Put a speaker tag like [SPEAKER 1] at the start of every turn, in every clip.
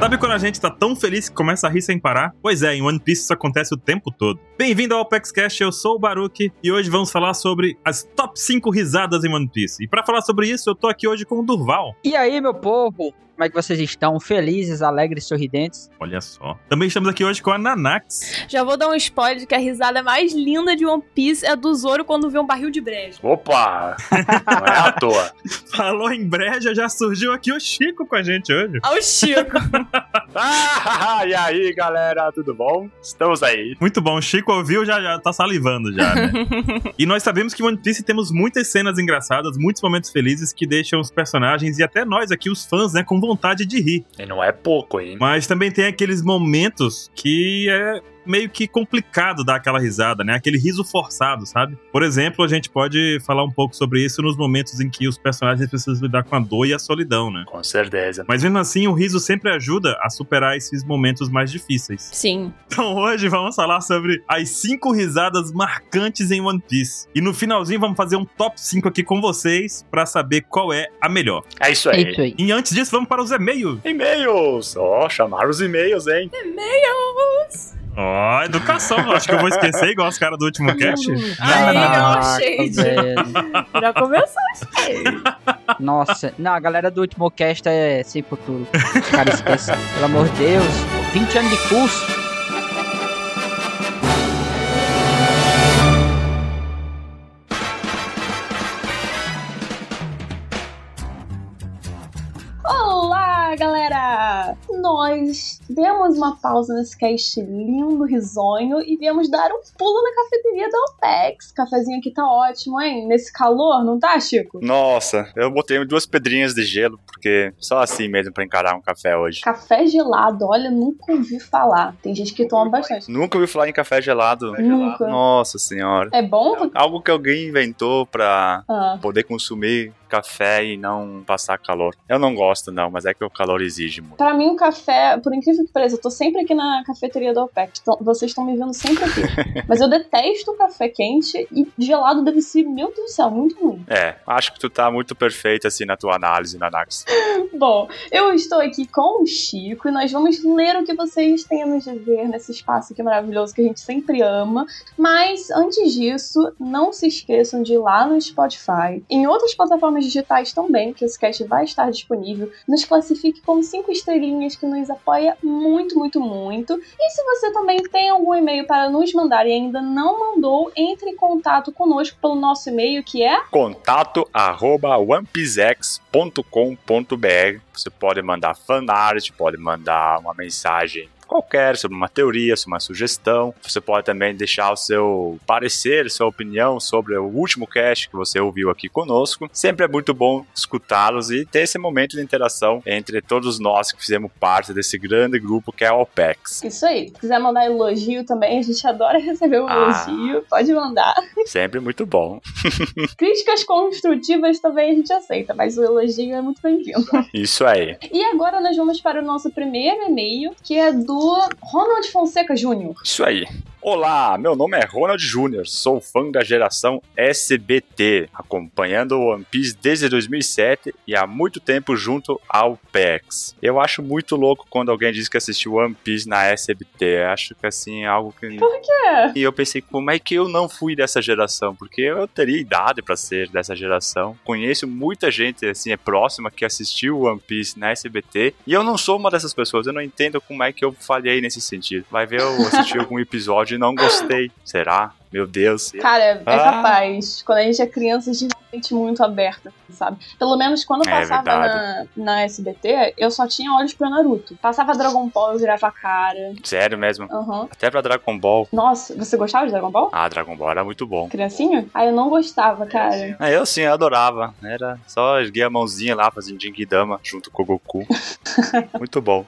[SPEAKER 1] Sabe quando a gente tá tão feliz que começa a rir sem parar? Pois é, em One Piece isso acontece o tempo todo. Bem-vindo ao Apex Cash, eu sou o Baruki e hoje vamos falar sobre as top 5 risadas em One Piece. E pra falar sobre isso, eu tô aqui hoje com o Durval.
[SPEAKER 2] E aí, meu povo? Como é que vocês estão? Felizes, alegres, sorridentes?
[SPEAKER 1] Olha só. Também estamos aqui hoje com a Nanax.
[SPEAKER 3] Já vou dar um spoiler de que a risada mais linda de One Piece é do Zoro quando vê um barril de breja.
[SPEAKER 4] Opa! Não é à toa.
[SPEAKER 1] Falou em breja, já surgiu aqui o Chico com a gente hoje.
[SPEAKER 3] Ao Chico.
[SPEAKER 4] Ah, e aí, galera, tudo bom? Estamos aí.
[SPEAKER 1] Muito bom, o Chico ouviu, já, já tá salivando já, né? e nós sabemos que em One Piece temos muitas cenas engraçadas, muitos momentos felizes que deixam os personagens e até nós aqui, os fãs, né, com vontade de rir.
[SPEAKER 4] E não é pouco, hein?
[SPEAKER 1] Mas também tem aqueles momentos que é meio que complicado dar aquela risada, né? Aquele riso forçado, sabe? Por exemplo, a gente pode falar um pouco sobre isso nos momentos em que os personagens precisam lidar com a dor e a solidão, né?
[SPEAKER 4] Com certeza.
[SPEAKER 1] Mas mesmo assim, o riso sempre ajuda a superar esses momentos mais difíceis.
[SPEAKER 3] Sim.
[SPEAKER 1] Então hoje vamos falar sobre as cinco risadas marcantes em One Piece. E no finalzinho vamos fazer um top 5 aqui com vocês pra saber qual é a melhor.
[SPEAKER 4] É isso aí.
[SPEAKER 2] Eita aí.
[SPEAKER 1] E antes disso, vamos para os e-mails.
[SPEAKER 4] E-mails! Ó, chamaram os e-mails, hein?
[SPEAKER 3] E-mails.
[SPEAKER 1] Ó, educação. Acho que eu vou esquecer igual os caras do último cast.
[SPEAKER 3] Aí, ó,
[SPEAKER 2] Caraca,
[SPEAKER 3] shade.
[SPEAKER 2] velho.
[SPEAKER 3] Já começou o shade.
[SPEAKER 2] Nossa, não, a galera do último cast é sem futuro. Os caras esquecem. Pelo amor de Deus, 20 anos de curso.
[SPEAKER 3] Olá, galera! Nós demos uma pausa nesse cast lindo, risonho, e viemos dar um pulo na cafeteria da Alpex. Cafezinho aqui tá ótimo, hein? Nesse calor, não tá, Chico?
[SPEAKER 4] Nossa, eu botei duas pedrinhas de gelo, porque só assim mesmo pra encarar um café hoje.
[SPEAKER 3] Café gelado, olha, nunca ouvi falar. Tem gente que toma bastante.
[SPEAKER 4] Nunca ouvi falar em café gelado.
[SPEAKER 3] Nunca.
[SPEAKER 4] Nossa senhora.
[SPEAKER 3] É bom?
[SPEAKER 4] Algo que alguém inventou pra
[SPEAKER 3] Ah,
[SPEAKER 4] poder consumir café e não passar calor. Eu não gosto, não, mas é que o calor exige muito.
[SPEAKER 3] Pra mim, o café, por incrível que pareça, eu tô sempre aqui na cafeteria da OPEC. Então, vocês estão me vendo sempre aqui. Mas eu detesto café quente e gelado deve ser, meu Deus do céu, muito ruim.
[SPEAKER 4] É, acho que tu tá muito perfeito assim na tua análise, Nanax.
[SPEAKER 3] Bom, eu estou aqui com o Chico e nós vamos ler o que vocês têm a nos dizer nesse espaço aqui maravilhoso que a gente sempre ama. Mas antes disso, não se esqueçam de ir lá no Spotify, em outras plataformas digitais também, que esse cast vai estar disponível. Nos classifique com cinco estrelinhas que nos apoia muito, muito, muito. E se você também tem algum e-mail para nos mandar e ainda não mandou, entre em contato conosco pelo nosso e-mail que é
[SPEAKER 4] Contato arroba onepizex.com.br. Você pode mandar fanart, pode mandar uma mensagem qualquer sobre uma teoria, sobre uma sugestão. Você pode também deixar o seu parecer, sua opinião sobre o último cast que você ouviu aqui conosco. Sempre é muito bom escutá-los e ter esse momento de interação entre todos nós que fizemos parte desse grande grupo que é o OPEX.
[SPEAKER 3] Isso aí. Se quiser mandar elogio também, a gente adora receber um
[SPEAKER 4] Ah.
[SPEAKER 3] elogio. Pode mandar.
[SPEAKER 4] Sempre muito bom.
[SPEAKER 3] Críticas construtivas também a gente aceita, mas o elogio é muito bem-vindo.
[SPEAKER 4] Isso aí.
[SPEAKER 3] E agora nós vamos para o nosso primeiro e-mail, que é do Ronald Fonseca Jr.
[SPEAKER 4] Isso aí. Olá, meu nome é Ronald Júnior, sou fã da geração SBT, acompanhando o One Piece desde 2007 e há muito tempo junto ao PEX. Eu acho muito louco quando alguém diz que assistiu One Piece na SBT, acho que assim, é algo que...
[SPEAKER 3] Por quê?
[SPEAKER 4] E eu pensei, como é que eu não fui dessa geração? Porque eu teria idade pra ser dessa geração. Conheço muita gente, assim, é próxima que assistiu One Piece na SBT. E eu não sou uma dessas pessoas. Eu não entendo como é que eu falhei nesse sentido. Vai ver, eu assisti algum episódio e não gostei. Será? Meu Deus.
[SPEAKER 3] Cara, é
[SPEAKER 4] Ah.
[SPEAKER 3] capaz. Quando a gente é criança, a gente não se sente muito aberta, sabe? Pelo menos quando eu
[SPEAKER 4] É
[SPEAKER 3] passava na,
[SPEAKER 4] verdade.
[SPEAKER 3] na SBT, eu só tinha olhos pra Naruto. Passava Dragon Ball, eu virava a cara.
[SPEAKER 4] Sério mesmo.
[SPEAKER 3] Aham.
[SPEAKER 4] Até pra Dragon Ball.
[SPEAKER 3] Nossa, você gostava de Dragon Ball?
[SPEAKER 4] Ah, Dragon Ball era muito bom.
[SPEAKER 3] Criancinha? Ah, eu não gostava, cara.
[SPEAKER 4] Ah, Eu sim, eu adorava. Era só erguer a mãozinha lá, fazendo Genkidama junto com o Goku. Muito bom.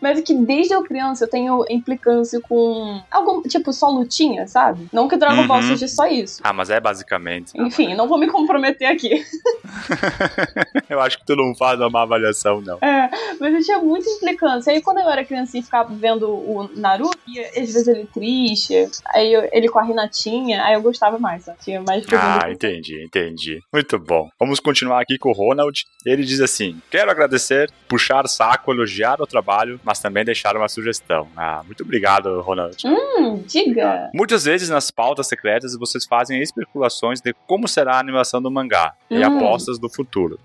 [SPEAKER 3] Mas é que desde eu criança eu tenho implicância com algum, tipo, só lutinha, sabe? Não que Dragon Ball
[SPEAKER 4] Uhum.
[SPEAKER 3] seja só isso.
[SPEAKER 4] Ah, mas é basicamente.
[SPEAKER 3] Enfim, não vou me comprometer aqui.
[SPEAKER 4] Eu acho que tu não faz uma má avaliação, não.
[SPEAKER 3] É, Mas eu tinha muita implicância. Aí quando eu era criancinha e ficava vendo o Naruto, e às vezes ele triste, aí eu- ele com a Renatinha, aí eu gostava mais, ó. Tinha mais
[SPEAKER 4] Ah,
[SPEAKER 3] pergunta.
[SPEAKER 4] entendi, entendi. Muito bom. Vamos continuar aqui com o Ronald. Ele diz assim: Quero agradecer, puxar saco, elogiar o trabalho, mas também deixar uma sugestão. Ah, muito obrigado, Ronald.
[SPEAKER 3] Hum, diga.
[SPEAKER 4] Muitas vezes nas pautas secretas vocês fazem especulações de como será a animação do mangá e
[SPEAKER 3] Hum.
[SPEAKER 4] apostas do futuro.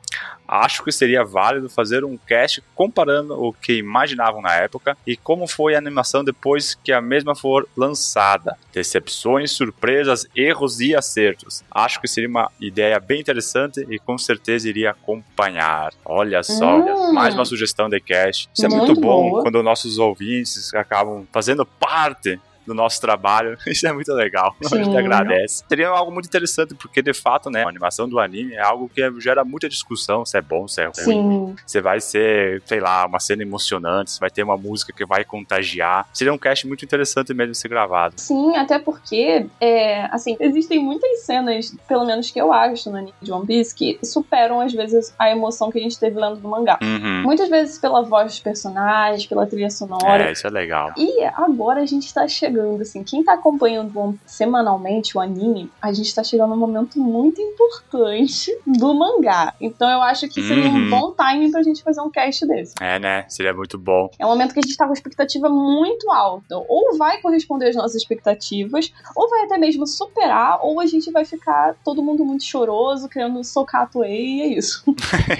[SPEAKER 4] Acho que seria válido fazer um cast comparando o que imaginavam na época e como foi a animação depois que a mesma for lançada. Decepções, surpresas, erros e acertos. Acho que seria uma ideia bem interessante e com certeza iria acompanhar. Olha só,
[SPEAKER 3] Hum.
[SPEAKER 4] mais uma sugestão de cast. Isso é muito,
[SPEAKER 3] Muito
[SPEAKER 4] bom
[SPEAKER 3] boa.
[SPEAKER 4] quando nossos ouvintes acabam fazendo parte do nosso trabalho. Isso é muito legal. A gente
[SPEAKER 3] Sim.
[SPEAKER 4] agradece. Seria algo muito interessante, porque de fato, né, a animação do anime é algo que gera muita discussão, se é bom, se é ruim.
[SPEAKER 3] Sim.
[SPEAKER 4] Você vai ser, sei lá, uma cena emocionante, você vai ter uma música que vai contagiar. Seria um cast muito interessante mesmo de ser gravado.
[SPEAKER 3] Sim, até porque, é, assim, existem muitas cenas, pelo menos que eu acho no anime de One Piece, que superam às vezes a emoção que a gente teve lendo do mangá.
[SPEAKER 4] Uhum.
[SPEAKER 3] Muitas vezes pela voz dos personagens, pela trilha sonora.
[SPEAKER 4] É, isso é legal.
[SPEAKER 3] E agora a gente tá chegando, assim, quem tá acompanhando o- semanalmente o anime, a gente tá chegando num momento muito importante do mangá. Então eu acho que seria
[SPEAKER 4] Uhum.
[SPEAKER 3] um bom timing pra gente fazer um cast desse.
[SPEAKER 4] É, né? Seria muito bom.
[SPEAKER 3] É um momento que a gente tá com expectativa muito alta. Ou vai corresponder às nossas expectativas, ou vai até mesmo superar, ou a gente vai ficar todo mundo muito choroso, querendo socar a Toei, e é isso.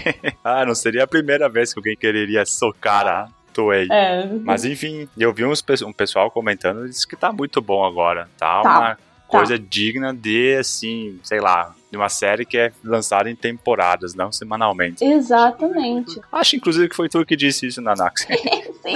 [SPEAKER 4] Ah, não seria a primeira vez que alguém quereria socar a Toei.
[SPEAKER 3] É.
[SPEAKER 4] Mas enfim, eu vi uns, pe- um pessoal comentando disse que tá muito bom agora. Tá,
[SPEAKER 3] Tá,
[SPEAKER 4] uma coisa digna de, assim, sei lá, de uma série que é lançada em temporadas, não semanalmente.
[SPEAKER 3] Exatamente.
[SPEAKER 4] Acho, inclusive, que foi tu que disse isso, Nanax.
[SPEAKER 3] Sim.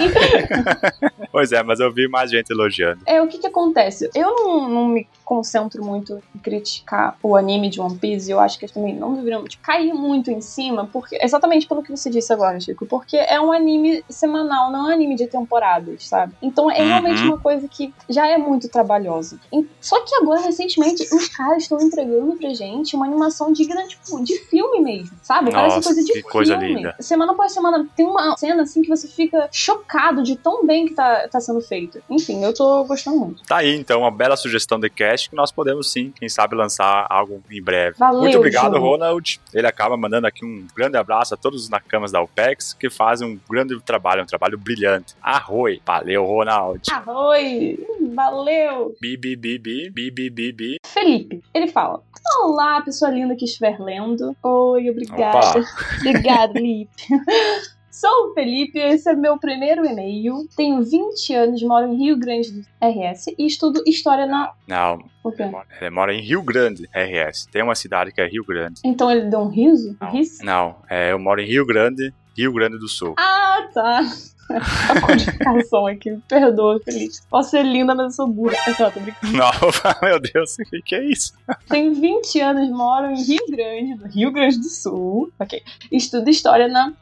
[SPEAKER 4] pois é, mas eu vi mais gente elogiando.
[SPEAKER 3] É, o que que acontece? Eu não, não me concentro muito em criticar o anime de One Piece, eu acho que eles também não deveriam tipo, cair muito em cima, porque exatamente pelo que você disse agora, Chico, porque é um anime semanal, não é um anime de temporadas, sabe? Então é
[SPEAKER 4] Uhum.
[SPEAKER 3] realmente uma coisa que já é muito trabalhosa. E- Só que agora, recentemente, os caras estão entregando pra gente uma animação digna, tipo, de filme mesmo, sabe? Parece
[SPEAKER 4] Nossa,
[SPEAKER 3] coisa de
[SPEAKER 4] que coisa
[SPEAKER 3] filme.
[SPEAKER 4] linda.
[SPEAKER 3] Semana após semana tem uma cena assim que você fica chocado de tão bem que tá, tá sendo feito. Enfim, eu tô gostando muito.
[SPEAKER 4] Tá aí, então, uma bela sugestão de cast que nós podemos, sim, quem sabe, lançar algo em breve.
[SPEAKER 3] Valeu,
[SPEAKER 4] Muito obrigado,
[SPEAKER 3] Júlio.
[SPEAKER 4] Ronald. Ele acaba mandando aqui um grande abraço a todos os Nakamas da OPEX que fazem um grande trabalho, um trabalho brilhante. Arroi! Valeu, Ronald!
[SPEAKER 3] Arroi! Hum, Valeu!
[SPEAKER 4] Bi, bi, bi, bi, bi, bi, bi, bi.
[SPEAKER 3] Felipe, ele fala: Olá, pessoa linda que estiver lendo. Oi, obrigada.
[SPEAKER 4] Opa.
[SPEAKER 3] Obrigada, Felipe. Sou o Felipe, esse é meu primeiro e-mail. Tenho 20 anos, moro em Rio Grande do RS e estudo História na.
[SPEAKER 4] Não,
[SPEAKER 3] O quê?
[SPEAKER 4] ele mora- ele mora em Rio Grande, RS. Tem uma cidade que é Rio Grande.
[SPEAKER 3] Então ele deu um riso? Um
[SPEAKER 4] Não,
[SPEAKER 3] riso?
[SPEAKER 4] não é, eu moro em Rio Grande, Rio Grande do Sul.
[SPEAKER 3] Ah, tá. A codificação aqui, me perdoa, Felipe. Posso ser linda, mas eu sou burra. Aquela, tô brincando.
[SPEAKER 4] Não, meu Deus, o que, que é isso?
[SPEAKER 3] Tenho 20 anos, moro em Rio Grande, do Rio Grande do Sul. Ok. Estudo história na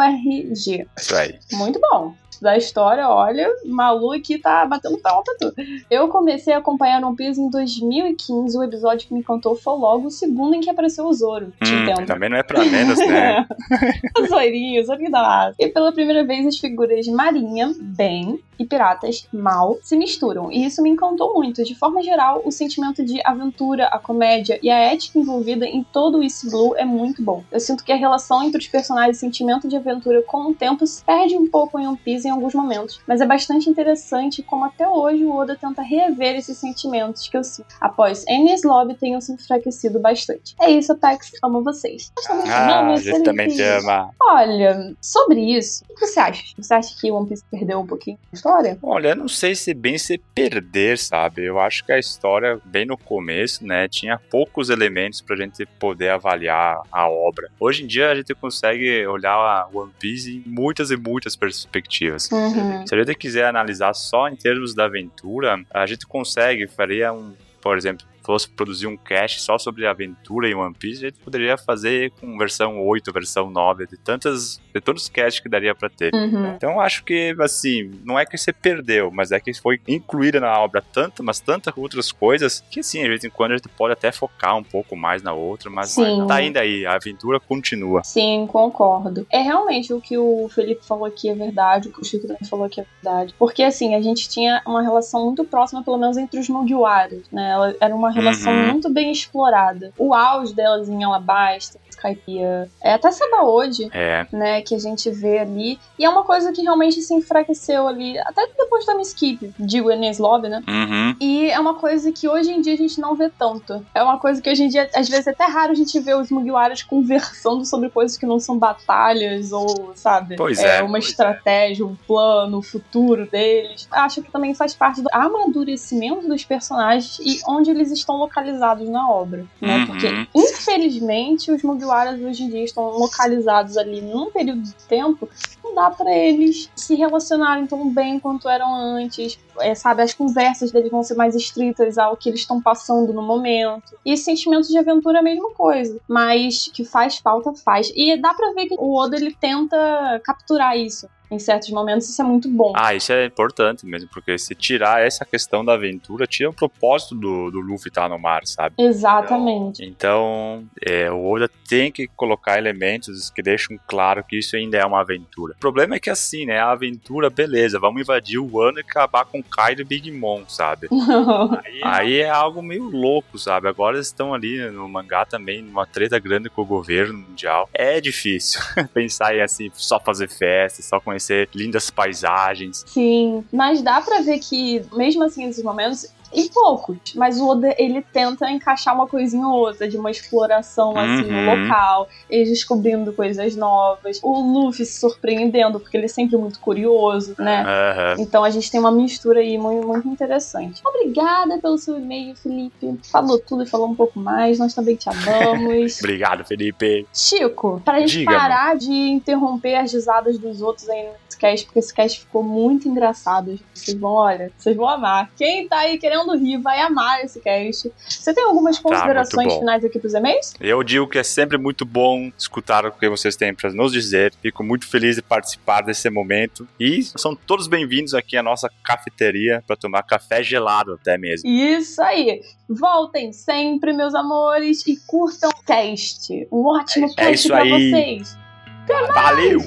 [SPEAKER 3] FURG.
[SPEAKER 4] Isso aí.
[SPEAKER 3] Muito bom. Estudar história, olha, Malu aqui tá batendo palma pra tudo. Eu comecei a acompanhar One Piece em 2015. O episódio que me encantou foi logo o segundo em que apareceu o Zoro. Te
[SPEAKER 4] Hum,
[SPEAKER 3] entendo.
[SPEAKER 4] também não é pra menos, né?
[SPEAKER 3] Os zoirinhos, olha que da hora. E pela primeira vez as figuras marinha, bem, e piratas, mal, se misturam. E isso me encantou muito. De forma geral, o sentimento de aventura, a comédia e a ética envolvida em todo o East Blue é muito bom. Eu sinto que a relação entre os personagens e o sentimento de aventura com o tempo se perde um pouco em One Piece em alguns momentos. Mas é bastante interessante como até hoje o Oda tenta reaver esses sentimentos que eu sinto. Após Enies Lobby tenham se enfraquecido bastante. É isso, Apex. Amo vocês. Nós também
[SPEAKER 4] Ah, a
[SPEAKER 3] amamos,
[SPEAKER 4] gente também te
[SPEAKER 3] Felipe.
[SPEAKER 4] ama.
[SPEAKER 3] Olha, sobre isso, o que você acha? Você acha que One Piece perdeu um pouquinho a história?
[SPEAKER 4] Olha, eu não sei se bem se perder, sabe? Eu acho que a história, bem no começo, né, tinha poucos elementos pra gente poder avaliar a obra. Hoje em dia a gente consegue olhar a One Piece em muitas e muitas perspectivas.
[SPEAKER 3] Uhum.
[SPEAKER 4] Se a gente quiser analisar só em termos da aventura, a gente consegue, faria um, por exemplo, fosse produzir um cast só sobre aventura em One Piece, a gente poderia fazer com versão 8, versão 9, de tantas. de todos os casts que daria pra ter.
[SPEAKER 3] Uhum.
[SPEAKER 4] Então acho que, assim, não é que você perdeu, mas é que foi incluída na obra tanto, mas tantas outras coisas que, assim, de vez em quando a gente pode até focar um pouco mais na outra, mas
[SPEAKER 3] Sim.
[SPEAKER 4] tá ainda aí, a aventura continua.
[SPEAKER 3] Sim, concordo. É realmente o que o Felipe falou aqui é verdade, o que o Chico também falou aqui é verdade. Porque assim, a gente tinha uma relação muito próxima, pelo menos entre os Mugiwaras, né? Ela era uma relação
[SPEAKER 4] Uhum.
[SPEAKER 3] muito bem explorada. O auge delas em Alabasta, Skypiea, é até Sabaody,
[SPEAKER 4] É,
[SPEAKER 3] né, que a gente vê ali. E é uma coisa que realmente se enfraqueceu ali, até depois da Miss Skip, digo, Enes Lobby, né?
[SPEAKER 4] uhum.
[SPEAKER 3] E é uma coisa que hoje em dia a gente não vê tanto. É uma coisa que hoje em dia, às vezes, é até raro a gente ver os Mugiwaras conversando sobre coisas que não são batalhas ou, sabe?
[SPEAKER 4] Pois é,
[SPEAKER 3] Uma
[SPEAKER 4] pois é.
[SPEAKER 3] estratégia, um plano, o futuro deles. Acho que também faz parte do amadurecimento dos personagens e onde eles estão localizados na obra, né?
[SPEAKER 4] Uhum.
[SPEAKER 3] Porque, infelizmente, os Mugiwaras hoje em dia estão localizados ali num período de tempo não dá pra eles se relacionarem tão bem quanto eram antes. É, sabe, as conversas deles vão ser mais estritas ao que eles estão passando no momento. E sentimentos de aventura é a mesma coisa. Mas que faz falta, faz. E dá pra ver que o Oda ele tenta capturar isso. Em certos momentos, isso é muito bom.
[SPEAKER 4] Ah, isso é importante mesmo, porque se tirar essa questão da aventura, tira o propósito do, do Luffy estar no mar, sabe?
[SPEAKER 3] Exatamente.
[SPEAKER 4] Então, é, o Oda tem que colocar elementos que deixam claro que isso ainda é uma aventura. O problema é que assim, né? A aventura, beleza, vamos invadir o ano e acabar com Kaido e Big Mom, sabe? Aí, aí é algo meio louco, sabe? Agora eles estão ali no mangá também, numa treta grande com o governo mundial. É difícil pensar em assim, só fazer festa, só conhecer lindas paisagens.
[SPEAKER 3] Sim, mas dá pra ver que, mesmo assim, esses momentos, e poucos, mas o Oda, ele tenta encaixar uma coisinha ou outra, de uma exploração, assim, no
[SPEAKER 4] Uhum.
[SPEAKER 3] local, eles descobrindo coisas novas, o Luffy se surpreendendo, porque ele é sempre muito curioso, né?
[SPEAKER 4] Aham.
[SPEAKER 3] Então a gente tem uma mistura aí muito, muito interessante. Obrigada pelo seu e-mail, Felipe. Falou tudo e falou um pouco mais, nós também te amamos.
[SPEAKER 4] Obrigado, Felipe.
[SPEAKER 3] Chico, pra gente
[SPEAKER 4] Diga,
[SPEAKER 3] parar de interromper as risadas dos outros aí nesse cast, porque esse cast ficou muito engraçado. gente. Vocês vão, olha, vocês vão amar. Quem tá aí querendo rir vai amar esse cast. Você tem algumas considerações
[SPEAKER 4] Tá, bom.
[SPEAKER 3] finais aqui pros e-mails?
[SPEAKER 4] Eu digo que é sempre muito bom escutar o que vocês têm para nos dizer. Fico muito feliz de participar desse momento. E são todos bem-vindos aqui à nossa cafeteria para tomar café gelado até mesmo.
[SPEAKER 3] Isso aí. Voltem sempre, meus amores, e curtam o cast. Um ótimo
[SPEAKER 4] É
[SPEAKER 3] cast
[SPEAKER 4] isso
[SPEAKER 3] pra
[SPEAKER 4] aí.
[SPEAKER 3] vocês.
[SPEAKER 4] Valeu!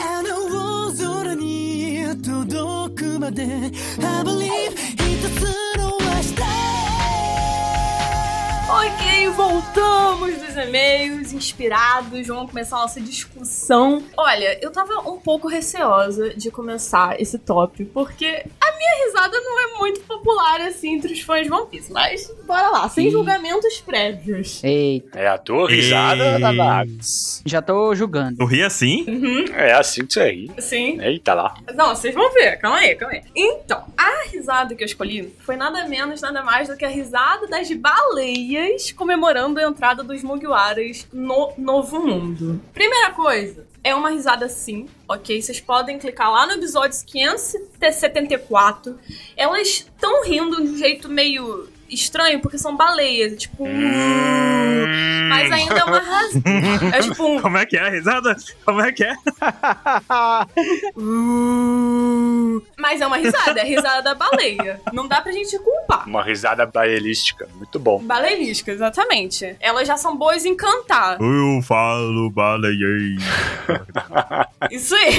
[SPEAKER 5] あの大空に届くまで I believe 一つの明日
[SPEAKER 6] Ok, voltamos dos e-mails, inspirados, vamos começar a nossa discussão. Olha, eu tava um pouco receosa de começar esse top, porque a minha risada não é muito popular assim entre os fãs de One Piece, mas bora lá, sem
[SPEAKER 2] Ih.
[SPEAKER 6] julgamentos prévios.
[SPEAKER 2] Eita,
[SPEAKER 4] É a tua risada,
[SPEAKER 1] Ei.
[SPEAKER 4] Nanax?
[SPEAKER 2] já tô julgando.
[SPEAKER 1] Eu ri assim?
[SPEAKER 6] Uhum,
[SPEAKER 4] É assim que você ri.
[SPEAKER 6] sim.
[SPEAKER 4] Eita lá.
[SPEAKER 6] Não, vocês vão ver, calma aí, calma aí. Então, a risada que eu escolhi foi nada menos, nada mais do que a risada das baleias comemorando a entrada dos Mugiwaras no Novo Mundo. Primeira coisa, é uma risada sim, ok? Vocês podem clicar lá no episódio 574. Elas estão rindo de um jeito meio estranho, porque são baleias, tipo...
[SPEAKER 4] Hum.
[SPEAKER 6] "Uh", Mas ainda é uma razão. É tipo um...
[SPEAKER 1] Como é que é a risada? Como é que é?
[SPEAKER 6] Mas é uma risada, é a risada da baleia. Não dá pra gente
[SPEAKER 3] é-
[SPEAKER 6] culpar.
[SPEAKER 4] Uma risada baelística. Muito bom.
[SPEAKER 6] Balelisca, exatamente. Elas já são boas em cantar.
[SPEAKER 1] Eu falo baleiei.
[SPEAKER 6] Isso aí.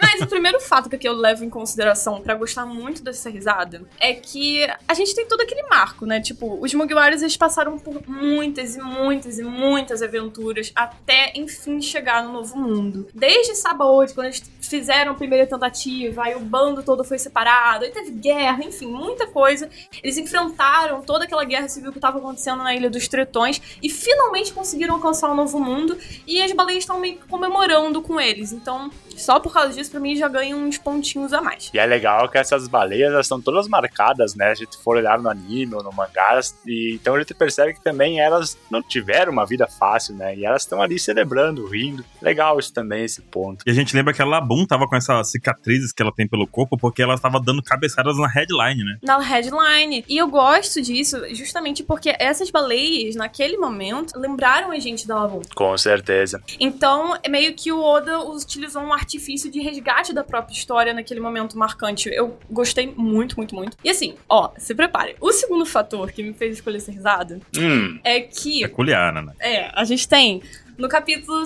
[SPEAKER 6] Mas o primeiro fato que eu levo em consideração pra gostar muito dessa risada é que a gente tem todo aquele marco, né? Tipo, os Mugiwaras eles passaram por muitas e muitas e muitas aventuras até enfim chegar no novo mundo. Desde Sabaody, quando eles fizeram a primeira tentativa, aí o bando todo foi separado, aí teve guerra, enfim, muita coisa.
[SPEAKER 3] Eles enfrentaram toda aquela guerra civil que estava acontecendo na Ilha dos Tretões e finalmente conseguiram alcançar o Novo Mundo. E as baleias estão meio que comemorando com eles. Então, só por causa disso, pra mim, já ganham uns pontinhos a mais.
[SPEAKER 4] E é legal que essas baleias elas estão todas marcadas, né? Se tu for olhar no anime ou no mangá, elas- e então a gente percebe que também elas não tiveram uma vida fácil, né? E elas estão ali celebrando, rindo. Legal isso também, esse ponto.
[SPEAKER 1] E a gente lembra que a Labum tava com essas cicatrizes que ela tem pelo corpo, porque ela tava dando cabeçadas na headline, né?
[SPEAKER 3] na headline. E eu gosto disso justamente porque essas baleias, naquele momento, lembraram a gente da Lavon.
[SPEAKER 4] Com certeza.
[SPEAKER 3] Então, é meio que o Oda utilizou um artifício de resgate da própria história naquele momento marcante. Eu gostei muito, muito, muito. E assim, ó, se prepare. O segundo fator que me fez escolher ser risada
[SPEAKER 4] Hum,
[SPEAKER 3] é que
[SPEAKER 1] Peculiar, né?
[SPEAKER 3] é, a gente tem. No capítulo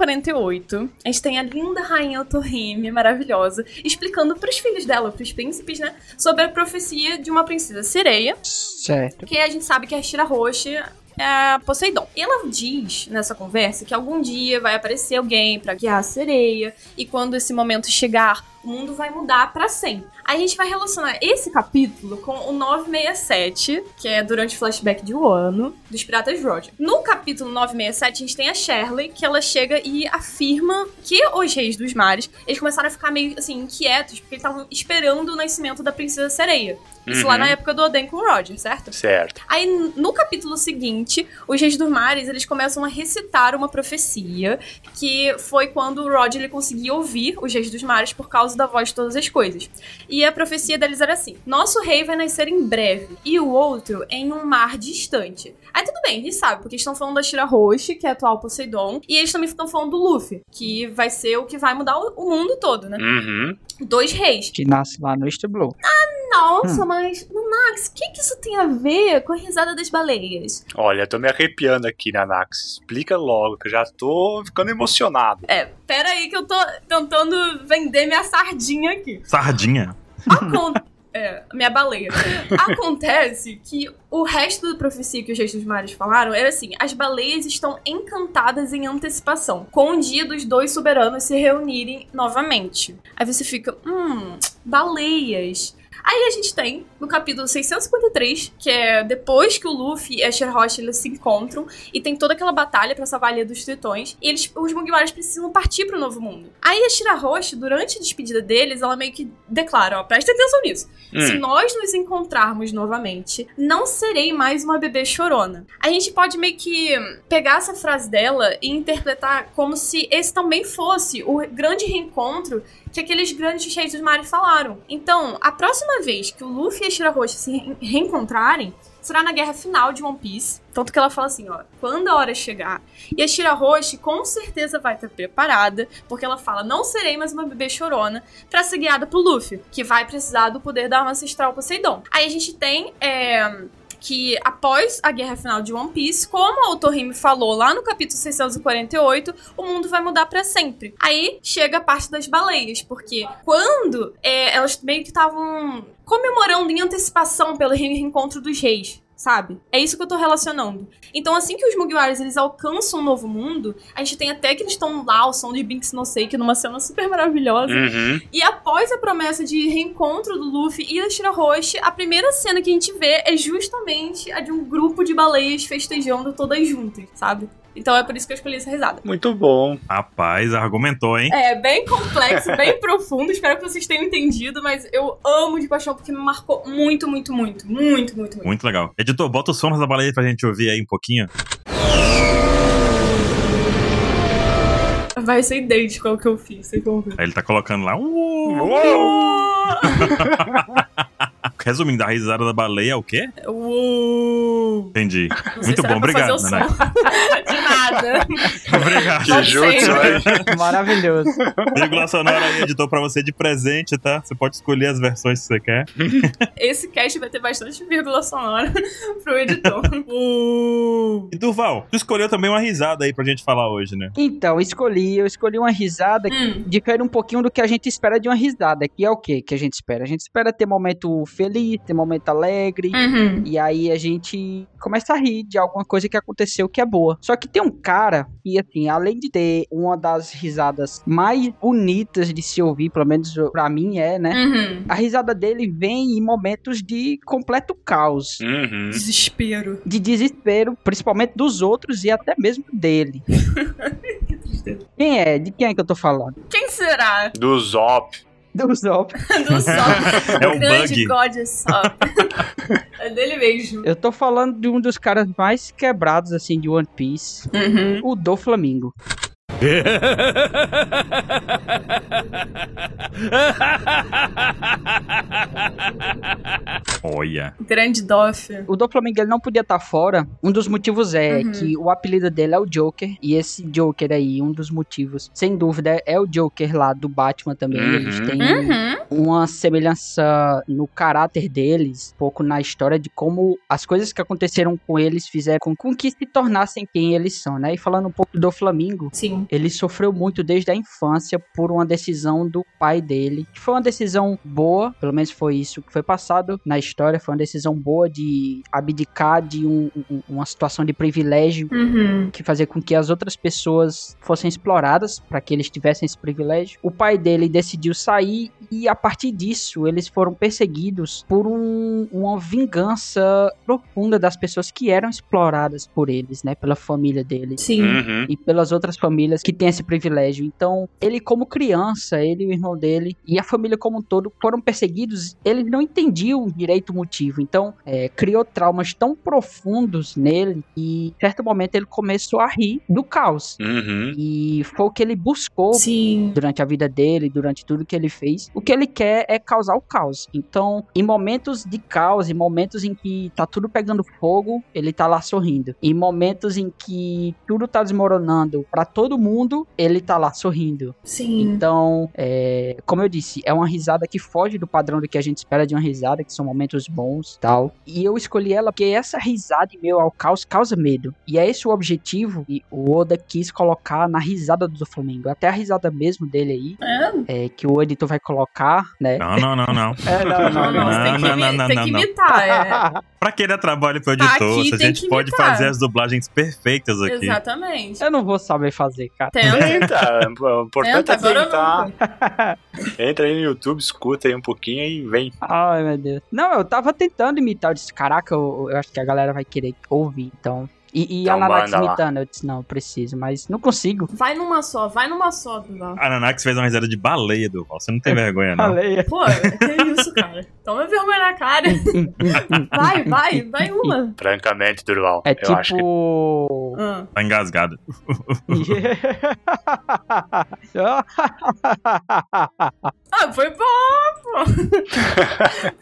[SPEAKER 3] 648, a gente tem a linda rainha Otohime, maravilhosa, explicando pros filhos dela, pros príncipes, né, sobre a profecia de uma princesa sereia,
[SPEAKER 2] Certo.
[SPEAKER 3] que a gente sabe que é a Shira Roshi é Poseidon. Ela diz nessa conversa que algum dia vai aparecer alguém pra guiar a sereia e quando esse momento chegar, o mundo vai mudar pra sempre. Aí A gente vai relacionar esse capítulo com o 967, que é durante o flashback de Wano, dos Piratas Roger. No capítulo 967, a gente tem a Shirley, que ela chega e afirma que os Reis dos Mares, eles começaram a ficar meio, assim, inquietos, porque eles estavam esperando o nascimento da Princesa Sereia. Isso lá
[SPEAKER 4] Uhum.
[SPEAKER 3] na época do Oden com o Roger, certo?
[SPEAKER 4] certo.
[SPEAKER 3] Aí, n- no capítulo seguinte, os Reis dos Mares, eles começam a recitar uma profecia, que foi quando o Rod, ele conseguia ouvir os Reis dos Mares por causa da voz de todas as coisas. E a profecia deles era assim, nosso rei vai nascer em breve, e o outro em um mar distante. Aí tudo bem, a gente sabe, porque eles estão falando da Shira Roshi, que é a atual Poseidon, e eles também estão falando do Luffy, que vai ser o que vai mudar o- o mundo todo, né?
[SPEAKER 4] Uhum.
[SPEAKER 3] Dois reis.
[SPEAKER 2] Que nasce lá no East Blue.
[SPEAKER 3] Nossa, mas, Max, o que, que isso tem a ver com a risada das baleias?
[SPEAKER 4] Olha, eu tô me arrepiando aqui, Nanax. Explica logo, que eu já tô ficando emocionado.
[SPEAKER 3] É, pera aí que eu tô tentando vender minha sardinha aqui.
[SPEAKER 1] Sardinha.
[SPEAKER 3] Acon- é, minha baleia. Acontece que o resto da profecia que os reis dos mares falaram era assim: as baleias estão encantadas em antecipação, com o dia dos dois soberanos se reunirem novamente. Aí você fica, hum, baleias. Aí a gente tem no capítulo 653, que é depois que o Luffy e a Sherrosh eles se encontram, e tem toda aquela batalha pra salvar a Ilha dos Tritões. E eles, os Mugiwaras precisam partir pro Novo Mundo. Aí a Shirahoshi, durante a despedida deles, ela meio que declara, ó, presta atenção nisso. Se
[SPEAKER 4] Hum,
[SPEAKER 3] nós nos encontrarmos novamente, não serei mais uma bebê chorona. A gente pode meio que pegar essa frase dela e interpretar como se esse também fosse o grande reencontro que aqueles grandes reis dos mares falaram. Então, a próxima vez que o Luffy e a Shirahoshi se re- reencontrarem, será na guerra final de One Piece. Tanto que ela fala assim, ó, quando a hora chegar. E a Shirahoshi com certeza vai estar preparada, porque ela fala, não serei mais uma bebê chorona, pra ser guiada pro Luffy, que vai precisar do poder da alma ancestral Poseidon. Aí a gente tem, é, Que após a guerra final de One Piece, como o Otohime falou lá no capítulo 648, o mundo vai mudar pra sempre. Aí chega a parte das baleias, porque quando é, elas meio que estavam comemorando em antecipação pelo re- reencontro dos reis, sabe? É isso que eu tô relacionando. Então, assim que os Mugiwaras eles alcançam um novo mundo, a gente tem até que eles estão lá, o som de Binks no Seik, numa cena super maravilhosa.
[SPEAKER 4] Uhum.
[SPEAKER 3] E após a promessa de reencontro do Luffy e da Shirahoshi, a primeira cena que a gente vê é justamente a de um grupo de baleias festejando todas juntas, sabe? Então é por isso que eu escolhi essa risada.
[SPEAKER 4] Muito bom.
[SPEAKER 1] Rapaz, argumentou, hein?
[SPEAKER 3] É bem complexo, bem profundo. Espero que vocês tenham entendido, mas eu amo de paixão porque me marcou muito, muito, muito, muito, muito, muito.
[SPEAKER 1] Muito legal. Editor, bota os sons da baleia pra gente ouvir aí um pouquinho.
[SPEAKER 3] Vai ser idêntico ao que eu fiz, vocês vão ver.
[SPEAKER 1] Aí ele tá colocando lá. "Uh!" "Uou".
[SPEAKER 4] Uou!
[SPEAKER 1] Resumindo, a risada da baleia é o quê?
[SPEAKER 3] Uou!
[SPEAKER 1] Entendi.
[SPEAKER 3] Não sei
[SPEAKER 1] Muito
[SPEAKER 3] se era
[SPEAKER 1] bom,
[SPEAKER 3] pra fazer
[SPEAKER 1] obrigado,
[SPEAKER 3] o som.
[SPEAKER 1] Nanai.
[SPEAKER 3] De nada.
[SPEAKER 1] Obrigado.
[SPEAKER 3] Não
[SPEAKER 4] Jujutsu,
[SPEAKER 3] sei.
[SPEAKER 4] hein?
[SPEAKER 2] Maravilhoso.
[SPEAKER 1] Vírgula sonora aí, editor, pra você de presente, tá? Você pode escolher as versões que você quer.
[SPEAKER 3] Esse cast vai ter bastante vírgula sonora pro editor.
[SPEAKER 1] E Durval, tu escolheu também uma risada aí pra gente falar hoje, né?
[SPEAKER 2] Então, escolhi, eu escolhi uma risada
[SPEAKER 3] Hum.
[SPEAKER 2] difere um pouquinho do que a gente espera de uma risada, que é o que que a gente espera? A gente espera ter momento feliz, ter momento alegre,
[SPEAKER 3] Uhum.
[SPEAKER 2] e aí a gente começa a rir de alguma coisa que aconteceu que é boa. Só que tem um cara que, assim, além de ter uma das risadas mais bonitas de se ouvir, pelo menos pra mim é, né?
[SPEAKER 3] Uhum.
[SPEAKER 2] A risada dele vem em momentos de completo caos.
[SPEAKER 4] Uhum.
[SPEAKER 3] Desespero.
[SPEAKER 2] De desespero, principalmente dos outros e até mesmo dele. Quem é? De quem é que eu tô falando?
[SPEAKER 3] Quem será?
[SPEAKER 4] Do Zop.
[SPEAKER 2] Do Zop.
[SPEAKER 3] Do Sop.
[SPEAKER 1] É um
[SPEAKER 3] grande
[SPEAKER 1] bug.
[SPEAKER 3] God Sop. é dele mesmo.
[SPEAKER 2] Eu tô falando de um dos caras mais quebrados, assim, de One Piece.
[SPEAKER 3] Uhum.
[SPEAKER 2] O do Flamingo.
[SPEAKER 1] Olha.
[SPEAKER 3] Grande Doff.
[SPEAKER 2] O do Flamengo ele não podia estar fora. Um dos motivos é
[SPEAKER 3] Uhum.
[SPEAKER 2] que o apelido dele é o Joker. E esse Joker aí, um dos motivos, sem dúvida, é o Joker lá do Batman também.
[SPEAKER 4] Uhum.
[SPEAKER 2] Eles têm
[SPEAKER 3] Uhum.
[SPEAKER 2] uma semelhança no caráter deles, um pouco na história de como as coisas que aconteceram com eles fizeram com, com que se tornassem quem eles são, né? E falando um pouco do Flamengo,
[SPEAKER 3] Sim.
[SPEAKER 2] ele sofreu muito desde a infância por uma decisão do pai dele, que foi uma decisão boa, pelo menos foi isso que foi passado na história, foi uma decisão boa de abdicar de um- um- uma situação de privilégio
[SPEAKER 3] Uhum.
[SPEAKER 2] que fazia com que as outras pessoas fossem exploradas para que eles tivessem esse privilégio. O pai dele decidiu sair e a partir disso eles foram perseguidos por um- uma vingança profunda das pessoas que eram exploradas por eles, né, pela família deles
[SPEAKER 3] Sim.
[SPEAKER 4] Uhum.
[SPEAKER 2] e pelas outras famílias que têm esse privilégio. Então, ele como criança, ele e o irmão dele e a família como um todo foram perseguidos. Ele não entendia o direito motivo. Então, é, criou traumas tão profundos nele e, em certo momento, ele começou a rir do caos.
[SPEAKER 4] Uhum.
[SPEAKER 2] E foi o que ele buscou
[SPEAKER 3] Sim.
[SPEAKER 2] durante a vida dele, durante tudo que ele fez. O que ele quer é causar o caos. Então, em momentos de caos, em momentos em que tá tudo pegando fogo, ele tá lá sorrindo. Em momentos em que tudo tá desmoronando pra todo mundo, ele tá lá sorrindo.
[SPEAKER 3] Sim.
[SPEAKER 2] Então, é, como eu disse, é uma risada que foge do padrão do que a gente espera de uma risada, que são momentos bons e tal. E eu escolhi ela porque essa risada em meio ao caos causa medo. E é esse o objetivo que o Oda quis colocar na risada do Flamengo. É Até a risada mesmo dele aí,
[SPEAKER 3] É.
[SPEAKER 2] é, que o editor vai colocar, né?
[SPEAKER 1] Não, não, não, não.
[SPEAKER 2] É, não,
[SPEAKER 3] Não, não, você tem que,
[SPEAKER 1] Não,
[SPEAKER 3] imi-
[SPEAKER 1] não, não,
[SPEAKER 3] tem
[SPEAKER 1] não,
[SPEAKER 3] que
[SPEAKER 1] não.
[SPEAKER 3] imitar. é.
[SPEAKER 1] Pra quem dá trabalho pro
[SPEAKER 3] Tá
[SPEAKER 1] editor,
[SPEAKER 3] aqui,
[SPEAKER 1] se a
[SPEAKER 3] tem
[SPEAKER 1] gente
[SPEAKER 3] que
[SPEAKER 1] pode
[SPEAKER 3] imitar.
[SPEAKER 1] fazer as dublagens perfeitas aqui.
[SPEAKER 3] Exatamente.
[SPEAKER 2] Eu não vou saber fazer, cara.
[SPEAKER 3] Tenta.
[SPEAKER 4] Tenta, tá. o importante
[SPEAKER 3] Tenta,
[SPEAKER 4] é
[SPEAKER 3] agora
[SPEAKER 4] tentar.
[SPEAKER 3] não.
[SPEAKER 4] Entra aí no YouTube, escuta aí um pouquinho e vem.
[SPEAKER 2] Ai, meu Deus. Não, eu tava tentando imitar. Eu disse, caraca, eu, eu acho que a galera vai queer ouvir, então. E, e
[SPEAKER 4] Então
[SPEAKER 2] a Nanax
[SPEAKER 4] manda lá.
[SPEAKER 2] imitando, eu disse, não, eu preciso, mas não consigo.
[SPEAKER 3] Vai numa só, vai numa só, Duval.
[SPEAKER 1] A Nanax fez uma risada de baleia, Duval. Você não tem vergonha, não.
[SPEAKER 2] Falei.
[SPEAKER 3] Pô, que isso, cara. Toma vergonha na cara. Vai, vai, vai uma.
[SPEAKER 4] Francamente, Durval,
[SPEAKER 2] É
[SPEAKER 4] eu acho que
[SPEAKER 2] tipo.
[SPEAKER 3] Ah,
[SPEAKER 1] Tá engasgado.
[SPEAKER 3] Ah, foi bom, pô.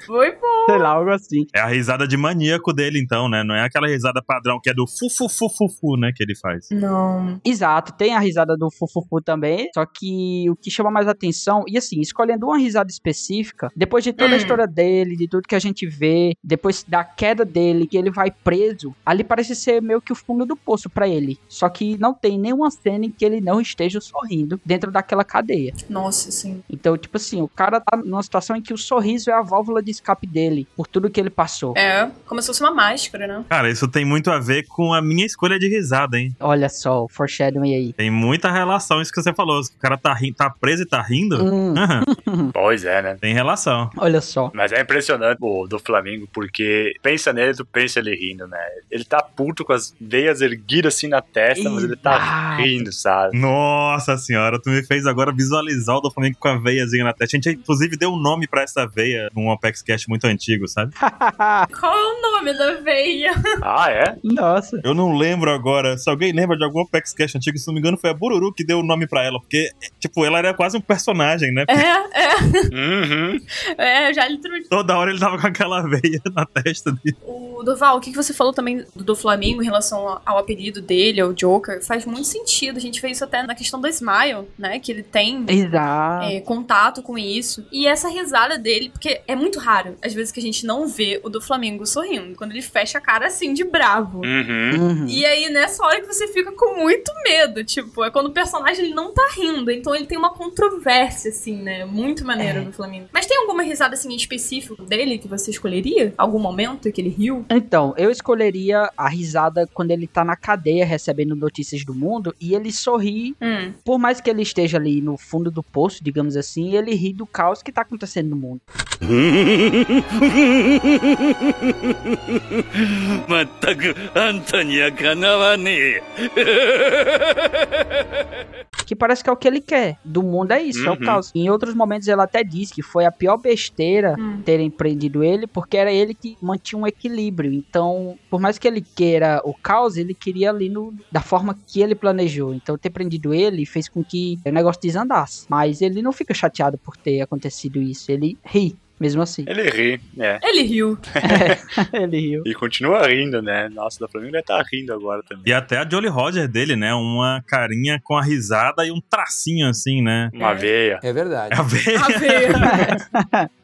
[SPEAKER 3] Foi bom.
[SPEAKER 2] Sei lá, algo assim.
[SPEAKER 1] É a risada de maníaco dele, então, né? Não é aquela risada padrão que é do fu fu fu fu, fu, né? Que ele faz.
[SPEAKER 3] Não.
[SPEAKER 2] Exato, tem a risada do Fufufu também. Só que o que chama mais atenção, e assim, escolhendo uma risada específica, depois de toda a
[SPEAKER 3] Hum.
[SPEAKER 2] história dele, de tudo que a gente vê, depois da queda dele, que ele vai preso, ali parece ser meio que o fundo do poço pra ele. Só que não tem nenhuma cena em que ele não esteja sorrindo dentro daquela cadeia.
[SPEAKER 3] Nossa, sim.
[SPEAKER 2] Então, tipo assim, o cara tá numa situação em que o sorriso é a válvula de escape dele, por tudo que ele passou.
[SPEAKER 3] É, como se fosse uma máscara, né?
[SPEAKER 1] Cara, isso tem muito a ver com a minha escolha de risada, hein?
[SPEAKER 2] Olha só, o foreshadowing aí.
[SPEAKER 1] Tem muita relação isso que você falou. Se o cara tá, ri- tá preso e tá rindo,
[SPEAKER 2] Hum,
[SPEAKER 4] Pois é, né?
[SPEAKER 1] tem relação.
[SPEAKER 2] olha só.
[SPEAKER 4] Mas é impressionante o do Flamengo, porque pensa nele, tu pensa ele rindo, né? Ele tá puto com as veias erguidas assim na testa, mas ele tá
[SPEAKER 2] Exato.
[SPEAKER 4] rindo, sabe?
[SPEAKER 1] Nossa senhora, tu me fez agora visualizar o do Flamengo com a veiazinha na testa. A gente, inclusive, deu um nome pra essa veia num Apex Cash muito antigo, sabe?
[SPEAKER 3] Qual é o nome da veia?
[SPEAKER 4] Ah, é?
[SPEAKER 2] Nossa.
[SPEAKER 1] Eu não lembro agora. Se alguém lembra de algum Apex Cash antigo, se não me engano, foi a Bururu que deu o nome pra ela. Porque, tipo, ela era quase um personagem, né?
[SPEAKER 3] É,
[SPEAKER 4] Uhum.
[SPEAKER 3] é, é, eu já lhe tru-
[SPEAKER 1] Toda hora ele tava com aquela veia na testa dele.
[SPEAKER 3] O Duval, o que que você falou também do, do Flamengo em relação ao, ao apelido dele, ao Joker, faz muito sentido. A gente fez isso até na questão do Smile, né? Que ele tem
[SPEAKER 2] Exato.
[SPEAKER 3] é, contato com isso. E essa risada dele, porque é muito raro, às vezes, que a gente não vê o do Flamengo sorrindo. Quando ele fecha a cara assim de bravo.
[SPEAKER 4] Uhum.
[SPEAKER 2] Uhum.
[SPEAKER 3] E aí, nessa hora que você fica com muito medo, tipo, é quando o personagem ele não tá rindo, então ele tem uma controvérsia, assim, né? Muito maneiro
[SPEAKER 2] É.
[SPEAKER 3] no Flamengo. Mas tem alguma risada, assim, em específico dele que você escolheria? Algum momento que ele riu?
[SPEAKER 2] Então, eu escolheria a risada quando ele tá na cadeia recebendo notícias do mundo e ele sorri,
[SPEAKER 3] Hum.
[SPEAKER 2] por mais que ele esteja ali no fundo do poço, digamos assim, ele ri do caos que tá acontecendo no mundo.
[SPEAKER 7] まったくあんたにはかなわねえ
[SPEAKER 2] Que parece que é o que ele quer. Do mundo é isso, é o
[SPEAKER 4] Uhum.
[SPEAKER 2] caos. Em outros momentos ele até diz que foi a pior besteira
[SPEAKER 3] Hum.
[SPEAKER 2] terem prendido ele, porque era ele que mantinha um equilíbrio. Então, por mais que ele queira o caos, ele queria ali no, da forma que ele planejou. Então, ter prendido ele fez com que o negócio desandasse. Mas ele não fica chateado por ter acontecido isso. Ele ri, mesmo assim.
[SPEAKER 4] Ele ri, né?
[SPEAKER 3] Ele riu.
[SPEAKER 2] ele riu.
[SPEAKER 4] E continua rindo, né? Nossa, da Flamengo deve tá rindo agora também.
[SPEAKER 1] E até a Jolly Roger dele, né? Uma carinha com a risada e um tracinho assim, né?
[SPEAKER 4] Uma
[SPEAKER 3] É.
[SPEAKER 4] veia.
[SPEAKER 8] É
[SPEAKER 1] É
[SPEAKER 8] verdade.
[SPEAKER 1] a veia.
[SPEAKER 3] A veia.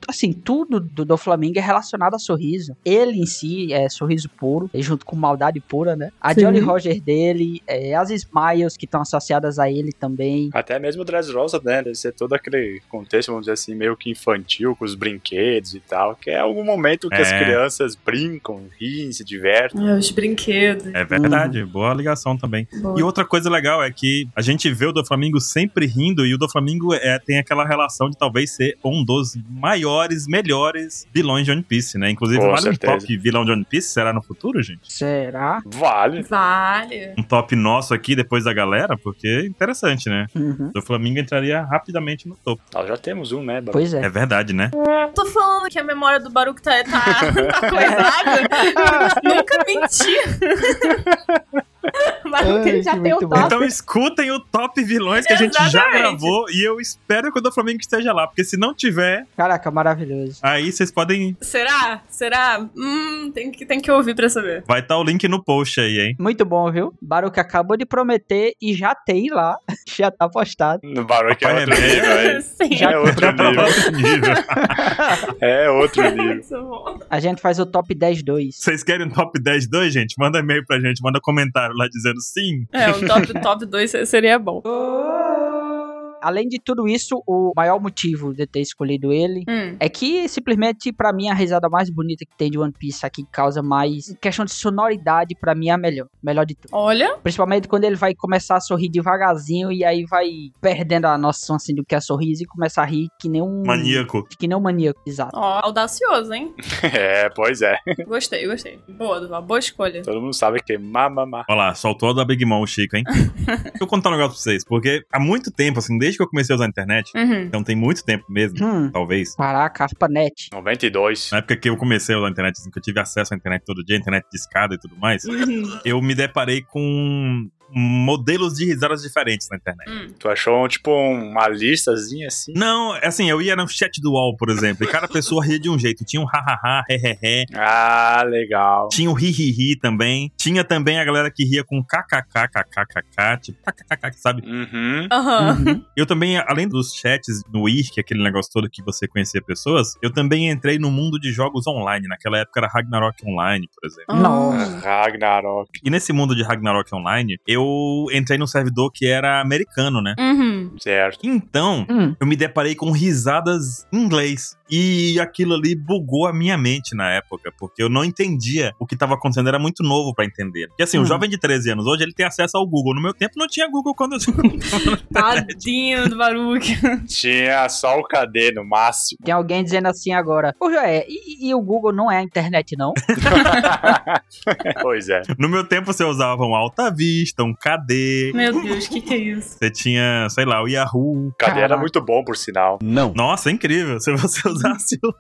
[SPEAKER 2] assim, tudo do Doflamingo é relacionado a sorriso. Ele em si é sorriso puro, e junto com maldade pura, né? A
[SPEAKER 3] Sim.
[SPEAKER 2] Jolly Roger dele, é, as smiles que estão associadas a ele também.
[SPEAKER 4] Até mesmo o Dressrosa, né? Deve ser todo aquele contexto, vamos dizer assim, meio que infantil, com os brinquedos e tal, que é algum momento que as
[SPEAKER 1] É.
[SPEAKER 4] crianças brincam, riem, se divertem.
[SPEAKER 3] Ah, Os brinquedos.
[SPEAKER 1] É verdade, boa ligação também. E outra coisa legal é que a gente vê o do Flamengo sempre rindo e o do Flamengo é, tem aquela relação de talvez ser um dos maiores, melhores vilões de One Piece, né? Inclusive,
[SPEAKER 4] Com
[SPEAKER 1] vale
[SPEAKER 4] certeza.
[SPEAKER 1] um top vilão de One Piece, será no futuro, gente?
[SPEAKER 2] Será?
[SPEAKER 4] Vale.
[SPEAKER 3] Vale.
[SPEAKER 1] Um top nosso aqui depois da galera, porque é interessante, né?
[SPEAKER 2] Uhum.
[SPEAKER 1] O do Flamengo entraria rapidamente no topo.
[SPEAKER 4] Nós já temos um, né, Baru?
[SPEAKER 2] Pois é.
[SPEAKER 1] É verdade, né?
[SPEAKER 3] Tô falando que a memória do Baruco tá, tá, tá coisada. Nunca menti.
[SPEAKER 9] Baruco, ele já
[SPEAKER 8] Ai, que
[SPEAKER 9] tem o
[SPEAKER 8] muito
[SPEAKER 9] top.
[SPEAKER 1] Então escutem o top vilões que a gente já
[SPEAKER 3] Exatamente.
[SPEAKER 1] gravou e eu espero que o do Flamengo esteja lá, porque se não tiver,
[SPEAKER 2] Caraca, maravilhoso.
[SPEAKER 1] aí vocês podem.
[SPEAKER 3] Será? Será? Hum, tem que, tem que ouvir pra saber.
[SPEAKER 1] Vai estar o link no post aí, hein?
[SPEAKER 2] Muito bom, viu? Baruque acabou de prometer e já tem lá. Já tá postado.
[SPEAKER 4] No Baru que é
[SPEAKER 1] Papai
[SPEAKER 4] outro
[SPEAKER 1] é
[SPEAKER 4] nível, é.
[SPEAKER 3] Sim.
[SPEAKER 4] É outro nível. É outro nível.
[SPEAKER 3] Isso é bom.
[SPEAKER 2] A gente faz o top 10 2.
[SPEAKER 1] Vocês querem um top 10 2, gente? Manda e-mail pra gente, manda comentário lá dizendo sim.
[SPEAKER 3] É, um top, top 2 seria bom.
[SPEAKER 2] Além de tudo isso, o maior motivo de eu ter escolhido ele
[SPEAKER 3] Hum.
[SPEAKER 2] É que simplesmente, pra mim, a risada mais bonita que tem de One Piece, a que causa mais. Em questão de sonoridade, pra mim é a melhor. Melhor de tudo.
[SPEAKER 3] Olha,
[SPEAKER 2] Principalmente quando ele vai começar a sorrir devagarzinho e aí vai perdendo a noção assim, do que é sorriso e começa a rir que nem um.
[SPEAKER 1] Maníaco.
[SPEAKER 2] Que nem um maníaco, exato.
[SPEAKER 3] ó, audacioso, hein?
[SPEAKER 4] É, pois é.
[SPEAKER 3] Gostei, gostei. Boa, Duval, boa escolha.
[SPEAKER 4] Todo mundo sabe que é mamamá.
[SPEAKER 1] Olha lá, soltou a da Big Mom, o Chico, hein? Deixa eu contar um negócio pra vocês, porque há muito tempo, assim, desde que eu comecei a usar a internet,
[SPEAKER 3] Uhum.
[SPEAKER 1] então tem muito tempo mesmo,
[SPEAKER 2] Hum.
[SPEAKER 1] talvez.
[SPEAKER 2] Caraca, Aspanet.
[SPEAKER 4] 92.
[SPEAKER 1] Na época que eu comecei a usar a internet, assim, que eu tive acesso à internet todo dia, internet de escada e tudo mais, eu me deparei com modelos de risadas diferentes na internet.
[SPEAKER 3] Hum.
[SPEAKER 4] Tu achou, tipo, uma listazinha assim?
[SPEAKER 1] Não, assim, eu ia no chat do UOL, por exemplo, e cada pessoa ria de um jeito. Tinha um hahaha, hehehe,
[SPEAKER 4] Ah, legal.
[SPEAKER 1] Tinha o ri-ri-ri também. Tinha também a galera que ria com kkkkkkk, tipo kkkk, sabe?
[SPEAKER 4] Uhum.
[SPEAKER 3] Aham.
[SPEAKER 2] Uhum.
[SPEAKER 1] Eu também, além dos chats no IRC, aquele negócio todo que você conhecia pessoas, eu também entrei no mundo de jogos online. Naquela época era Ragnarok Online, por exemplo.
[SPEAKER 3] Uhum. Ah.
[SPEAKER 2] Nossa.
[SPEAKER 4] Ragnarok.
[SPEAKER 1] E nesse mundo de Ragnarok Online, eu entrei num servidor que era americano, né?
[SPEAKER 3] Uhum.
[SPEAKER 4] Certo.
[SPEAKER 1] Então,
[SPEAKER 2] Hum.
[SPEAKER 1] eu me deparei com risadas em inglês. E aquilo ali bugou a minha mente na época, porque eu não entendia o que estava acontecendo, era muito novo pra entender. Porque assim,
[SPEAKER 2] Hum.
[SPEAKER 1] um jovem de 13 anos hoje, ele tem acesso ao Google. No meu tempo não tinha Google quando eu
[SPEAKER 3] Tadinho do Baruque.
[SPEAKER 4] Tinha só o KD no máximo.
[SPEAKER 2] Tem alguém dizendo assim agora. Ô, Joé, e, e o Google não é a internet, não?
[SPEAKER 4] pois é.
[SPEAKER 1] No meu tempo você usava um Alta Vista, um KD,
[SPEAKER 3] Meu Deus, o que, que é isso?
[SPEAKER 1] você tinha, sei lá, o Yahoo.
[SPEAKER 4] O KD
[SPEAKER 2] Caraca.
[SPEAKER 4] era muito bom, por sinal.
[SPEAKER 8] Não.
[SPEAKER 1] Nossa, é incrível. Se você usasse o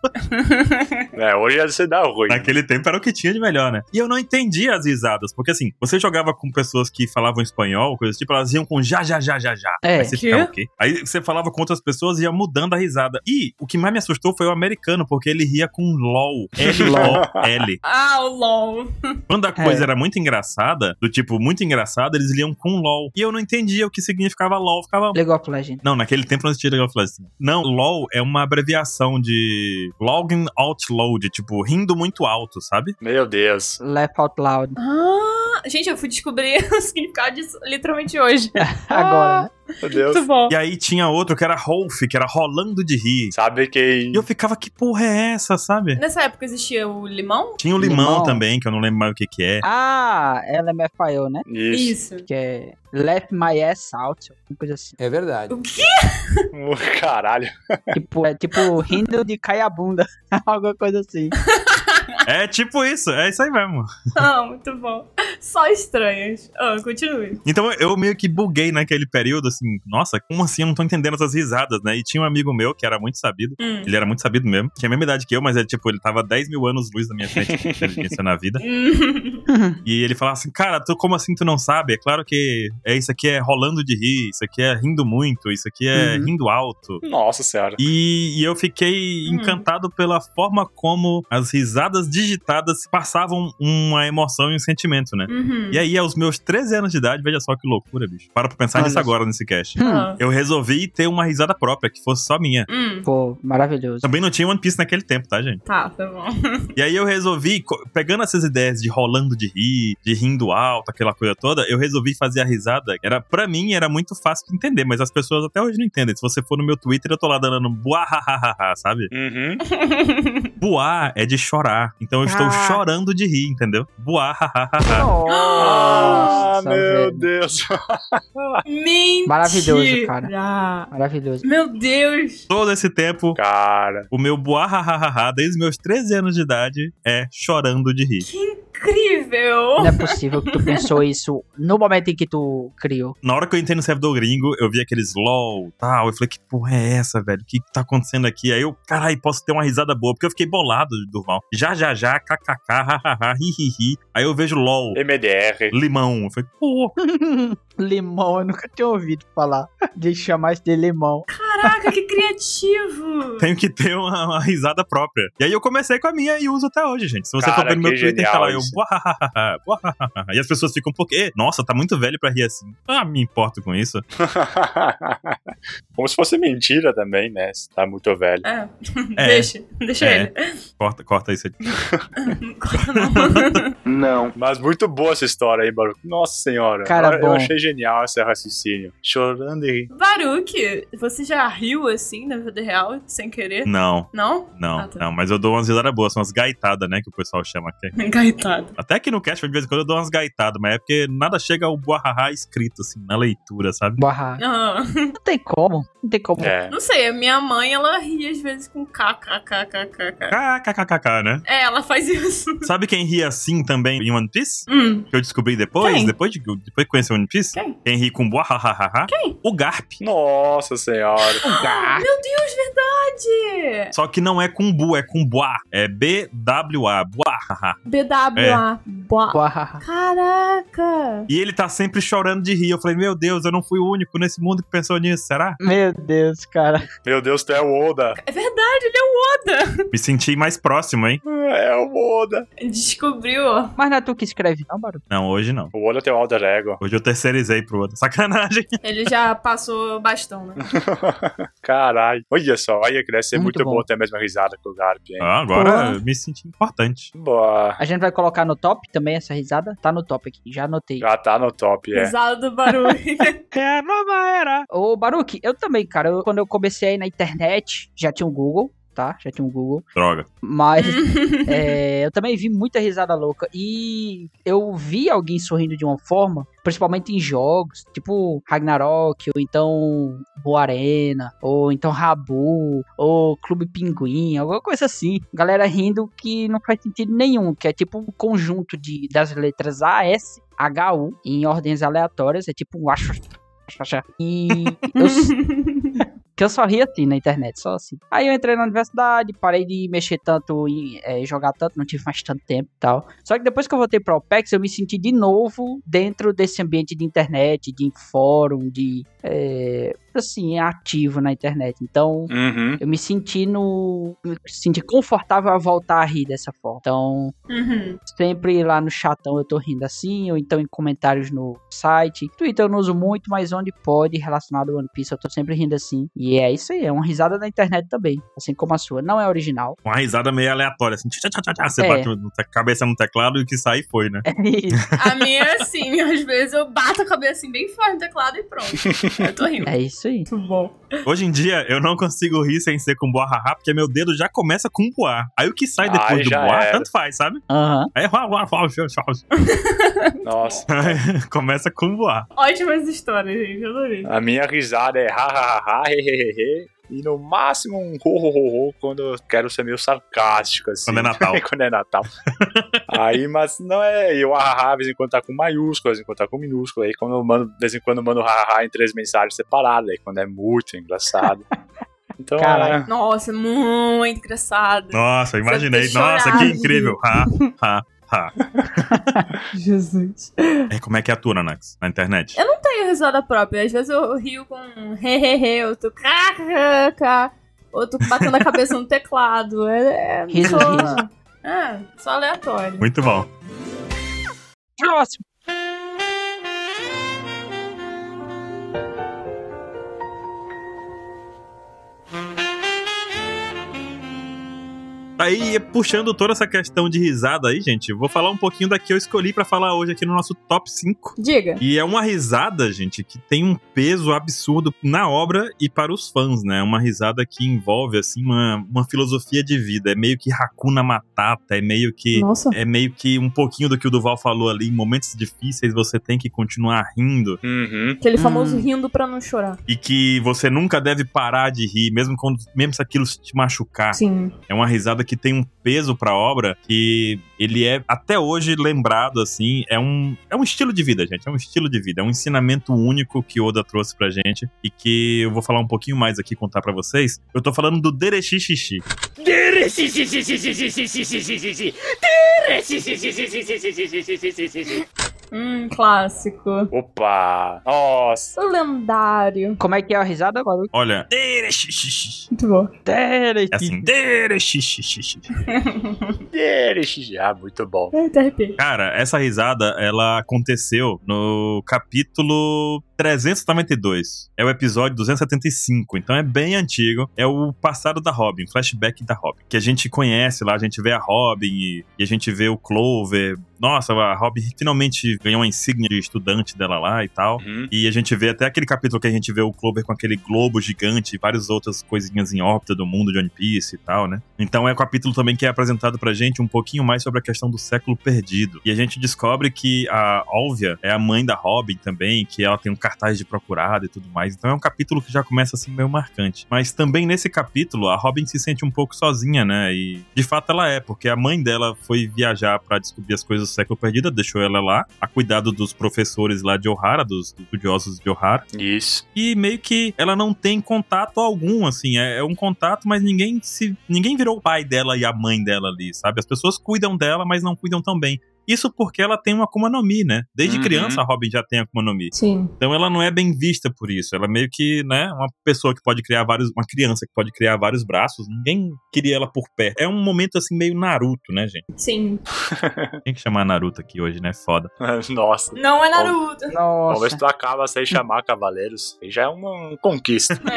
[SPEAKER 4] É, hoje ia ser da ruim.
[SPEAKER 1] Naquele tempo era o que tinha de melhor, né? E eu não entendia as risadas, porque assim, você jogava com pessoas que falavam espanhol, coisas tipo, elas iam com já, já, já, já, já.
[SPEAKER 2] É.
[SPEAKER 1] Aí você
[SPEAKER 3] Quê?
[SPEAKER 1] ficava o quê? Aí você falava com outras pessoas e ia mudando a risada. E o que mais me assustou foi o americano, porque ele ria com LOL. L-O-L.
[SPEAKER 3] Ah, o LOL.
[SPEAKER 1] Quando a coisa
[SPEAKER 2] É.
[SPEAKER 1] era muito engraçada, do tipo, muito engraçada, eles liam com LOL. E eu não entendia o que significava LOL. Ficava.
[SPEAKER 2] Legal of Legends.
[SPEAKER 1] Não, naquele tempo não existia League of Legends. Não, LOL é uma abreviação de Login Out Loud, tipo, rindo muito alto, sabe?
[SPEAKER 4] Meu Deus.
[SPEAKER 2] Laugh Out Loud.
[SPEAKER 3] Ah, gente, eu fui descobrir o significado disso literalmente hoje.
[SPEAKER 2] Agora, né?
[SPEAKER 4] Meu Deus.
[SPEAKER 3] Muito bom.
[SPEAKER 1] E aí tinha outro que era Rolf, que era rolando de rir.
[SPEAKER 4] Sabe quem.
[SPEAKER 1] E eu ficava, que porra é essa, sabe?
[SPEAKER 3] Nessa época existia o limão?
[SPEAKER 1] Tinha o limão,
[SPEAKER 2] Limão.
[SPEAKER 1] também, que eu não lembro mais o que que é.
[SPEAKER 2] Ah, LMFAO, né?
[SPEAKER 4] Isso.
[SPEAKER 3] Isso.
[SPEAKER 2] Que é Left My Ass Out, alguma coisa assim.
[SPEAKER 8] É verdade.
[SPEAKER 3] O quê?
[SPEAKER 4] Caralho.
[SPEAKER 2] tipo, é tipo rindo de cair a bunda, alguma coisa assim.
[SPEAKER 1] É tipo isso, é isso aí mesmo.
[SPEAKER 3] Ah, muito bom. Só estranhas. Ah, continue.
[SPEAKER 1] Então eu meio que buguei naquele período, assim, nossa, como assim? Eu não tô entendendo essas risadas, né? E tinha um amigo meu que era muito sabido,
[SPEAKER 3] Hum.
[SPEAKER 1] ele era muito sabido mesmo, tinha a mesma idade que eu, mas ele, tipo, ele tava 10 mil anos luz na minha frente de inteligência na vida.
[SPEAKER 3] Hum.
[SPEAKER 1] E ele falava assim, cara, tu, como assim tu não sabe? É claro que é isso aqui é rolando de rir, isso aqui é rindo muito, isso aqui é
[SPEAKER 2] Uhum.
[SPEAKER 1] rindo alto.
[SPEAKER 4] Nossa senhora.
[SPEAKER 1] E, e eu fiquei
[SPEAKER 3] Hum.
[SPEAKER 1] encantado pela forma como as risadas digitadas passavam uma emoção e um sentimento, né?
[SPEAKER 3] Uhum.
[SPEAKER 1] E aí, aos meus 13 anos de idade, veja só que loucura, bicho. Para pra pensar
[SPEAKER 2] Olha
[SPEAKER 1] nisso
[SPEAKER 2] só.
[SPEAKER 1] agora nesse cast.
[SPEAKER 3] Ah.
[SPEAKER 1] Eu resolvi ter uma risada própria, que fosse só minha.
[SPEAKER 3] Hum.
[SPEAKER 2] Pô, maravilhoso.
[SPEAKER 1] Também não tinha One Piece naquele tempo, tá, gente?
[SPEAKER 3] Tá, tá bom.
[SPEAKER 1] E aí eu resolvi, co- pegando essas ideias de rolando de rir, de rindo alto, aquela coisa toda, eu resolvi fazer a risada. Era para mim era muito fácil de entender, mas as pessoas até hoje não entendem. Se você for no meu Twitter, eu tô lá dando um buá, ha, ha, ha, ha, sabe?
[SPEAKER 4] Uhum.
[SPEAKER 1] Buar é de chorar. Então eu estou
[SPEAKER 2] Ah.
[SPEAKER 1] chorando de rir, entendeu? Buar, hahaha.
[SPEAKER 4] Ah,
[SPEAKER 2] Nossa,
[SPEAKER 4] meu
[SPEAKER 2] velho.
[SPEAKER 4] Deus.
[SPEAKER 3] Mentira.
[SPEAKER 2] Maravilhoso, cara. Maravilhoso.
[SPEAKER 3] Meu Deus.
[SPEAKER 1] Todo esse tempo,
[SPEAKER 4] Cara.
[SPEAKER 1] o meu buar, hahaha, desde meus 13 anos de idade, é chorando de rir.
[SPEAKER 3] Que incrível.
[SPEAKER 2] Não é possível que tu pensou isso no momento em que tu criou.
[SPEAKER 1] Na hora que eu entrei no servidor gringo, eu vi aqueles LOL tal. Eu falei, que porra é essa, velho? O que tá acontecendo aqui? Aí eu, caralho, posso ter uma risada boa, porque eu fiquei bolado, Durval. Já, já, já, kkk, hahaha, ri, ri, ri. Aí eu vejo LOL,
[SPEAKER 4] MDR.
[SPEAKER 1] limão. Eu falei, pô,
[SPEAKER 2] Limão, eu nunca tinha ouvido falar de chamar isso de limão.
[SPEAKER 3] Caraca, que criativo.
[SPEAKER 1] tenho que ter uma, uma risada própria. E aí eu comecei com a minha e uso até hoje, gente. Se você
[SPEAKER 4] Cara,
[SPEAKER 1] for ver no meu
[SPEAKER 4] que
[SPEAKER 1] Twitter, tá
[SPEAKER 4] genial
[SPEAKER 1] lá eu.
[SPEAKER 4] isso.
[SPEAKER 1] "Buahahaha, buahahaha". E as pessoas ficam, por quê? Nossa, tá muito velho pra rir assim. Ah, me importo com isso.
[SPEAKER 4] Como se fosse mentira também, né? Você tá muito velho.
[SPEAKER 3] É.
[SPEAKER 1] É.
[SPEAKER 3] Deixa, deixa
[SPEAKER 1] É.
[SPEAKER 3] ele.
[SPEAKER 1] Corta, corta isso aí.
[SPEAKER 3] Não corta, não.
[SPEAKER 4] Mas muito boa essa história aí, Baruco. Nossa senhora.
[SPEAKER 2] Cara,
[SPEAKER 4] Agora eu
[SPEAKER 2] bom.
[SPEAKER 4] achei genial esse raciocínio. Chorando e rindo.
[SPEAKER 3] Baruque, você já riu assim na vida real, sem querer?
[SPEAKER 1] Não,
[SPEAKER 3] Não?
[SPEAKER 1] não,
[SPEAKER 3] Ah, tá.
[SPEAKER 1] não. Mas eu dou umas risadas boas, são umas gaitadas, né? Que o pessoal chama aqui.
[SPEAKER 3] Engaitado.
[SPEAKER 1] Até aqui no cast, de vez em quando eu dou umas gaitadas, mas é porque nada chega ao buahaha escrito, assim, na leitura, sabe?
[SPEAKER 2] Barra.
[SPEAKER 3] Ah,
[SPEAKER 2] Não tem como. Não tem como.
[SPEAKER 4] É.
[SPEAKER 3] não sei, a minha mãe, ela ri às vezes com kkkkk.
[SPEAKER 1] KKKKK, né?
[SPEAKER 3] É, ela faz isso.
[SPEAKER 1] Sabe quem ri assim também em One Piece?
[SPEAKER 3] Hum,
[SPEAKER 1] Que eu descobri depois,
[SPEAKER 3] Quem?
[SPEAKER 1] depois de depois que conheci One Piece?
[SPEAKER 3] Quem?
[SPEAKER 1] ri com buahahaha? Quem? O Garp.
[SPEAKER 4] Nossa senhora.
[SPEAKER 3] meu Deus, verdade!
[SPEAKER 1] Só que não é com bu, é com buá. É B-W-A, buá.
[SPEAKER 3] BWA. Boa.
[SPEAKER 1] É.
[SPEAKER 2] Barra.
[SPEAKER 3] Caraca!
[SPEAKER 1] E ele tá sempre chorando de rir. Eu falei, meu Deus, eu não fui o único nesse mundo que pensou nisso, será?
[SPEAKER 2] Meu Deus, cara.
[SPEAKER 4] Meu Deus, tu é o Oda.
[SPEAKER 3] É verdade, ele é o
[SPEAKER 1] Me senti mais próximo, hein?
[SPEAKER 4] É o Oda.
[SPEAKER 3] Oda! Descobriu.
[SPEAKER 2] Mas não é tu que escreve, não, Baru?
[SPEAKER 1] Não, hoje não.
[SPEAKER 4] O Oda é teu alter ego.
[SPEAKER 1] Hoje eu terceirizei pro outro. Sacanagem.
[SPEAKER 3] Ele já passou bastão, né?
[SPEAKER 4] Caralho. Olha só, olha que deve ser muito,
[SPEAKER 2] Muito
[SPEAKER 4] bom
[SPEAKER 2] bom.
[SPEAKER 4] ter a mesma risada que o Garp, hein?
[SPEAKER 1] Ah, agora eu me senti importante.
[SPEAKER 4] Boa.
[SPEAKER 2] A gente vai colocar no top também essa risada? Tá no top aqui, já anotei.
[SPEAKER 4] Já tá no top, é.
[SPEAKER 3] Risada do barulho.
[SPEAKER 1] É a nova era.
[SPEAKER 2] Ô, Baruque, eu também, cara. Eu- quando eu comecei aí na internet, já tinha o Google, tá? Já tinha o Google.
[SPEAKER 1] Droga.
[SPEAKER 2] Mas é, eu também vi muita risada louca. E eu vi alguém sorrindo de uma forma, principalmente em jogos, tipo Ragnarok, ou então Boa Arena, ou então Rabu, ou Clube Pinguim, alguma coisa assim. Galera rindo que não faz sentido nenhum, que é tipo um conjunto de, das letras A, S, H, U, em ordens aleatórias. É tipo um acho. E eu, que eu só ria assim na internet, só assim. Aí eu entrei na universidade, parei de mexer tanto em eh, jogar tanto, não tive mais tanto tempo e tal. Só que depois que eu voltei pro OPEX, eu me senti de novo dentro desse ambiente de internet, de fórum, de eh, assim, ativo na internet. Então,
[SPEAKER 4] Uhum.
[SPEAKER 2] eu me senti no. Me senti confortável a voltar a rir dessa forma. Então,
[SPEAKER 3] Uhum.
[SPEAKER 2] sempre lá no chatão eu tô rindo assim, ou então em comentários no site. Twitter eu não uso muito, mas onde pode, relacionado ao One Piece, eu tô sempre rindo assim. E é isso aí, é uma risada na internet também, assim como a sua. Não é original.
[SPEAKER 1] Uma risada meio aleatória, assim. Tchá, tchá, tchá, tchá, você
[SPEAKER 2] É.
[SPEAKER 1] bate no te- cabeça no teclado e o que sair foi, né?
[SPEAKER 2] É isso,
[SPEAKER 3] A minha é assim, às vezes eu bato a cabeça assim bem forte no teclado e pronto. Eu tô rindo.
[SPEAKER 2] é isso aí.
[SPEAKER 3] Muito bom.
[SPEAKER 1] Hoje em dia, eu não consigo rir sem ser com boarra porque meu dedo já começa com boar. Aí o que sai
[SPEAKER 4] Ai,
[SPEAKER 1] depois do
[SPEAKER 4] já
[SPEAKER 1] boar,
[SPEAKER 4] era.
[SPEAKER 1] tanto faz, sabe?
[SPEAKER 2] Aham.
[SPEAKER 1] Aí uau, uau, uau, uau, uau.
[SPEAKER 4] Nossa.
[SPEAKER 1] começa com boar.
[SPEAKER 3] Ótimas histórias, gente. Eu adorei.
[SPEAKER 4] A minha risada é ha ha ha ha, he, he, he, he, e no máximo um ho ho ho ho quando eu quero ser meio sarcástico, assim.
[SPEAKER 1] Quando é Natal.
[SPEAKER 4] Quando é Natal. aí, mas não é. E o ha, ha ha, de vez em quando tá com maiúsculo, de vez em quando tá com minúsculo. Aí, quando eu mando, de vez em quando eu mando ha ha ha em três mensagens separadas, aí quando é muito engraçado. Então,
[SPEAKER 1] é.
[SPEAKER 2] Caralho.
[SPEAKER 3] Nossa, é muito engraçado.
[SPEAKER 1] Nossa, eu imaginei.
[SPEAKER 3] Você tem que
[SPEAKER 1] Nossa,
[SPEAKER 3] chorar,
[SPEAKER 1] que
[SPEAKER 3] Gui.
[SPEAKER 1] incrível. Ha, ha, ha.
[SPEAKER 3] Jesus. Eu
[SPEAKER 1] É, como é que é a tua, Nanax, na internet?
[SPEAKER 3] Eu tenho risada própria. Às vezes eu rio com um hehehe, outro caraca, outro batendo a cabeça no teclado. É, é,
[SPEAKER 2] Risos,
[SPEAKER 3] só-
[SPEAKER 2] risos.
[SPEAKER 3] É, só aleatório.
[SPEAKER 1] Muito bom.
[SPEAKER 2] Próximo.
[SPEAKER 1] Aí, puxando toda essa questão de risada aí, gente, vou falar um pouquinho da que eu escolhi pra falar hoje aqui no nosso top 5.
[SPEAKER 3] Diga.
[SPEAKER 1] E é uma risada, gente, que tem um peso absurdo na obra e para os fãs, né? Uma risada que envolve, assim, uma, uma filosofia de vida. É meio que Hakuna Matata, é meio que
[SPEAKER 3] Nossa.
[SPEAKER 1] é meio que um pouquinho do que o Duval falou ali. Em momentos difíceis você tem que continuar rindo
[SPEAKER 4] uhum.
[SPEAKER 3] Aquele
[SPEAKER 2] Hum.
[SPEAKER 3] famoso rindo pra não chorar.
[SPEAKER 1] e que você nunca deve parar de rir, mesmo quando mesmo se aquilo te machucar.
[SPEAKER 3] Sim.
[SPEAKER 1] É uma risada que tem um peso pra obra que ele é até hoje lembrado assim, é um é um estilo de vida, gente, é um estilo de vida, é um ensinamento único que Oda trouxe pra gente e que eu vou falar um pouquinho mais aqui contar pra vocês. Eu tô falando do Dereshi Shishi.
[SPEAKER 3] Hum, clássico.
[SPEAKER 4] Opa! Nossa!
[SPEAKER 3] O lendário.
[SPEAKER 2] Como é que é a risada agora?
[SPEAKER 1] Olha, Dereshi Shishi.
[SPEAKER 3] Muito bom.
[SPEAKER 1] É assim, Dereshi Shishi.
[SPEAKER 4] Derech, Ah, muito bom.
[SPEAKER 3] É, até arrepiei.
[SPEAKER 1] Cara, essa risada, ela aconteceu no capítulo 392. É o episódio 275, então é bem antigo. É o passado da Robin, flashback da Robin. Que a gente conhece lá, a gente vê a Robin e, e a gente vê o Clover. Nossa, a Robin finalmente ganhou a insígnia de estudante dela lá e tal.
[SPEAKER 4] Uhum.
[SPEAKER 1] E a gente vê até aquele capítulo que a gente vê o Clover com aquele globo gigante e várias outras coisinhas em órbita do mundo de One Piece e tal, né? Então é o capítulo também que é apresentado pra gente um pouquinho mais sobre a questão do século perdido. E a gente descobre que a Olvia é a mãe da Robin também, que ela tem um cartaz de procurado e tudo mais. Então é um capítulo que já começa assim meio marcante. Mas também nesse capítulo, a Robin se sente um pouco sozinha, né? E de fato ela é, porque a mãe dela foi viajar pra descobrir as coisas do século perdido, deixou ela lá, a cuidado dos professores lá de Ohara, dos estudiosos de Ohara.
[SPEAKER 4] Isso.
[SPEAKER 1] E meio que ela não tem contato algum, assim. É, é um contato, mas ninguém se. ninguém virou o pai dela e a mãe dela ali, sabe? As pessoas cuidam dela, mas não cuidam tão bem. Isso porque ela tem uma Akuma no Mi, né? Desde
[SPEAKER 4] Uhum.
[SPEAKER 1] criança a Robin já tem Akuma no Mi.
[SPEAKER 3] Sim.
[SPEAKER 1] Então ela não é bem vista por isso. Ela é meio que, né, uma pessoa que pode criar vários. Uma criança que pode criar vários braços. Ninguém queria ela por perto. É um momento assim, meio Naruto, né, gente?
[SPEAKER 3] Sim.
[SPEAKER 1] Tem que chamar Naruto aqui hoje, né? Foda.
[SPEAKER 4] Nossa.
[SPEAKER 3] Não é Naruto.
[SPEAKER 4] Talvez
[SPEAKER 2] Nossa.
[SPEAKER 4] tu acaba sem chamar cavaleiros. E já é uma conquista.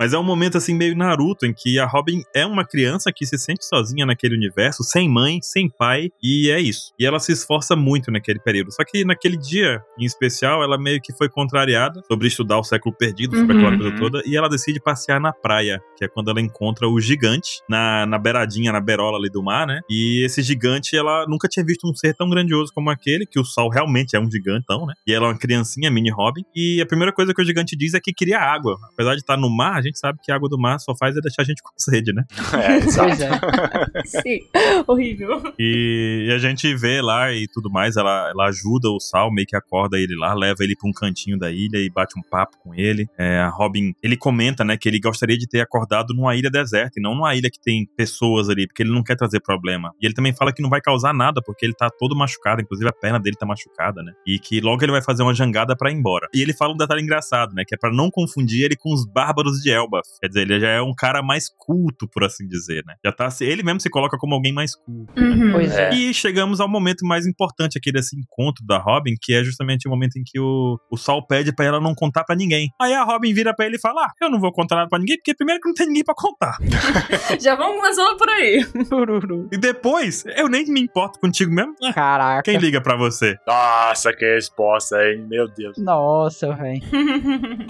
[SPEAKER 1] Mas é um momento assim, meio Naruto, em que a Robin é uma criança que se sente sozinha naquele universo, sem mãe, sem pai, e é isso. E ela se esforça muito naquele período. Só que naquele dia, em especial, ela meio que foi contrariada sobre estudar o século perdido, sobre aquela
[SPEAKER 3] Uhum.
[SPEAKER 1] coisa toda, e ela decide passear na praia, que é quando ela encontra o gigante na, na beiradinha, na berola ali do mar, né? E esse gigante, ela nunca tinha visto um ser tão grandioso como aquele, que o sol realmente é um gigantão, né? E ela é uma criancinha, mini Robin, e a primeira coisa que o gigante diz é que queria água. Apesar de estar no mar, a gente gente sabe que a água do mar só faz é deixar a gente com sede, né?
[SPEAKER 4] É, exato.
[SPEAKER 2] Pois é.
[SPEAKER 3] Sim, horrível.
[SPEAKER 1] E, e a gente vê lá e tudo mais, ela, ela ajuda o Sal, meio que acorda ele lá, leva ele pra um cantinho da ilha e bate um papo com ele. É, a Robin, ele comenta, né, que ele gostaria de ter acordado numa ilha deserta e não numa ilha que tem pessoas ali, porque ele não quer trazer problema. E ele também fala que não vai causar nada, porque ele tá todo machucado, inclusive a perna dele tá machucada, né? E que logo ele vai fazer uma jangada pra ir embora. E ele fala um detalhe engraçado, né, que é pra não confundir ele com os bárbaros de Elba. Quer dizer, ele já é um cara mais culto, por assim dizer, né? Já tá, se- ele mesmo se coloca como alguém mais culto.
[SPEAKER 3] Uhum.
[SPEAKER 2] Pois é.
[SPEAKER 1] E chegamos ao momento mais importante aqui desse encontro da Robin, que é justamente o momento em que o, o Saul pede pra ela não contar pra ninguém. Aí a Robin vira pra ele e fala: ah, eu não vou contar nada pra ninguém, porque primeiro que não tem ninguém pra contar.
[SPEAKER 3] Já vamos começando por aí.
[SPEAKER 2] é. Tururu.
[SPEAKER 1] E depois, eu nem me importo contigo mesmo. Ah,
[SPEAKER 2] Caraca.
[SPEAKER 1] Quem liga pra você?
[SPEAKER 4] Nossa, que resposta, hein? Meu Deus.
[SPEAKER 2] Nossa, velho.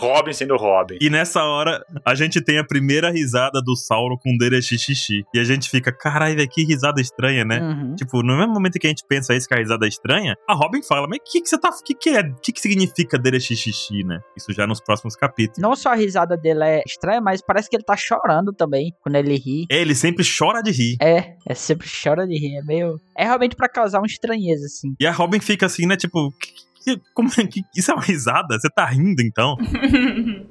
[SPEAKER 4] Robin sendo Robin.
[SPEAKER 1] E nessa hora, a gente tem a primeira risada do Sauro com Derexixixi. E a gente fica, caralho, velho, que risada estranha, né?
[SPEAKER 2] Uhum.
[SPEAKER 1] Tipo, no mesmo momento que a gente pensa isso, que a risada é estranha, a Robin fala, mas o que, que você tá. O que, que é? O que, que significa Derexixixi, né? Isso já nos próximos capítulos.
[SPEAKER 2] Não só a risada dele é estranha, mas parece que ele tá chorando também quando ele ri.
[SPEAKER 1] Ele sempre chora de rir.
[SPEAKER 2] É, é sempre chora de rir, é meio... É realmente pra causar uma estranheza, assim.
[SPEAKER 1] E a Robin fica assim, né? Tipo, "Que- que- como é que- isso é uma risada? Você tá rindo então?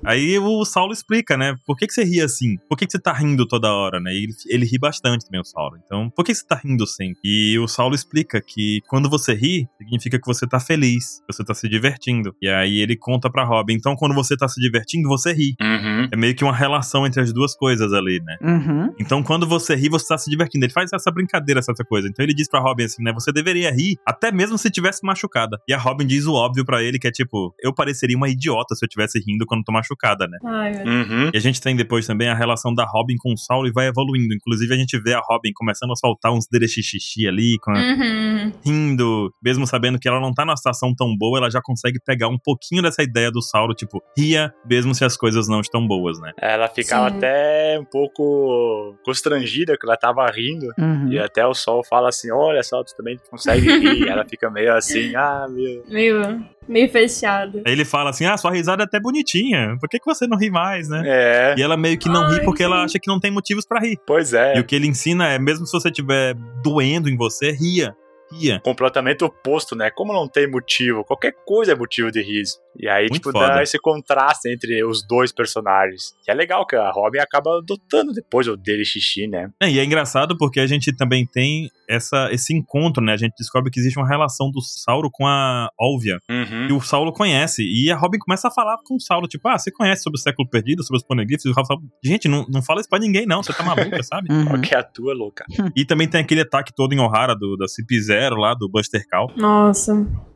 [SPEAKER 1] Aí o Saulo explica, né? Por que, que você ri assim? Por que, que você tá rindo toda hora, né? E ele, ele ri bastante também, o Saulo. Então, por que, que você tá rindo sempre? E o Saulo explica que quando você ri, significa que você tá feliz, você tá se divertindo. E aí ele conta pra Robin: então quando você tá se divertindo, você ri.
[SPEAKER 4] Uhum.
[SPEAKER 1] É meio que uma relação entre as duas coisas ali, né?
[SPEAKER 2] Uhum.
[SPEAKER 1] Então, quando você ri, você tá se divertindo. Ele faz essa brincadeira, essa coisa. Então, ele diz pra Robin assim, né? Você deveria rir, até mesmo se tivesse machucada. E a Robin diz o óbvio pra ele, que é tipo, eu pareceria uma idiota se eu tivesse rindo quando tô machucada, né?
[SPEAKER 3] Ai, meu
[SPEAKER 4] Uhum.
[SPEAKER 1] E a gente tem depois também a relação da Robin com o Saulo e vai evoluindo. Inclusive, a gente vê a Robin começando a soltar uns derexixixi ali, com a-
[SPEAKER 3] Uhum.
[SPEAKER 1] rindo. Mesmo sabendo que ela não tá numa situação tão boa, ela já consegue pegar um pouquinho dessa ideia do Saulo, tipo, ria mesmo se as coisas não estão boas, né?
[SPEAKER 4] Ela ficava
[SPEAKER 3] Sim.
[SPEAKER 4] até um pouco constrangida que ela tava rindo.
[SPEAKER 2] Uhum.
[SPEAKER 4] E até o Sol fala assim: Olha só, tu também consegue rir. ela fica meio assim: Ah, meu.
[SPEAKER 3] Meio, meio fechado.
[SPEAKER 1] Aí ele fala assim: ah, sua risada é até bonitinha. Por que, que você não ri mais, né?
[SPEAKER 4] É,
[SPEAKER 1] E ela meio que não ri
[SPEAKER 3] Ai,
[SPEAKER 1] porque ela
[SPEAKER 3] sim.
[SPEAKER 1] acha que não tem motivos pra rir.
[SPEAKER 4] pois
[SPEAKER 1] E
[SPEAKER 4] é.
[SPEAKER 1] o que ele ensina é, mesmo se você tiver doendo em você, ria. Ria.
[SPEAKER 4] Completamente oposto, né? Como não tem motivo, qualquer coisa é motivo de riso. E aí,
[SPEAKER 1] Muito
[SPEAKER 4] tipo,
[SPEAKER 1] foda.
[SPEAKER 4] dá esse contraste entre os dois personagens. E é legal que a Robin acaba adotando depois o dele xixi, né?
[SPEAKER 1] É, e é engraçado porque a gente também tem essa, esse encontro, né? A gente descobre que existe uma relação do Sauro com a Olvia. E
[SPEAKER 4] Uhum.
[SPEAKER 1] o Saulo conhece. E a Robin começa a falar com o Saulo, tipo, ah, você conhece sobre o século perdido, sobre os poneglyphs? E o Saulo, gente, não, não fala isso pra ninguém, não. Você tá maluca, sabe?
[SPEAKER 2] Uhum.
[SPEAKER 4] Qual que é a tua, louca?
[SPEAKER 1] E também tem aquele ataque todo em O'Hara do, da CP0 lá, do Buster Call.
[SPEAKER 3] Nossa.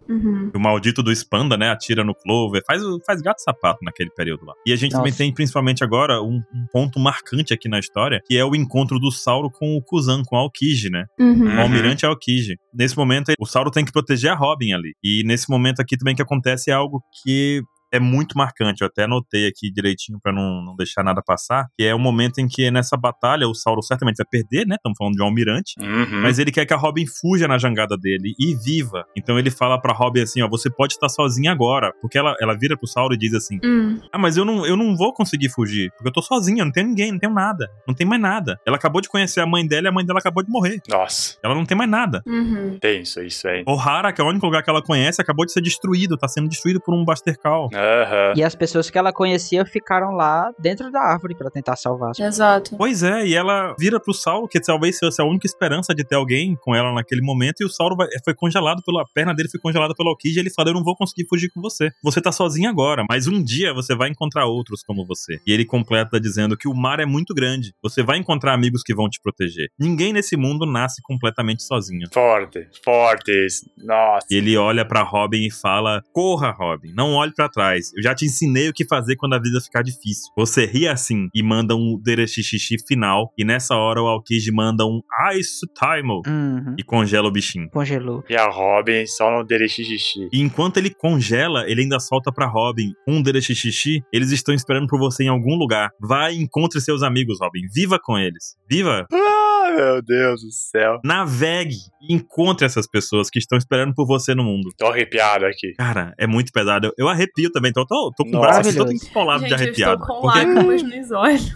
[SPEAKER 3] Uhum.
[SPEAKER 1] O maldito do Spanda, né? Atira no Clover, faz, o- faz gato e sapato naquele período lá. E a gente também
[SPEAKER 2] Nossa.
[SPEAKER 1] tem, principalmente agora, um, um ponto marcante aqui na história, que é o encontro do Sauro com o Kuzan, com a Aokiji, né?
[SPEAKER 3] Uhum.
[SPEAKER 1] O
[SPEAKER 4] Uhum.
[SPEAKER 1] Almirante Aokiji. Nesse momento, o Sauro tem que proteger a Robin ali. E nesse momento aqui também que acontece algo que é muito marcante. Eu até anotei aqui direitinho pra não, não deixar nada passar, que é o momento em que nessa batalha o Sauro certamente vai perder, né? Estamos falando de um almirante.
[SPEAKER 4] Uhum.
[SPEAKER 1] Mas ele quer que a Robin fuja na jangada dele e viva. Então ele fala pra Robin assim: ó, você pode estar sozinha agora. Porque ela, ela vira pro Sauro e diz assim:
[SPEAKER 3] Uhum.
[SPEAKER 1] ah, mas eu não, eu não vou conseguir fugir. Porque eu tô sozinha, não tem ninguém, não tenho nada. Não tem mais nada. Ela acabou de conhecer a mãe dela e a mãe dela acabou de morrer.
[SPEAKER 4] Nossa,
[SPEAKER 1] Ela não tem mais nada.
[SPEAKER 3] Uhum.
[SPEAKER 4] tenso isso, hein?
[SPEAKER 1] O'Hara, que é o único lugar que ela conhece, acabou de ser destruído. Tá sendo destruído por um Buster Call.
[SPEAKER 4] Aham.
[SPEAKER 2] E as pessoas que ela conhecia ficaram lá dentro da árvore pra tentar salvar.
[SPEAKER 3] Exato.
[SPEAKER 1] Pois é, e ela vira pro Saulo, que talvez fosse a única esperança de ter alguém com ela naquele momento, e o Saulo vai- foi congelado pela a perna dele, foi congelada pela Alquija, e ele fala: Eu não vou conseguir fugir com você. Você tá sozinho agora, mas um dia você vai encontrar outros como você. E ele completa dizendo que o mar é muito grande. Você vai encontrar amigos que vão te proteger. Ninguém nesse mundo nasce completamente sozinho.
[SPEAKER 4] Forte, forte isso. Nossa.
[SPEAKER 1] E ele olha pra Robin e fala: Corra, Robin, não olhe pra trás. Eu já te ensinei o que fazer quando a vida ficar difícil. Você ri assim e manda um derexixixi final. E nessa hora o Aokiji manda um Ice Timer
[SPEAKER 2] Uhum.
[SPEAKER 1] e congela o bichinho.
[SPEAKER 2] Congelou.
[SPEAKER 4] E a Robin só não dele xixi.
[SPEAKER 1] E enquanto ele congela, ele ainda solta pra Robin um derexixixi. Eles estão esperando por você em algum lugar. Vai e encontre seus amigos, Robin. Viva com eles. Viva!
[SPEAKER 4] Ah, Meu Deus do céu.
[SPEAKER 1] Navegue e encontre essas pessoas que estão esperando por você no mundo.
[SPEAKER 4] Tô arrepiado aqui.
[SPEAKER 1] Cara, é muito pesado. Eu, eu arrepio também, então eu tô, tô com o
[SPEAKER 4] Nossa.
[SPEAKER 1] braço assim, todo empolado de
[SPEAKER 3] Gente, eu estou
[SPEAKER 1] arrepiado.
[SPEAKER 3] com
[SPEAKER 1] Porque-
[SPEAKER 3] lágrimas nos olhos.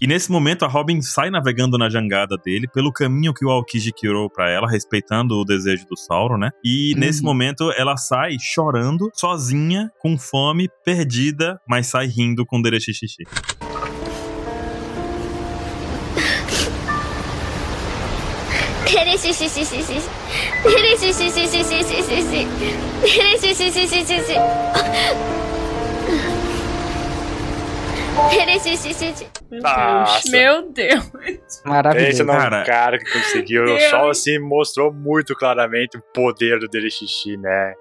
[SPEAKER 1] E nesse momento, a Robin sai navegando na jangada dele, pelo caminho que o Aokiji criou pra ela, respeitando o desejo do Sauron, né? E
[SPEAKER 2] Uhum.
[SPEAKER 1] nesse momento, ela sai chorando, sozinha, com fome, perdida, mas sai rindo com Derechixixi.
[SPEAKER 3] Meu Deus.
[SPEAKER 4] Nossa.
[SPEAKER 3] Meu Deus.
[SPEAKER 4] Esse
[SPEAKER 2] Maravilhoso.
[SPEAKER 4] não é
[SPEAKER 1] Cara.
[SPEAKER 4] um cara que conseguiu.
[SPEAKER 3] Meu
[SPEAKER 4] O
[SPEAKER 3] Deus.
[SPEAKER 4] Sol, assim, mostrou muito claramente o poder do Derexixi, né?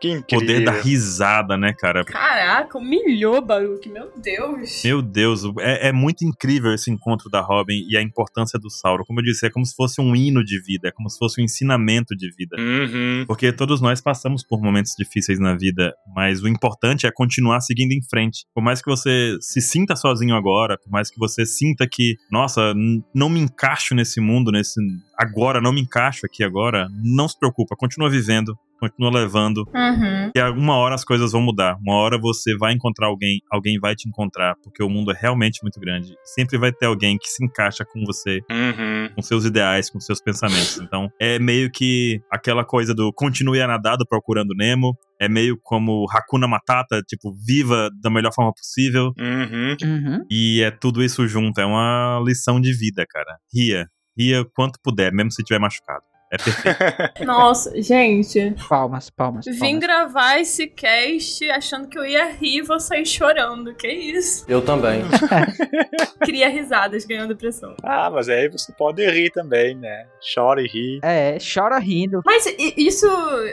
[SPEAKER 4] Que incrível.
[SPEAKER 1] Poder da risada, né, cara?
[SPEAKER 3] Caraca, humilhou Baruque. Meu Deus.
[SPEAKER 1] Meu Deus, é, é muito incrível esse encontro da Robin e a importância do Sauron. Como eu disse, é como se fosse um hino de vida, é como se fosse um ensinamento de vida.
[SPEAKER 4] Uhum.
[SPEAKER 1] Porque todos nós passamos por momentos difíceis na vida, mas o importante é continuar seguindo em frente. Por mais que você se sinta sozinho agora, por mais que você sinta que, nossa, n- não me encaixo nesse mundo, nesse agora, não me encaixo aqui agora, não se preocupa, continua vivendo, continua levando,
[SPEAKER 3] Uhum.
[SPEAKER 1] que alguma hora as coisas vão mudar. Uma hora você vai encontrar alguém, alguém vai te encontrar, porque o mundo é realmente muito grande. Sempre vai ter alguém que se encaixa com você
[SPEAKER 4] Uhum.
[SPEAKER 1] com seus ideais, com seus pensamentos. Então, é meio que aquela coisa do continue a nadar do procurando Nemo. É meio como Hakuna Matata, tipo, viva da melhor forma possível.
[SPEAKER 4] Uhum.
[SPEAKER 2] Uhum.
[SPEAKER 1] E é tudo isso junto. É uma lição de vida, cara. Ria. Ria o quanto puder, mesmo se tiver machucado. É perfeito.
[SPEAKER 3] Nossa, gente.
[SPEAKER 2] Palmas, palmas.
[SPEAKER 3] Vim
[SPEAKER 2] palmas.
[SPEAKER 3] gravar esse cast achando que eu ia rir e vou sair chorando. Que isso?
[SPEAKER 8] Eu também.
[SPEAKER 3] Cria risadas ganhando pressão.
[SPEAKER 4] Ah, mas aí você pode rir também, né? Chora e ri.
[SPEAKER 2] É, chora rindo.
[SPEAKER 3] Mas i- isso,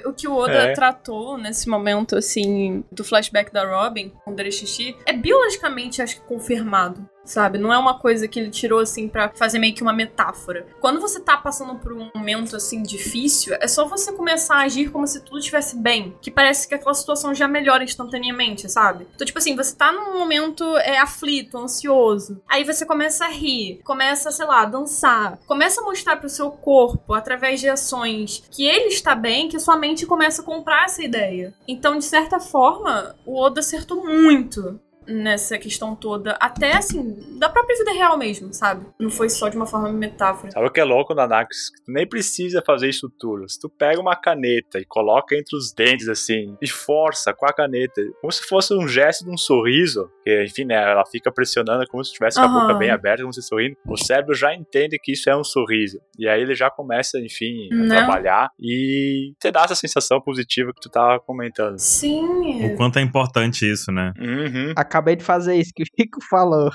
[SPEAKER 3] o que o Oda
[SPEAKER 4] É.
[SPEAKER 3] tratou nesse momento, assim, do flashback da Robin com o Derexixi, é biologicamente, acho que, confirmado. Sabe? Não é uma coisa que ele tirou, assim, pra fazer meio que uma metáfora. Quando você tá passando por um momento, assim, difícil, é só você começar a agir como se tudo estivesse bem. Que parece que aquela situação já melhora instantaneamente, sabe? Então, tipo assim, você tá num momento é, aflito, ansioso. Aí você começa a rir, começa, sei lá, a dançar. Começa a mostrar pro seu corpo, através de ações, que ele está bem, que sua mente começa a comprar essa ideia. Então, de certa forma, o Oda acertou muito nessa questão toda, até assim, da própria vida real mesmo, sabe? Não foi só de uma forma metáfora.
[SPEAKER 4] Sabe o que é louco, Nanax? Tu nem precisa fazer isso tudo. Se tu pega uma caneta e coloca entre os dentes, assim, e força com a caneta, como se fosse um gesto de um sorriso, que, enfim, né, ela fica pressionando como se tivesse com a boca
[SPEAKER 3] Aham.
[SPEAKER 4] bem aberta, como se sorrindo, o cérebro já entende que isso é um sorriso. E aí ele já começa, enfim, a
[SPEAKER 3] Né?
[SPEAKER 4] trabalhar e te dá essa sensação positiva que tu tava comentando.
[SPEAKER 3] Sim.
[SPEAKER 1] o quanto é importante isso, né?
[SPEAKER 4] Uhum.
[SPEAKER 2] Acabei de fazer isso que o Chico falou.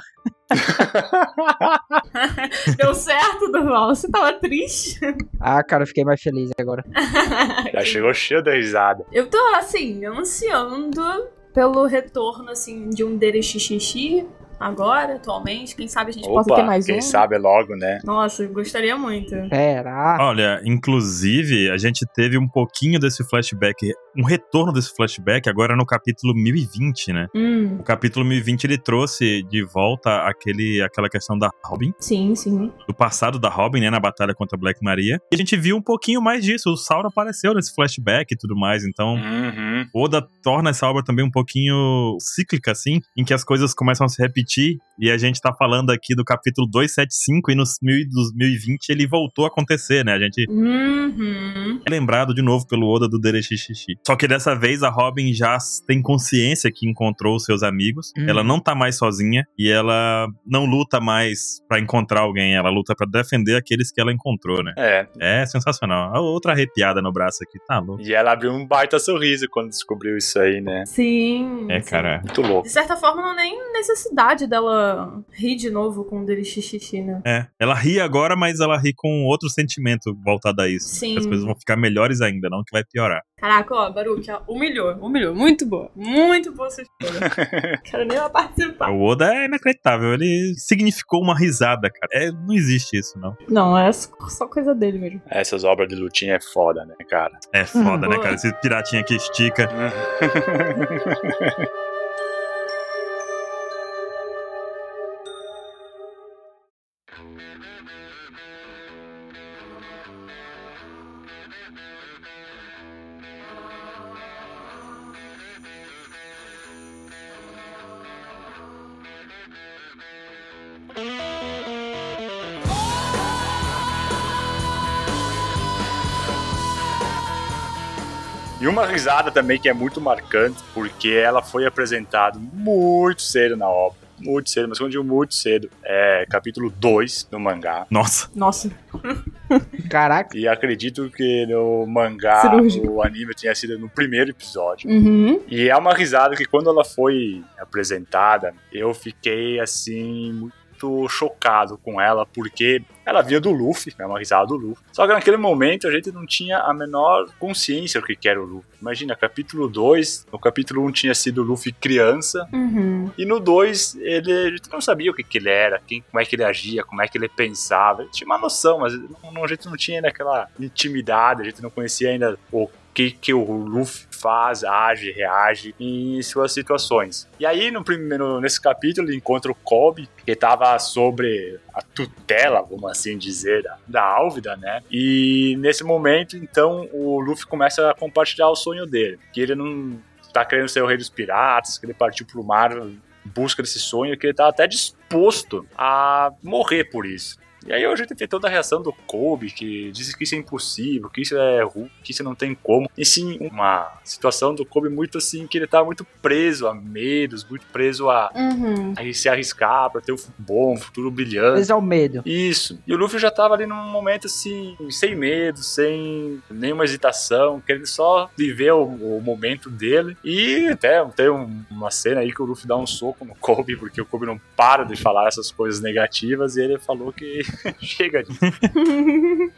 [SPEAKER 3] Deu certo, Durval. Você tava triste?
[SPEAKER 2] Ah, cara, eu fiquei mais feliz agora.
[SPEAKER 4] Já chegou cheio da risada.
[SPEAKER 3] Eu tô, assim, ansiando pelo retorno, assim, de um Derexixixi agora, atualmente. Quem sabe a gente possa ter
[SPEAKER 4] Opa,
[SPEAKER 3] mais
[SPEAKER 4] quem
[SPEAKER 3] um.
[SPEAKER 4] sabe logo, né?
[SPEAKER 3] Nossa, eu gostaria muito.
[SPEAKER 2] Será?
[SPEAKER 1] Olha, inclusive, a gente teve um pouquinho desse flashback, um retorno desse flashback agora no capítulo 1020, né?
[SPEAKER 3] Hum,
[SPEAKER 1] O capítulo 1020 ele trouxe de volta aquele, aquela questão da Robin,
[SPEAKER 3] sim, sim.
[SPEAKER 1] do passado da Robin, né, na batalha contra a Black Maria. E a gente viu um pouquinho mais disso. O Sauron apareceu nesse flashback e tudo mais. Então,
[SPEAKER 4] Uhum.
[SPEAKER 1] Oda torna essa obra também um pouquinho cíclica, assim, em que as coisas começam a se repetir. E a gente tá falando aqui do capítulo 275 e nos 1000 dos 1020 ele voltou a acontecer, né? A gente
[SPEAKER 3] Uhum.
[SPEAKER 1] é lembrado de novo pelo Oda do Derexixixi. Só que dessa vez a Robin já tem consciência que encontrou os seus amigos.
[SPEAKER 2] Hum.
[SPEAKER 1] Ela não tá mais sozinha e ela não luta mais pra encontrar alguém, ela luta pra defender aqueles que ela encontrou, né?
[SPEAKER 4] É,
[SPEAKER 1] É sensacional. A Outra arrepiada no braço aqui, tá louco.
[SPEAKER 4] E ela abriu um baita sorriso quando descobriu isso aí, né?
[SPEAKER 3] Sim.
[SPEAKER 1] É,
[SPEAKER 3] sim.
[SPEAKER 1] cara.
[SPEAKER 4] Muito louco.
[SPEAKER 3] De certa forma, não é nem necessidade dela rir de novo com o Derexixixi, né?
[SPEAKER 1] É. Ela ri agora, mas ela ri com outro sentimento voltado a isso.
[SPEAKER 3] Sim.
[SPEAKER 1] Que As coisas vão ficar melhores ainda, não que vai piorar.
[SPEAKER 3] Caraca, ó, Baruque, ó, humilhou, humilhou. Muito boa, muito boa essa história. Quero nem lá participar.
[SPEAKER 1] O Oda é inacreditável. Ele significou uma risada, cara. É, não existe isso, não.
[SPEAKER 3] Não, é só coisa dele mesmo.
[SPEAKER 4] Essas obras de lutinha é foda, né, cara?
[SPEAKER 1] É foda, né,
[SPEAKER 3] Boa.
[SPEAKER 1] cara? Esse piratinha que estica.
[SPEAKER 4] E uma risada também que é muito marcante, porque ela foi apresentada muito cedo na obra. Muito cedo, mas quando eu digo muito cedo, é capítulo 2 do mangá.
[SPEAKER 1] Nossa.
[SPEAKER 3] Nossa.
[SPEAKER 2] Caraca.
[SPEAKER 4] E acredito que no mangá
[SPEAKER 9] Cirúrgico.
[SPEAKER 4] o anime tinha sido no primeiro episódio.
[SPEAKER 9] Uhum.
[SPEAKER 4] E é uma risada que quando ela foi apresentada, eu fiquei assim, muito chocado com ela, porque ela vinha do Luffy, é uma risada do Luffy. Só que naquele momento a gente não tinha a menor consciência do que que era o Luffy. Imagina, capítulo 2, no capítulo 1 um tinha sido o Luffy criança,
[SPEAKER 9] Uhum.
[SPEAKER 4] e no 2 ele a gente não sabia o que, que ele era, quem, como é que ele agia, como é que ele pensava. A gente tinha uma noção, mas não- não- a gente não tinha ainda aquela intimidade, a gente não conhecia ainda o que, que o Luffy faz, age, reage em suas situações. E aí, no primeiro, nesse capítulo, ele encontra o Kobe, que estava sobre a tutela, vamos assim dizer, da, da Álvida, né? E nesse momento, então, o Luffy começa a compartilhar o sonho dele, que ele não tá querendo ser o rei dos piratas, que ele partiu pro mar em busca desse sonho, que ele tá até disposto a morrer por isso. E aí a gente tem toda a reação do Kobe, que diz que isso é impossível, que isso é ruim, que isso não tem como. E sim, uma situação do Kobe muito assim, que ele tá muito preso a medos, muito preso a,
[SPEAKER 9] Uhum.
[SPEAKER 4] a se arriscar pra ter um futuro bom, um futuro brilhante.
[SPEAKER 2] Mas ao é medo.
[SPEAKER 4] Isso. E o Luffy já tava ali num momento assim, sem medo, sem nenhuma hesitação, querendo só viver o, o momento dele. E até tem um- uma cena aí que o Luffy dá um soco no Kobe, porque o Kobe não para de falar essas coisas negativas e ele falou que chega disso.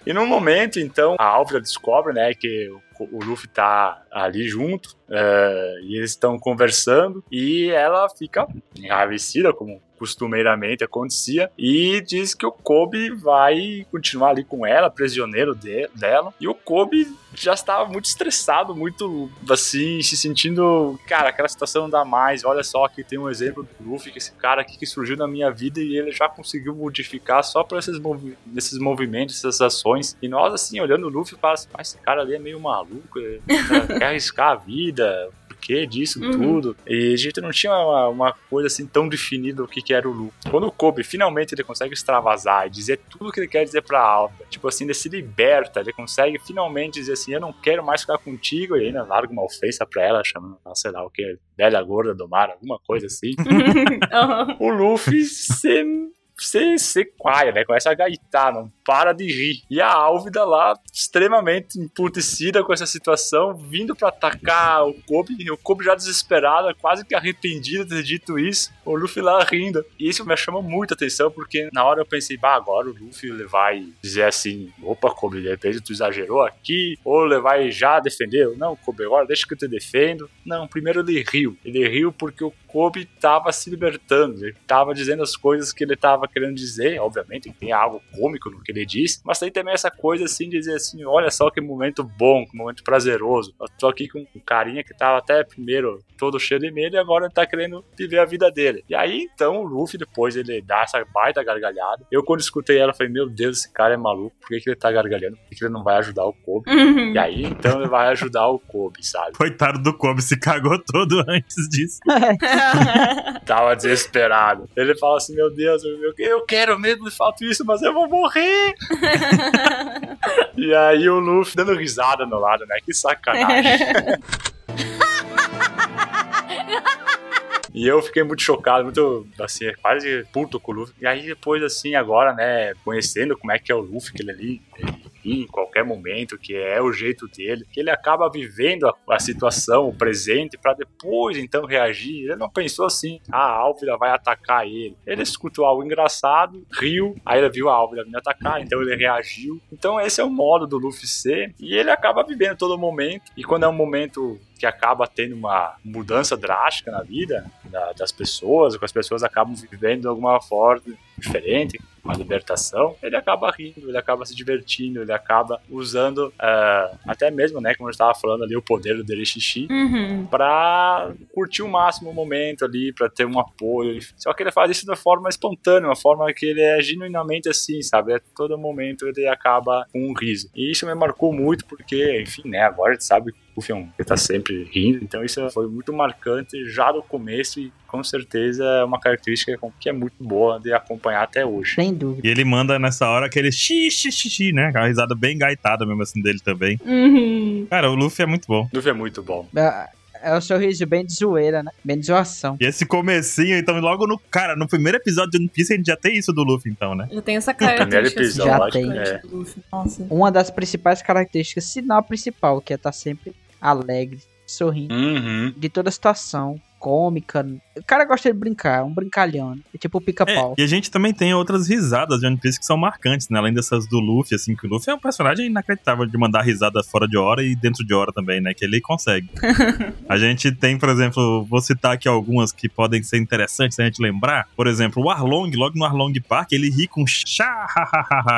[SPEAKER 4] E num momento, então, a Álvida descobre, né, que o o Luffy tá ali junto é, e eles estão conversando e ela fica enraivecida, como costumeiramente acontecia, e diz que o Kobe vai continuar ali com ela, prisioneiro de- dela. E o Kobe já estava muito estressado, muito assim, se sentindo, cara, aquela situação não dá mais. Olha só, aqui tem um exemplo do Luffy, que esse cara aqui que surgiu na minha vida e ele já conseguiu modificar só por esses, movi esses movimentos, essas ações. E nós, assim, olhando o Luffy, fala assim, mas esse cara ali é meio maluco, ele quer arriscar a vida, porquê disso
[SPEAKER 3] Uhum.
[SPEAKER 4] tudo. E a gente não tinha uma, uma coisa assim tão definida o que, que era o Luffy. Quando o Kobe finalmente ele consegue extravasar e dizer tudo o que ele quer dizer pra Alva, tipo assim, ele se liberta, ele consegue finalmente dizer assim: eu não quero mais ficar contigo, e ainda larga uma ofensa pra ela, chamando, ela, sei lá o que, velha gorda do mar, alguma coisa assim.
[SPEAKER 3] Aham.
[SPEAKER 4] o Luffy se. Você sequaia, né? Começa a gaitar, não para de rir. E a Álvida lá, extremamente emputecida com essa situação, vindo pra atacar o Kobe. E o Kobe já desesperado, quase que arrependido de ter dito isso. O Luffy lá rindo. E isso me chamou muita atenção, porque na hora eu pensei, bah, agora o Luffy ele vai dizer assim: opa, Kobe, de repente tu exagerou aqui. Ou ele vai já defender. Eu, Não, Kobe, agora deixa que eu te defendo. Não, primeiro ele riu. Ele riu porque o Kobe tava se libertando. Ele tava dizendo as coisas que ele tava querendo dizer. Obviamente, tem algo cômico no que ele disse. Mas tem também essa coisa assim, de dizer assim: olha só que momento bom, que momento prazeroso. Eu tô aqui com um carinha que tava até primeiro todo cheio de medo e agora ele tá querendo viver a vida dele. E aí então o Luffy, depois ele dá essa baita gargalhada. Eu, quando escutei ela, falei: meu Deus, esse cara é maluco. Por que, que ele tá gargalhando? Por que, que ele não vai ajudar o Kobe?
[SPEAKER 3] Uhum.
[SPEAKER 4] E aí então ele vai ajudar o Kobe, sabe?
[SPEAKER 1] Coitado do Kobe, se cagou todo antes disso.
[SPEAKER 4] Tava desesperado. Ele fala assim: Meu Deus, eu, eu quero mesmo, de fato, isso, mas eu vou morrer. e aí o Luffy dando risada no lado, né? Que sacanagem. E eu fiquei muito chocado, muito, assim, quase puto com o Luffy. E aí depois, assim, agora, né, conhecendo como é que é o Luffy, que ele ali, ele ri em qualquer momento, que é o jeito dele, que ele acaba vivendo a, a situação, o presente, pra depois, então, reagir. Ele não pensou assim, ah, a Álvida vai atacar ele. Ele escutou algo engraçado, riu, aí ele viu a Álvida me atacar, então ele reagiu. Então esse é o modo do Luffy ser, e ele acaba vivendo todo momento, e quando é um momento que acaba tendo uma mudança drástica na vida, da- das pessoas, que as pessoas acabam vivendo de alguma forma, diferente, uma libertação, ele acaba rindo, ele acaba se divertindo, ele acaba usando ah, até mesmo, né, como eu estava falando ali, o poder do Derechishi
[SPEAKER 3] Uhum.
[SPEAKER 4] para curtir o máximo o momento ali, para ter um apoio. Só que ele faz isso de uma forma espontânea, uma forma que ele é genuinamente assim, sabe? A todo momento ele acaba com um riso. E isso me marcou muito porque, enfim, né, agora a gente sabe que o Luffy é um- ele tá sempre rindo, então isso foi muito marcante já do começo e com certeza é uma característica que é muito boa de acompanhar até hoje.
[SPEAKER 2] Sem dúvida.
[SPEAKER 1] E ele manda nessa hora aquele xixi, xixi, xixi, né? Aquela risada bem gaitada mesmo assim dele também.
[SPEAKER 3] Uhum.
[SPEAKER 1] Cara, o Luffy é muito bom.
[SPEAKER 4] Luffy é muito bom.
[SPEAKER 2] É, é o sorriso bem de zoeira, né? Bem de zoação.
[SPEAKER 1] E esse comecinho, então, logo no. Cara, no primeiro episódio de One Piece a gente já tem isso do Luffy, então, né?
[SPEAKER 3] Já tem essa característica.
[SPEAKER 4] Primeiro
[SPEAKER 3] assim,
[SPEAKER 2] episódio,
[SPEAKER 3] de
[SPEAKER 4] acho que é.
[SPEAKER 3] gigante do Luffy. Nossa.
[SPEAKER 2] Uma das principais características, se não a principal, que é estar sempre alegre, sorrindo,
[SPEAKER 4] Uhum.
[SPEAKER 2] de toda situação, cômica. O cara gosta de brincar, é um brincalhão. né? É tipo o pica-pau.
[SPEAKER 1] E a gente também tem outras risadas de One Piece que são marcantes, né? Além dessas do Luffy, assim, que o Luffy é um personagem inacreditável de mandar risada fora de hora e dentro de hora também, né? Que ele consegue. a gente tem, por exemplo, vou citar aqui algumas que podem ser interessantes se a gente lembrar. Por exemplo, o Arlong, logo no Arlong Park, ele ri com chá,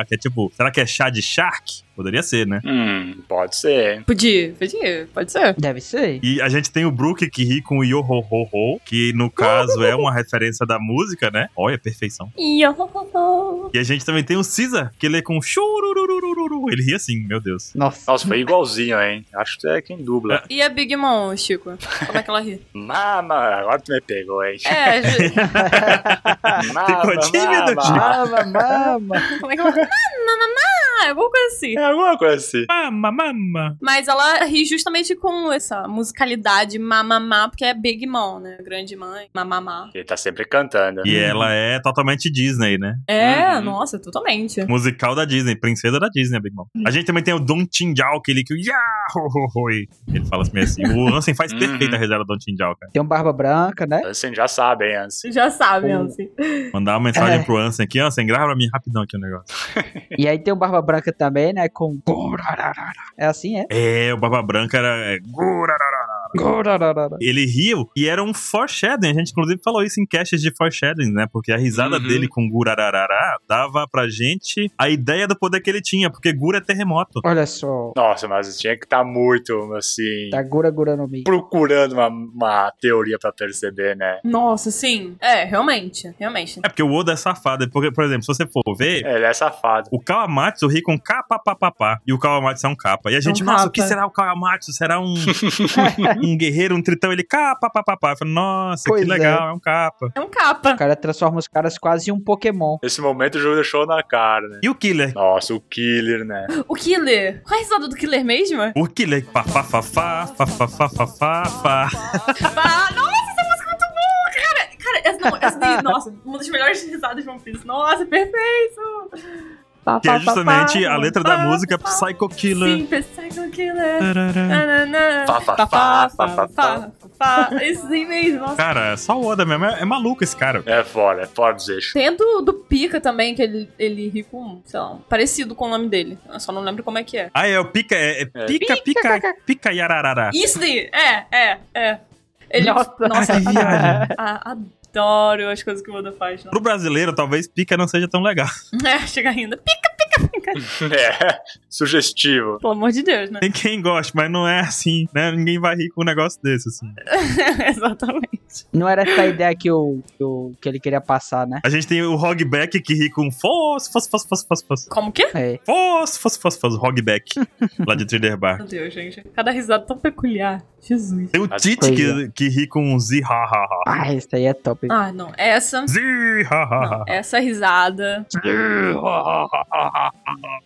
[SPEAKER 1] que é tipo, será que é chá de shark? Poderia ser, né?
[SPEAKER 4] Hum, pode ser, hein?
[SPEAKER 3] Podia, podia, pode ser.
[SPEAKER 2] Deve ser.
[SPEAKER 1] E a gente tem o Brook que ri com o yo ho ho ho, que no caso é uma referência da música, né? Olha, perfeição.
[SPEAKER 3] Ih, ó, ó, ó.
[SPEAKER 1] E a gente também tem o Caesar, que ele é com chururururururu. Ele ri assim, meu Deus.
[SPEAKER 2] Nossa.
[SPEAKER 4] Nossa, foi igualzinho, hein? Acho que é quem dubla.
[SPEAKER 3] E a Big Mom, Chico? Como é que ela ri?
[SPEAKER 4] Mama, agora tu me pegou, hein?
[SPEAKER 3] É, ju-
[SPEAKER 4] Mama,
[SPEAKER 1] Ficou tímido,
[SPEAKER 4] mama.
[SPEAKER 1] Chico?
[SPEAKER 2] Mama, mama.
[SPEAKER 3] como é que ela. Mamá, mamá, alguma coisa assim.
[SPEAKER 4] É alguma coisa assim.
[SPEAKER 1] Mama, mama.
[SPEAKER 3] Mas ela ri justamente com essa musicalidade mamamá, porque é Big Mom, né? Grande mãe, mamamá.
[SPEAKER 4] Ele tá sempre cantando.
[SPEAKER 1] E ela é totalmente Disney, né?
[SPEAKER 3] É,
[SPEAKER 4] Uhum.
[SPEAKER 3] nossa, totalmente.
[SPEAKER 1] Musical da Disney, princesa da Disney, Big Mom. A gente também tem o Don Tinjal, que ele que. Ya, ho, ho, ho. Ele fala assim, meio assim. O Ansem faz
[SPEAKER 4] Uhum.
[SPEAKER 1] perfeita a risada do Don Tinjal, cara.
[SPEAKER 2] Tem um barba branca, né?
[SPEAKER 4] Ansem Então, assim, já sabe, hein,
[SPEAKER 3] Você
[SPEAKER 4] Ansem?
[SPEAKER 3] já assim. sabe,
[SPEAKER 2] Uhum.
[SPEAKER 3] Ansi.
[SPEAKER 1] Mandar uma mensagem
[SPEAKER 2] É.
[SPEAKER 1] pro Ansem aqui. Ansem, grava pra mim rapidão aqui o negócio.
[SPEAKER 2] E aí tem o barba branca também, né? Com. É assim, é?
[SPEAKER 1] É, o Barba Branca era. é, gurarara. Ele riu e era um foreshadowing. A gente, inclusive, falou isso em caches de foreshadowing, né? Porque a risada
[SPEAKER 4] Uhum.
[SPEAKER 1] dele com Gurararará dava pra gente a ideia do poder que ele tinha, porque Gura é terremoto.
[SPEAKER 2] Olha só.
[SPEAKER 4] Nossa, mas tinha que estar muito, assim,
[SPEAKER 2] Tá Gura Gura no Mi.
[SPEAKER 4] procurando uma, uma teoria pra perceber, né?
[SPEAKER 3] Nossa, sim. É, realmente, realmente.
[SPEAKER 1] É porque o Oda é safado. é Porque, por exemplo, se você for ver.
[SPEAKER 4] Ele é safado.
[SPEAKER 1] O Kawamatsu ri com papapá e o Kawamatsu é um capa. E a gente,
[SPEAKER 3] um
[SPEAKER 1] nossa,
[SPEAKER 3] capa.
[SPEAKER 1] o que será o Kawamatsu? Será um, um guerreiro, um tritão? Ele, capapapapá. Eu falo, nossa,
[SPEAKER 2] Pois
[SPEAKER 1] que
[SPEAKER 2] é.
[SPEAKER 1] legal, é um capa.
[SPEAKER 3] É um
[SPEAKER 2] O
[SPEAKER 3] capa.
[SPEAKER 2] cara transforma os caras quase em um Pokémon.
[SPEAKER 4] Esse momento o jogo deixou na cara, né?
[SPEAKER 1] E o Killer?
[SPEAKER 4] Nossa, o Killer, né?
[SPEAKER 3] O Killer. Qual é a risada do Killer mesmo?
[SPEAKER 1] O Killer, papapá, papapá,
[SPEAKER 3] Bah, nossa, essa música é muito boa, cara. Cara, essa, não, essa daí, nossa, uma das melhores risadas de One Piece. Nossa, perfeito.
[SPEAKER 1] que é justamente a letra da música Hum. Psycho Killer.
[SPEAKER 3] Sim, Psycho Killer.
[SPEAKER 1] Tarará.
[SPEAKER 3] Nananã.
[SPEAKER 4] Fá, fá,
[SPEAKER 3] Fá,
[SPEAKER 4] fá,
[SPEAKER 3] fá,
[SPEAKER 4] fá, fá,
[SPEAKER 3] fá, fá, fá. Esse sim mesmo, nossa.
[SPEAKER 1] Cara, só o Oda mesmo. É, é maluco esse cara.
[SPEAKER 4] É fora, é fora dos eixos.
[SPEAKER 3] Tem a do, do Pika também, que ele, ele ri com, sei lá, um- parecido com o nome dele. Eu só não lembro como é que é.
[SPEAKER 1] Ah, é o pica, é, é pica, pica, pica, e ararará.
[SPEAKER 3] Isso daí! É, é, é. Ele, nossa,
[SPEAKER 1] Ah, que viagem.
[SPEAKER 3] a- adoro as coisas que o Oda faz.
[SPEAKER 1] Pro brasileiro, talvez pica não seja tão legal.
[SPEAKER 3] É, chega rindo.
[SPEAKER 4] É, sugestivo.
[SPEAKER 3] Pelo amor de Deus, né?
[SPEAKER 1] Tem quem gosta, mas não é assim, né? Ninguém vai rir com um negócio desse, assim.
[SPEAKER 3] Exatamente.
[SPEAKER 2] Não era essa a ideia que, o, que, o- que ele queria passar, né?
[SPEAKER 1] A gente tem o Hogback que ri com fosse, fosse, fosse, fosse, fosse, fosse.
[SPEAKER 3] Como que?
[SPEAKER 2] É.
[SPEAKER 1] Fosse, fosse, fosse, fosse, Hogback. lá de Thriller Bar.
[SPEAKER 3] Meu Deus, gente. Cada risada tão peculiar. Jesus.
[SPEAKER 1] Tem o
[SPEAKER 4] As
[SPEAKER 1] Tite que, que ri com um zihahaha.
[SPEAKER 2] Ah, isso aí é top.
[SPEAKER 3] Ah, não. Essa. Não,
[SPEAKER 1] Zihahaha.
[SPEAKER 3] essa é risada.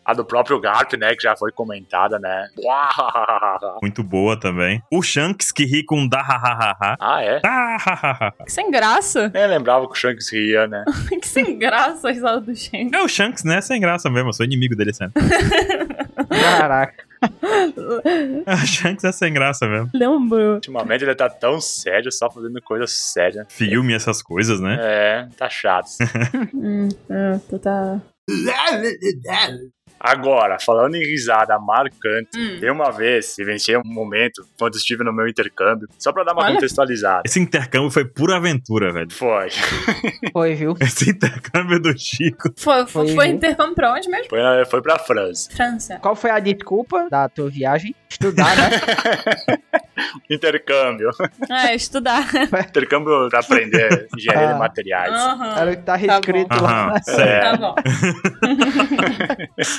[SPEAKER 4] A do próprio Garp, né? Que já foi comentada, né?
[SPEAKER 1] Muito boa também. O Shanks que ri com dahahaha.
[SPEAKER 4] Ah, é?
[SPEAKER 1] Dahahaha.
[SPEAKER 3] Que sem graça.
[SPEAKER 4] Nem lembrava que o Shanks ria, né?
[SPEAKER 3] Que sem graça a risada do Shen.
[SPEAKER 1] É o Shanks, né? Sem graça mesmo, eu sou inimigo dele sempre.
[SPEAKER 2] Caraca.
[SPEAKER 1] o Shanks é sem graça mesmo.
[SPEAKER 3] Lembro.
[SPEAKER 4] Ultimamente ele tá tão sério, só fazendo coisa séria.
[SPEAKER 1] Filme, essas coisas, né?
[SPEAKER 4] É, tá chato.
[SPEAKER 3] ah, Hum, é, tá, tá.
[SPEAKER 4] Agora, falando em risada marcante,
[SPEAKER 3] Hum.
[SPEAKER 4] tem uma vez, vivenciei um momento quando estive no meu intercâmbio, só pra dar uma
[SPEAKER 3] Olha.
[SPEAKER 4] contextualizada.
[SPEAKER 1] Esse intercâmbio foi pura aventura, velho.
[SPEAKER 4] Foi.
[SPEAKER 2] Foi, viu?
[SPEAKER 1] Esse intercâmbio do Chico.
[SPEAKER 3] Foi, foi,
[SPEAKER 2] Foi-
[SPEAKER 3] foi intercâmbio pra onde mesmo?
[SPEAKER 4] Foi, na- foi pra França.
[SPEAKER 3] França.
[SPEAKER 2] Qual foi a desculpa da tua viagem? Estudar, né?
[SPEAKER 4] Intercâmbio.
[SPEAKER 3] É, estudar.
[SPEAKER 4] Intercâmbio pra aprender engenharia de
[SPEAKER 2] Ah.
[SPEAKER 4] materiais.
[SPEAKER 3] Aham.
[SPEAKER 2] Era o que tá reescrito
[SPEAKER 1] Tá bom.
[SPEAKER 2] lá.
[SPEAKER 1] Aham,
[SPEAKER 4] É.
[SPEAKER 3] Tá bom.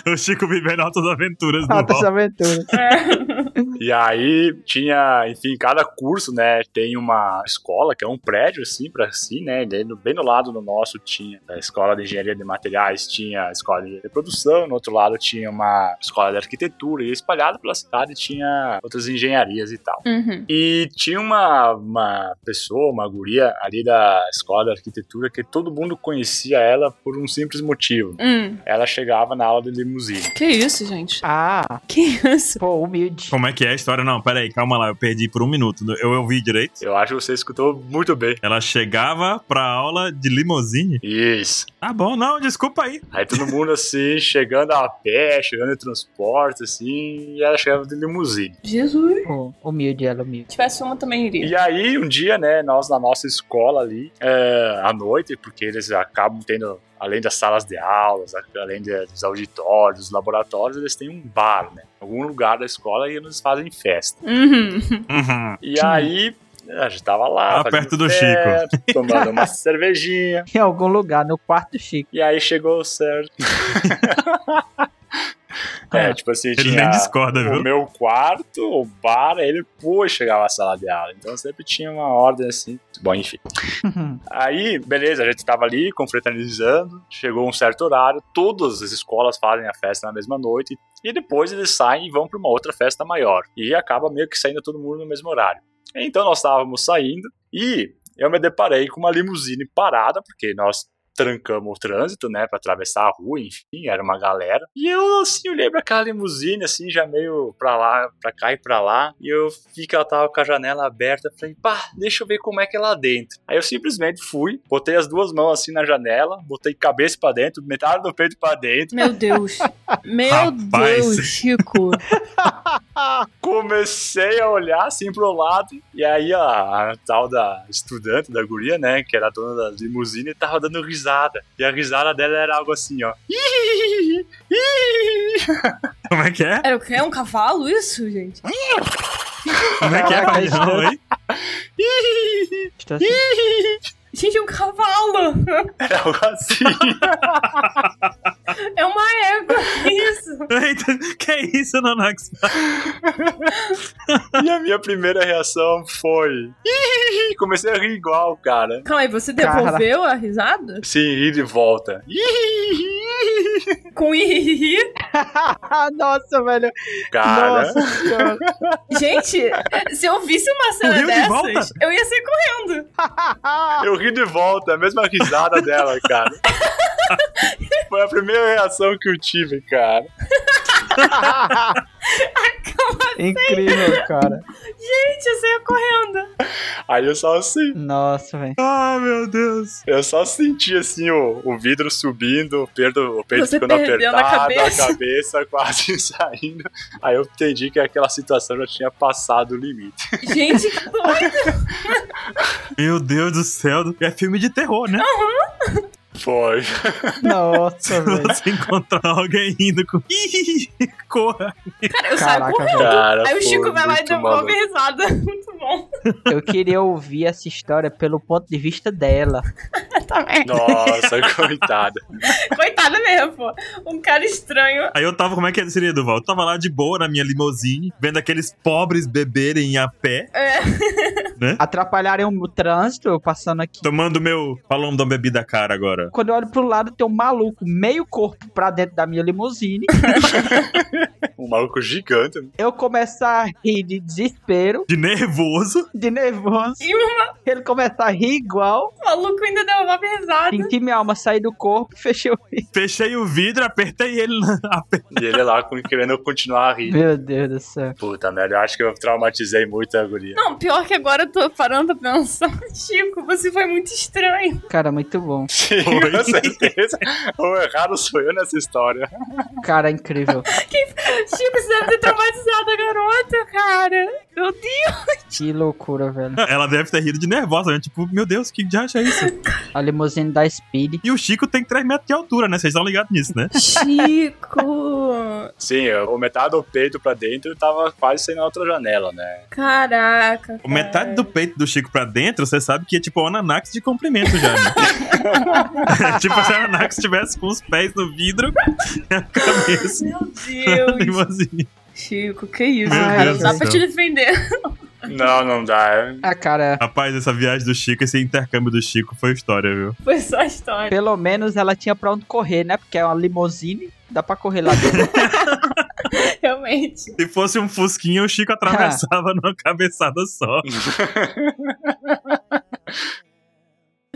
[SPEAKER 1] O Chico vivendo altas aventuras no
[SPEAKER 2] Altas
[SPEAKER 1] Val.
[SPEAKER 2] aventuras.
[SPEAKER 4] E aí tinha, enfim, cada curso, né, tem uma escola, que é um prédio, assim, pra si, né, e daí no- bem no lado do nosso tinha a escola de engenharia de materiais, tinha a escola de produção, no outro lado tinha uma escola de arquitetura, e espalhado pela cidade tinha outras engenharias e tal.
[SPEAKER 3] Uhum.
[SPEAKER 4] E tinha uma, uma pessoa, uma guria ali da escola de arquitetura, que todo mundo conhecia ela por um simples motivo.
[SPEAKER 3] Hum.
[SPEAKER 4] Ela chegava na aula de limusine.
[SPEAKER 3] Que isso, gente?
[SPEAKER 2] Ah,
[SPEAKER 3] Que isso?
[SPEAKER 2] pô, humilde.
[SPEAKER 1] Como é que é a história? Não, peraí, calma lá, eu perdi por um minuto. Eu ouvi direito.
[SPEAKER 4] Eu acho que você escutou muito bem.
[SPEAKER 1] Ela chegava pra aula de limousine.
[SPEAKER 4] Isso.
[SPEAKER 1] Tá bom, não, desculpa aí.
[SPEAKER 4] Aí todo mundo assim, chegando a pé, chegando em transporte, assim, e ela chegava de limusine.
[SPEAKER 3] Jesus.
[SPEAKER 2] Pô, humilde ela, humilde.
[SPEAKER 3] Se tivesse uma, eu também iria.
[SPEAKER 4] E aí, um dia, né, nós na nossa escola ali, é, à noite, porque eles acabam tendo, além das salas de aulas, além de- dos auditórios, dos laboratórios, eles têm um bar, né? em Algum lugar da escola e eles fazem festa.
[SPEAKER 3] Uhum.
[SPEAKER 1] Uhum.
[SPEAKER 4] E aí. A gente tava lá,
[SPEAKER 1] Lá
[SPEAKER 4] fazendo
[SPEAKER 1] perto do
[SPEAKER 4] festa, tomando uma cervejinha.
[SPEAKER 2] Em algum lugar, no quarto chique.
[SPEAKER 4] E aí chegou o certo. é, tipo assim,
[SPEAKER 1] Ele
[SPEAKER 4] tinha
[SPEAKER 1] nem discorda,
[SPEAKER 4] o
[SPEAKER 1] viu?
[SPEAKER 4] meu quarto, o bar, ele pô, chegava à sala de aula. Então sempre tinha uma ordem assim. Bom, enfim. Aí, beleza, a gente tava ali confraternizando, chegou um certo horário, todas as escolas fazem a festa na mesma noite, e depois eles saem e vão para uma outra festa maior. E acaba meio que saindo todo mundo no mesmo horário. Então nós estávamos saindo e eu me deparei com uma limusine parada, porque nós trancamos o trânsito, né, Pra atravessar a rua, enfim, era uma galera. E eu, assim, olhei pra aquela limusine, assim, já meio pra lá, pra cá e pra lá, e eu vi que ela tava com a janela aberta, falei, pá, deixa eu ver como é que é lá dentro. Aí eu simplesmente fui, botei as duas mãos, assim, na janela, botei cabeça pra dentro, metade do peito pra dentro,
[SPEAKER 3] Meu Deus. Meu
[SPEAKER 1] Rapaz.
[SPEAKER 3] Deus, Chico.
[SPEAKER 4] comecei a olhar, assim, pro lado, e aí a, a tal da estudante, da guria, né, que era a dona da limusine, tava dando risada. E a risada dela era algo assim, ó.
[SPEAKER 1] Como é que é?
[SPEAKER 3] Era o quê? Um cavalo isso, gente?
[SPEAKER 1] Como é que é,
[SPEAKER 2] Caraca,
[SPEAKER 1] pai? Não, hein?
[SPEAKER 2] Estou assim.
[SPEAKER 3] Gente, é um cavalo.
[SPEAKER 4] Era algo assim.
[SPEAKER 3] É uma égua. Que isso?
[SPEAKER 1] Eita, que isso, Nanax?
[SPEAKER 4] E a minha primeira reação foi. "Ih", Comecei a rir igual, cara.
[SPEAKER 3] Calma aí, você
[SPEAKER 2] Cara.
[SPEAKER 3] devolveu a risada?
[SPEAKER 4] Sim, rir de volta. "Ih",
[SPEAKER 3] Com ihihi?
[SPEAKER 2] ah, Nossa, velho.
[SPEAKER 4] Cara.
[SPEAKER 2] Nossa senhora.
[SPEAKER 3] Gente, se eu visse uma
[SPEAKER 1] O
[SPEAKER 3] cena
[SPEAKER 1] rio de
[SPEAKER 3] dessas,
[SPEAKER 1] volta?
[SPEAKER 3] eu ia sair correndo.
[SPEAKER 4] Eu ri de volta, a mesma risada dela, cara. Foi a primeira reação que eu tive, cara.
[SPEAKER 2] Incrível, cara.
[SPEAKER 3] Gente, eu saia correndo.
[SPEAKER 4] Aí eu só assim.
[SPEAKER 2] Nossa, velho.
[SPEAKER 1] Ah, meu Deus.
[SPEAKER 4] Eu só senti assim o, o vidro subindo, o perdo- o peito
[SPEAKER 3] Você
[SPEAKER 4] ficando
[SPEAKER 3] perdendo a
[SPEAKER 4] apertado, a
[SPEAKER 3] cabeça.
[SPEAKER 4] cabeça quase saindo. Aí eu entendi que aquela situação já tinha passado o limite.
[SPEAKER 3] Gente, que doido.
[SPEAKER 1] Meu Deus do céu. É filme de terror, né?
[SPEAKER 4] Foi.
[SPEAKER 2] Nossa, velho.
[SPEAKER 1] Você encontrar alguém rindo com. Ih, corra.
[SPEAKER 3] Cara, eu saio
[SPEAKER 2] Caraca,
[SPEAKER 3] correndo.
[SPEAKER 2] velho.
[SPEAKER 4] Cara,
[SPEAKER 3] Aí o
[SPEAKER 4] foi
[SPEAKER 3] Chico vai lá e
[SPEAKER 4] muito
[SPEAKER 3] devolve
[SPEAKER 4] maluco.
[SPEAKER 3] a risada. Muito bom.
[SPEAKER 2] Eu queria ouvir essa história pelo ponto de vista dela.
[SPEAKER 3] Também.
[SPEAKER 4] Nossa, coitada.
[SPEAKER 3] Coitada mesmo, pô. Um cara estranho.
[SPEAKER 1] Aí eu tava, como é que seria, Duval? Eu tava lá de boa na minha limousine, vendo aqueles pobres beberem a pé,
[SPEAKER 3] É.
[SPEAKER 2] Atrapalharem o trânsito, eu passando aqui.
[SPEAKER 1] tomando meu. Falou de uma bebida cara agora.
[SPEAKER 2] Quando eu olho pro lado, tem um maluco meio corpo pra dentro da minha limusine.
[SPEAKER 4] Um maluco gigante.
[SPEAKER 2] Eu começo a rir de desespero,
[SPEAKER 1] De nervoso.
[SPEAKER 2] de nervoso.
[SPEAKER 3] E uma.
[SPEAKER 2] Ele começa a rir igual.
[SPEAKER 3] O maluco ainda deu uma risada.
[SPEAKER 2] Senti minha alma sair do corpo, fechei o olho.
[SPEAKER 1] Fechei o vidro, apertei ele. na- ape-
[SPEAKER 4] E ele lá com- querendo continuar a rir.
[SPEAKER 2] Meu Deus do céu.
[SPEAKER 4] Puta merda, eu acho que eu traumatizei muito a guria.
[SPEAKER 3] Não, pior que agora eu tô parando pra pensar. Chico, você foi muito estranho.
[SPEAKER 2] Cara, muito bom.
[SPEAKER 4] Sim, com certeza. O errado sou eu nessa história.
[SPEAKER 2] Cara, incrível.
[SPEAKER 3] Chico, você deve ter traumatizado a garota, cara. Meu Deus.
[SPEAKER 2] Que loucura, velho.
[SPEAKER 1] Ela deve ter rido de nervosa, né? Tipo, meu Deus, que diacho é isso?
[SPEAKER 2] A limusine da Speed.
[SPEAKER 1] E o Chico tem 3 metros de altura, né? Vocês estão ligados nisso, né?
[SPEAKER 3] Chico.
[SPEAKER 4] Sim, eu- o metade do peito pra dentro tava quase saindo na outra janela, né?
[SPEAKER 3] Caraca.
[SPEAKER 1] O metade do peito do Chico pra dentro, você sabe que é tipo um ananax de comprimento já, né? tipo, se o ananax tivesse com os pés no vidro e a cabeça.
[SPEAKER 3] Meu
[SPEAKER 1] na
[SPEAKER 3] Deus. tá
[SPEAKER 1] limusine.
[SPEAKER 3] Chico, que isso,
[SPEAKER 1] Meu
[SPEAKER 3] cara.
[SPEAKER 2] Deus
[SPEAKER 3] Não dá
[SPEAKER 1] do
[SPEAKER 3] pra te
[SPEAKER 1] céu.
[SPEAKER 3] defender.
[SPEAKER 4] Não, não dá.
[SPEAKER 2] Ah, cara,
[SPEAKER 1] Rapaz, essa viagem do Chico, esse intercâmbio do Chico foi história, viu?
[SPEAKER 3] Foi só a história.
[SPEAKER 2] pelo menos ela tinha pra onde correr, né? Porque é uma limusine, dá pra correr lá dentro.
[SPEAKER 3] É. Realmente.
[SPEAKER 1] Se fosse um fusquinha, o Chico atravessava numa cabeçada só.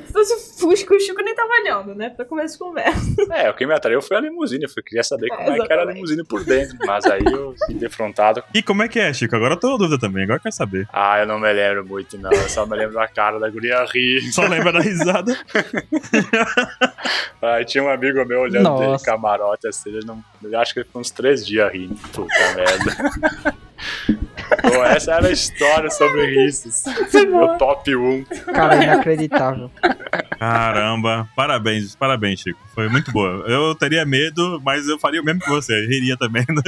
[SPEAKER 3] Se fosse Fusco, o Chico nem tava olhando, né? Pra começar de conversa.
[SPEAKER 4] É, o que me atraiu foi a limusine. Eu fui- queria saber como é, que era a
[SPEAKER 3] Exatamente.
[SPEAKER 4] limusine por dentro. Mas aí eu fui defrontado.
[SPEAKER 1] E como é que é, Chico? Agora eu tô na dúvida também, agora eu quero saber.
[SPEAKER 4] Ah, eu não me lembro muito, não. Eu só me lembro da cara da guria rir.
[SPEAKER 1] Só lembra da risada.
[SPEAKER 4] Aí tinha um amigo meu olhando
[SPEAKER 2] Nossa.
[SPEAKER 4] de camarote assim. Ele não, eu acho que ele ficou uns três dias rindo. Puta merda. Bom, essa era a história sobre riscos. Meu top 1.
[SPEAKER 2] Cara, inacreditável.
[SPEAKER 1] Caramba, parabéns, parabéns, Chico. Foi muito boa. Eu teria medo, mas eu faria o mesmo que você. Riria também. né?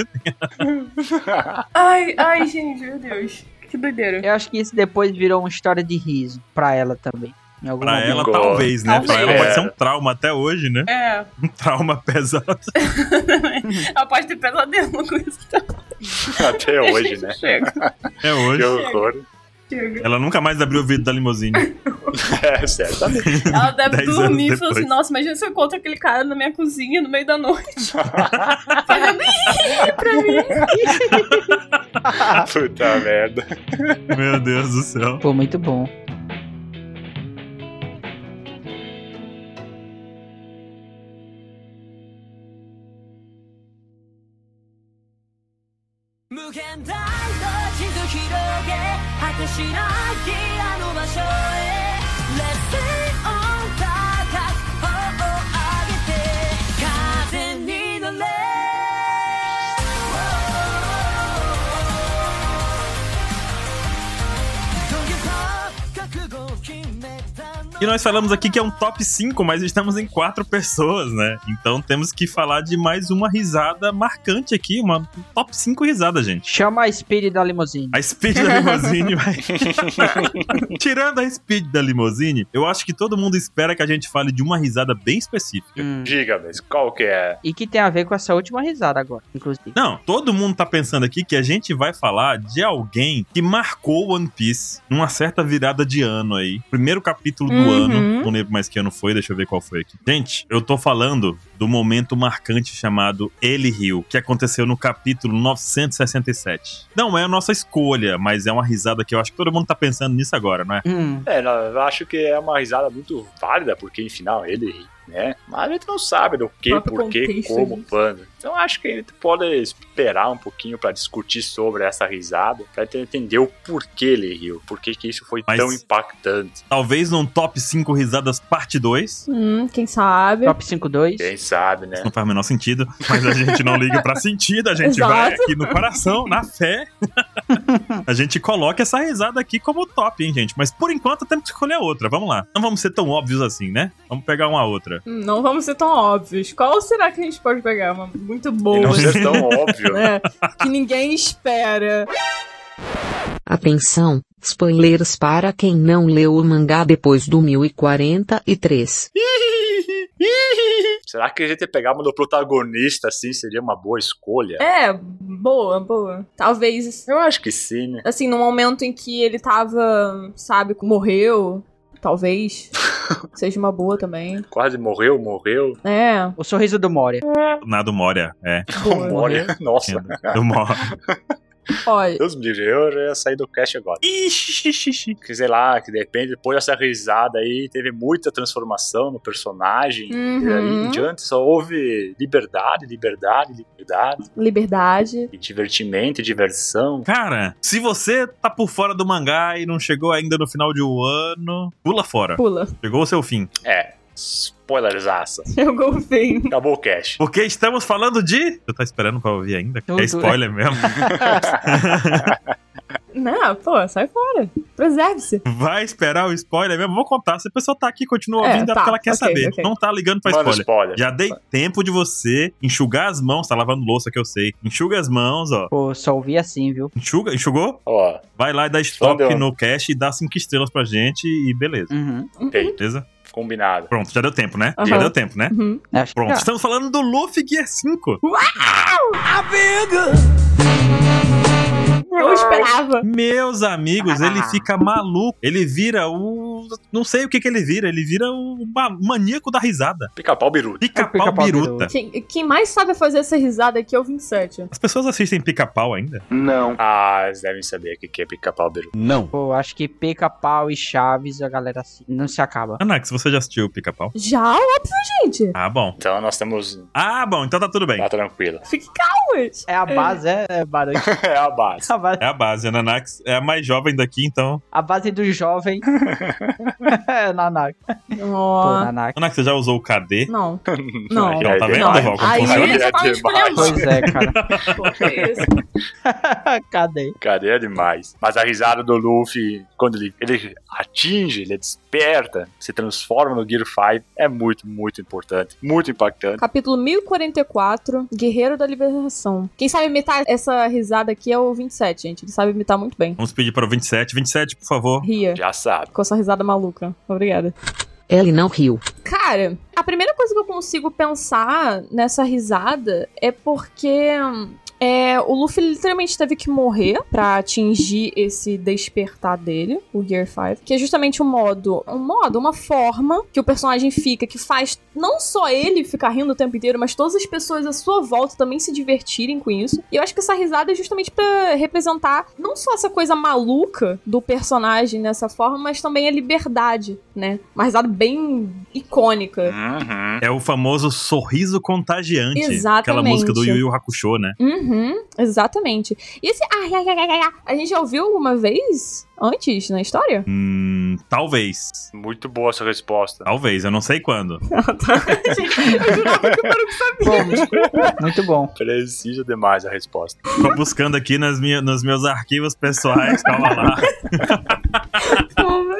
[SPEAKER 3] Ai, ai, gente, meu Deus. Que doideira.
[SPEAKER 2] Eu acho que isso depois virou uma história de riso pra ela também. Em algum
[SPEAKER 1] Pra
[SPEAKER 2] momento.
[SPEAKER 1] ela,
[SPEAKER 4] Ficou.
[SPEAKER 1] talvez, né? Pra ela
[SPEAKER 4] Talvez.
[SPEAKER 1] pode ser um trauma até hoje, né?
[SPEAKER 3] É,
[SPEAKER 1] Um trauma pesado.
[SPEAKER 3] ela pode ter pesadelo com isso. tá
[SPEAKER 4] Até hoje, né?
[SPEAKER 3] Chega,
[SPEAKER 1] É
[SPEAKER 4] Que
[SPEAKER 1] hoje.
[SPEAKER 4] horror.
[SPEAKER 3] chega.
[SPEAKER 1] Ela nunca mais abriu o vidro da limusine.
[SPEAKER 4] É, certamente.
[SPEAKER 3] Ela deve
[SPEAKER 1] Dez anos
[SPEAKER 3] dormir e falar assim,
[SPEAKER 1] depois.
[SPEAKER 3] nossa, imagina se eu encontro aquele cara na minha cozinha no meio da noite. Fazendo rir pra mim.
[SPEAKER 4] Puta merda.
[SPEAKER 1] Meu Deus do céu.
[SPEAKER 2] Pô, muito bom.
[SPEAKER 1] E nós falamos aqui que é um top 5, mas estamos em quatro pessoas, né? Então temos que falar de mais uma risada marcante aqui, uma top 5 risada, gente.
[SPEAKER 2] Chama a Speed da limusine.
[SPEAKER 1] A Speed da Limousine vai. Tirando a Speed da Limousine, eu acho que todo mundo espera que a gente fale de uma risada bem específica.
[SPEAKER 2] Hum.
[SPEAKER 4] Diga, mas qual que é?
[SPEAKER 2] E que tem a ver com essa última risada agora, inclusive.
[SPEAKER 1] Não, todo mundo tá pensando aqui que a gente vai falar de alguém que marcou One Piece numa certa virada de ano aí. Primeiro capítulo do ano.
[SPEAKER 3] Uhum.
[SPEAKER 1] Não lembro mais que ano foi, deixa eu ver qual foi aqui. Gente, eu tô falando do momento marcante chamado Ele Riu, que aconteceu no capítulo 967. Não é a nossa escolha, mas é uma risada que eu acho que todo mundo tá pensando nisso agora, não é?
[SPEAKER 2] Hum.
[SPEAKER 4] É, não, eu acho que é uma risada muito válida, porque, final ele ri, né? Mas a gente não sabe do que,
[SPEAKER 3] Próprio
[SPEAKER 4] por que,
[SPEAKER 3] contexto, né?
[SPEAKER 4] como,
[SPEAKER 3] gente.
[SPEAKER 4] quando. Então acho que a gente pode esperar um pouquinho pra discutir sobre essa risada, pra gente entender o porquê ele riu, por que que isso foi
[SPEAKER 1] Mas-
[SPEAKER 4] tão impactante.
[SPEAKER 1] Talvez num top 5 risadas parte 2.
[SPEAKER 3] Hum, quem sabe?
[SPEAKER 2] Top 5-2.
[SPEAKER 4] Quem sabe, né?
[SPEAKER 1] Não faz o menor sentido, mas a gente não liga pra sentido, a gente
[SPEAKER 3] Exato.
[SPEAKER 1] vai aqui no coração, na fé. a gente coloca essa risada aqui como top, hein, gente? Mas por enquanto temos que escolher outra, vamos lá. Não vamos ser tão óbvios assim, né? Vamos pegar uma outra.
[SPEAKER 3] Hum, Não vamos ser tão óbvios. Qual será que a gente pode pegar? Uma muito
[SPEAKER 4] E
[SPEAKER 3] boa,
[SPEAKER 4] não ser tão óbvio.
[SPEAKER 3] né? que ninguém espera.
[SPEAKER 8] Atenção, spoilers para quem não leu o mangá depois do 1043.
[SPEAKER 4] Será que a gente pegar uma do protagonista, assim, seria uma boa escolha?
[SPEAKER 3] É, boa, boa. Talvez,
[SPEAKER 4] Eu acho que sim, né?
[SPEAKER 3] assim, no momento em que ele tava, sabe, morreu, talvez seja uma boa também.
[SPEAKER 4] Quase morreu, morreu.
[SPEAKER 3] É,
[SPEAKER 2] O sorriso do Moria.
[SPEAKER 1] Na do Moria, é.
[SPEAKER 3] boa.
[SPEAKER 4] Olha, nossa.
[SPEAKER 1] Do Moria.
[SPEAKER 3] Olha,
[SPEAKER 4] Deus me livre, eu já ia sair do cast agora.
[SPEAKER 1] Ixi,
[SPEAKER 4] Que sei lá, que de repente, depois dessa risada aí, teve muita transformação no personagem. E aí em
[SPEAKER 3] Uhum.
[SPEAKER 4] diante só houve liberdade, liberdade, liberdade.
[SPEAKER 3] liberdade.
[SPEAKER 4] E divertimento, e diversão.
[SPEAKER 1] Cara, se você tá por fora do mangá e não chegou ainda no final de um ano, pula fora.
[SPEAKER 3] Pula.
[SPEAKER 1] Chegou o seu fim.
[SPEAKER 4] É, spoilerzaça.
[SPEAKER 3] Chegou o fim.
[SPEAKER 4] Acabou o cast.
[SPEAKER 1] Porque estamos falando de. Tu tá esperando pra ouvir ainda?
[SPEAKER 2] Tudo.
[SPEAKER 1] É spoiler mesmo.
[SPEAKER 3] Não, pô, sai fora. Preserve-se.
[SPEAKER 1] Vai esperar o spoiler mesmo? Vou contar. Se a pessoa tá aqui e continua
[SPEAKER 3] É,
[SPEAKER 1] ouvindo, é
[SPEAKER 3] tá.
[SPEAKER 1] porque ela quer
[SPEAKER 3] Ok,
[SPEAKER 1] saber.
[SPEAKER 3] ok.
[SPEAKER 1] Não tá ligando pra
[SPEAKER 4] Manda
[SPEAKER 1] spoiler.
[SPEAKER 4] spoiler.
[SPEAKER 1] Já dei tempo de você enxugar as mãos, tá lavando louça que eu sei. Enxuga as mãos, ó.
[SPEAKER 2] Pô, só ouvi assim, viu?
[SPEAKER 1] Enxuga, enxugou?
[SPEAKER 4] Ó,
[SPEAKER 1] Vai lá e dá stop
[SPEAKER 4] deu.
[SPEAKER 1] no cash e dá cinco estrelas pra gente e beleza.
[SPEAKER 2] Uhum.
[SPEAKER 4] feito,
[SPEAKER 1] Beleza?
[SPEAKER 4] combinado.
[SPEAKER 1] Pronto, já deu tempo, né? Já
[SPEAKER 3] Aham.
[SPEAKER 1] deu tempo, né?
[SPEAKER 3] Uhum.
[SPEAKER 2] Acho que
[SPEAKER 1] Pronto,
[SPEAKER 2] tá.
[SPEAKER 1] estamos falando do Luffy Gear 5.
[SPEAKER 3] Eu esperava.
[SPEAKER 1] Meus amigos,
[SPEAKER 2] Ah.
[SPEAKER 1] ele fica maluco. Ele vira o. Não sei o que que ele vira. Ele vira o ma- maníaco da risada.
[SPEAKER 4] Pica-pau biruta.
[SPEAKER 3] É
[SPEAKER 1] Pica-pau
[SPEAKER 2] pica-pau
[SPEAKER 1] biruta.
[SPEAKER 2] biruta.
[SPEAKER 3] Quem, quem mais sabe fazer essa risada aqui é o 27.
[SPEAKER 1] As pessoas assistem pica-pau ainda?
[SPEAKER 4] Ah, eles devem saber o que que é pica-pau biruta.
[SPEAKER 2] Pô, acho que pica-pau e Chaves, a galera assim, não se acaba.
[SPEAKER 1] Anax, Ah, você já assistiu pica-pau?
[SPEAKER 3] Já, óbvio, gente.
[SPEAKER 1] Ah, bom.
[SPEAKER 4] Então nós temos.
[SPEAKER 1] Ah, bom, então tá tudo bem.
[SPEAKER 4] Tá tranquilo.
[SPEAKER 3] Fique calmo. gente.
[SPEAKER 2] É a base, é, é barulho.
[SPEAKER 4] É a base.
[SPEAKER 2] A base,
[SPEAKER 1] É a base, a Nanax é a mais jovem daqui, então.
[SPEAKER 2] a base do jovem. Nanak. Pô,
[SPEAKER 3] Ó.
[SPEAKER 2] Nanak.
[SPEAKER 1] Nanax, você já usou o KD?
[SPEAKER 3] Não. Não.
[SPEAKER 1] Não, tá
[SPEAKER 4] É
[SPEAKER 1] vendo,
[SPEAKER 4] demais.
[SPEAKER 1] Val, como
[SPEAKER 3] Aí
[SPEAKER 1] funciona?
[SPEAKER 3] ele já
[SPEAKER 4] É
[SPEAKER 3] tava
[SPEAKER 4] demais.
[SPEAKER 3] escolhendo.
[SPEAKER 2] Pois é, cara.
[SPEAKER 3] Pô, que isso.
[SPEAKER 2] Cadê?
[SPEAKER 4] Cadê demais? Mas a risada do Luffy, quando ele, ele atinge, ele desperta, se transforma no Gear 5, é muito, muito importante. Muito impactante.
[SPEAKER 3] Capítulo 1044, Guerreiro da Libertação. Quem sabe imitar essa risada aqui é o 27, gente. Ele sabe imitar muito bem.
[SPEAKER 1] Vamos pedir para o 27. 27, por favor.
[SPEAKER 3] Ria.
[SPEAKER 4] Já sabe.
[SPEAKER 3] Com essa risada maluca. Obrigada.
[SPEAKER 8] Ele não riu.
[SPEAKER 3] Cara, a primeira coisa que eu consigo pensar nessa risada é porque. hum, é, o Luffy literalmente teve que morrer pra atingir esse despertar dele, o Gear 5, que é justamente um modo, um modo, uma forma que o personagem fica, que faz não só ele ficar rindo o tempo inteiro, mas todas as pessoas à sua volta também se divertirem com isso. E eu acho que essa risada é justamente pra representar não só essa coisa maluca do personagem nessa forma, mas também a liberdade, né? Uma risada bem icônica.
[SPEAKER 4] Uhum.
[SPEAKER 1] É o famoso sorriso contagiante. Aquela
[SPEAKER 3] Exatamente.
[SPEAKER 1] música do Yu Yu Hakusho, né?
[SPEAKER 3] Uhum, exatamente. E esse ai, ai, ai, ai, ai, ai, a gente já ouviu alguma vez antes na história?
[SPEAKER 1] Hum, talvez.
[SPEAKER 4] Muito boa essa resposta.
[SPEAKER 1] Talvez, eu não sei quando.
[SPEAKER 3] Eu jurava que eu não
[SPEAKER 2] Pô, muito bom.
[SPEAKER 4] Precisa demais a resposta.
[SPEAKER 1] Tô buscando aqui nas minha, nos meus arquivos pessoais, calma lá.
[SPEAKER 3] sabia.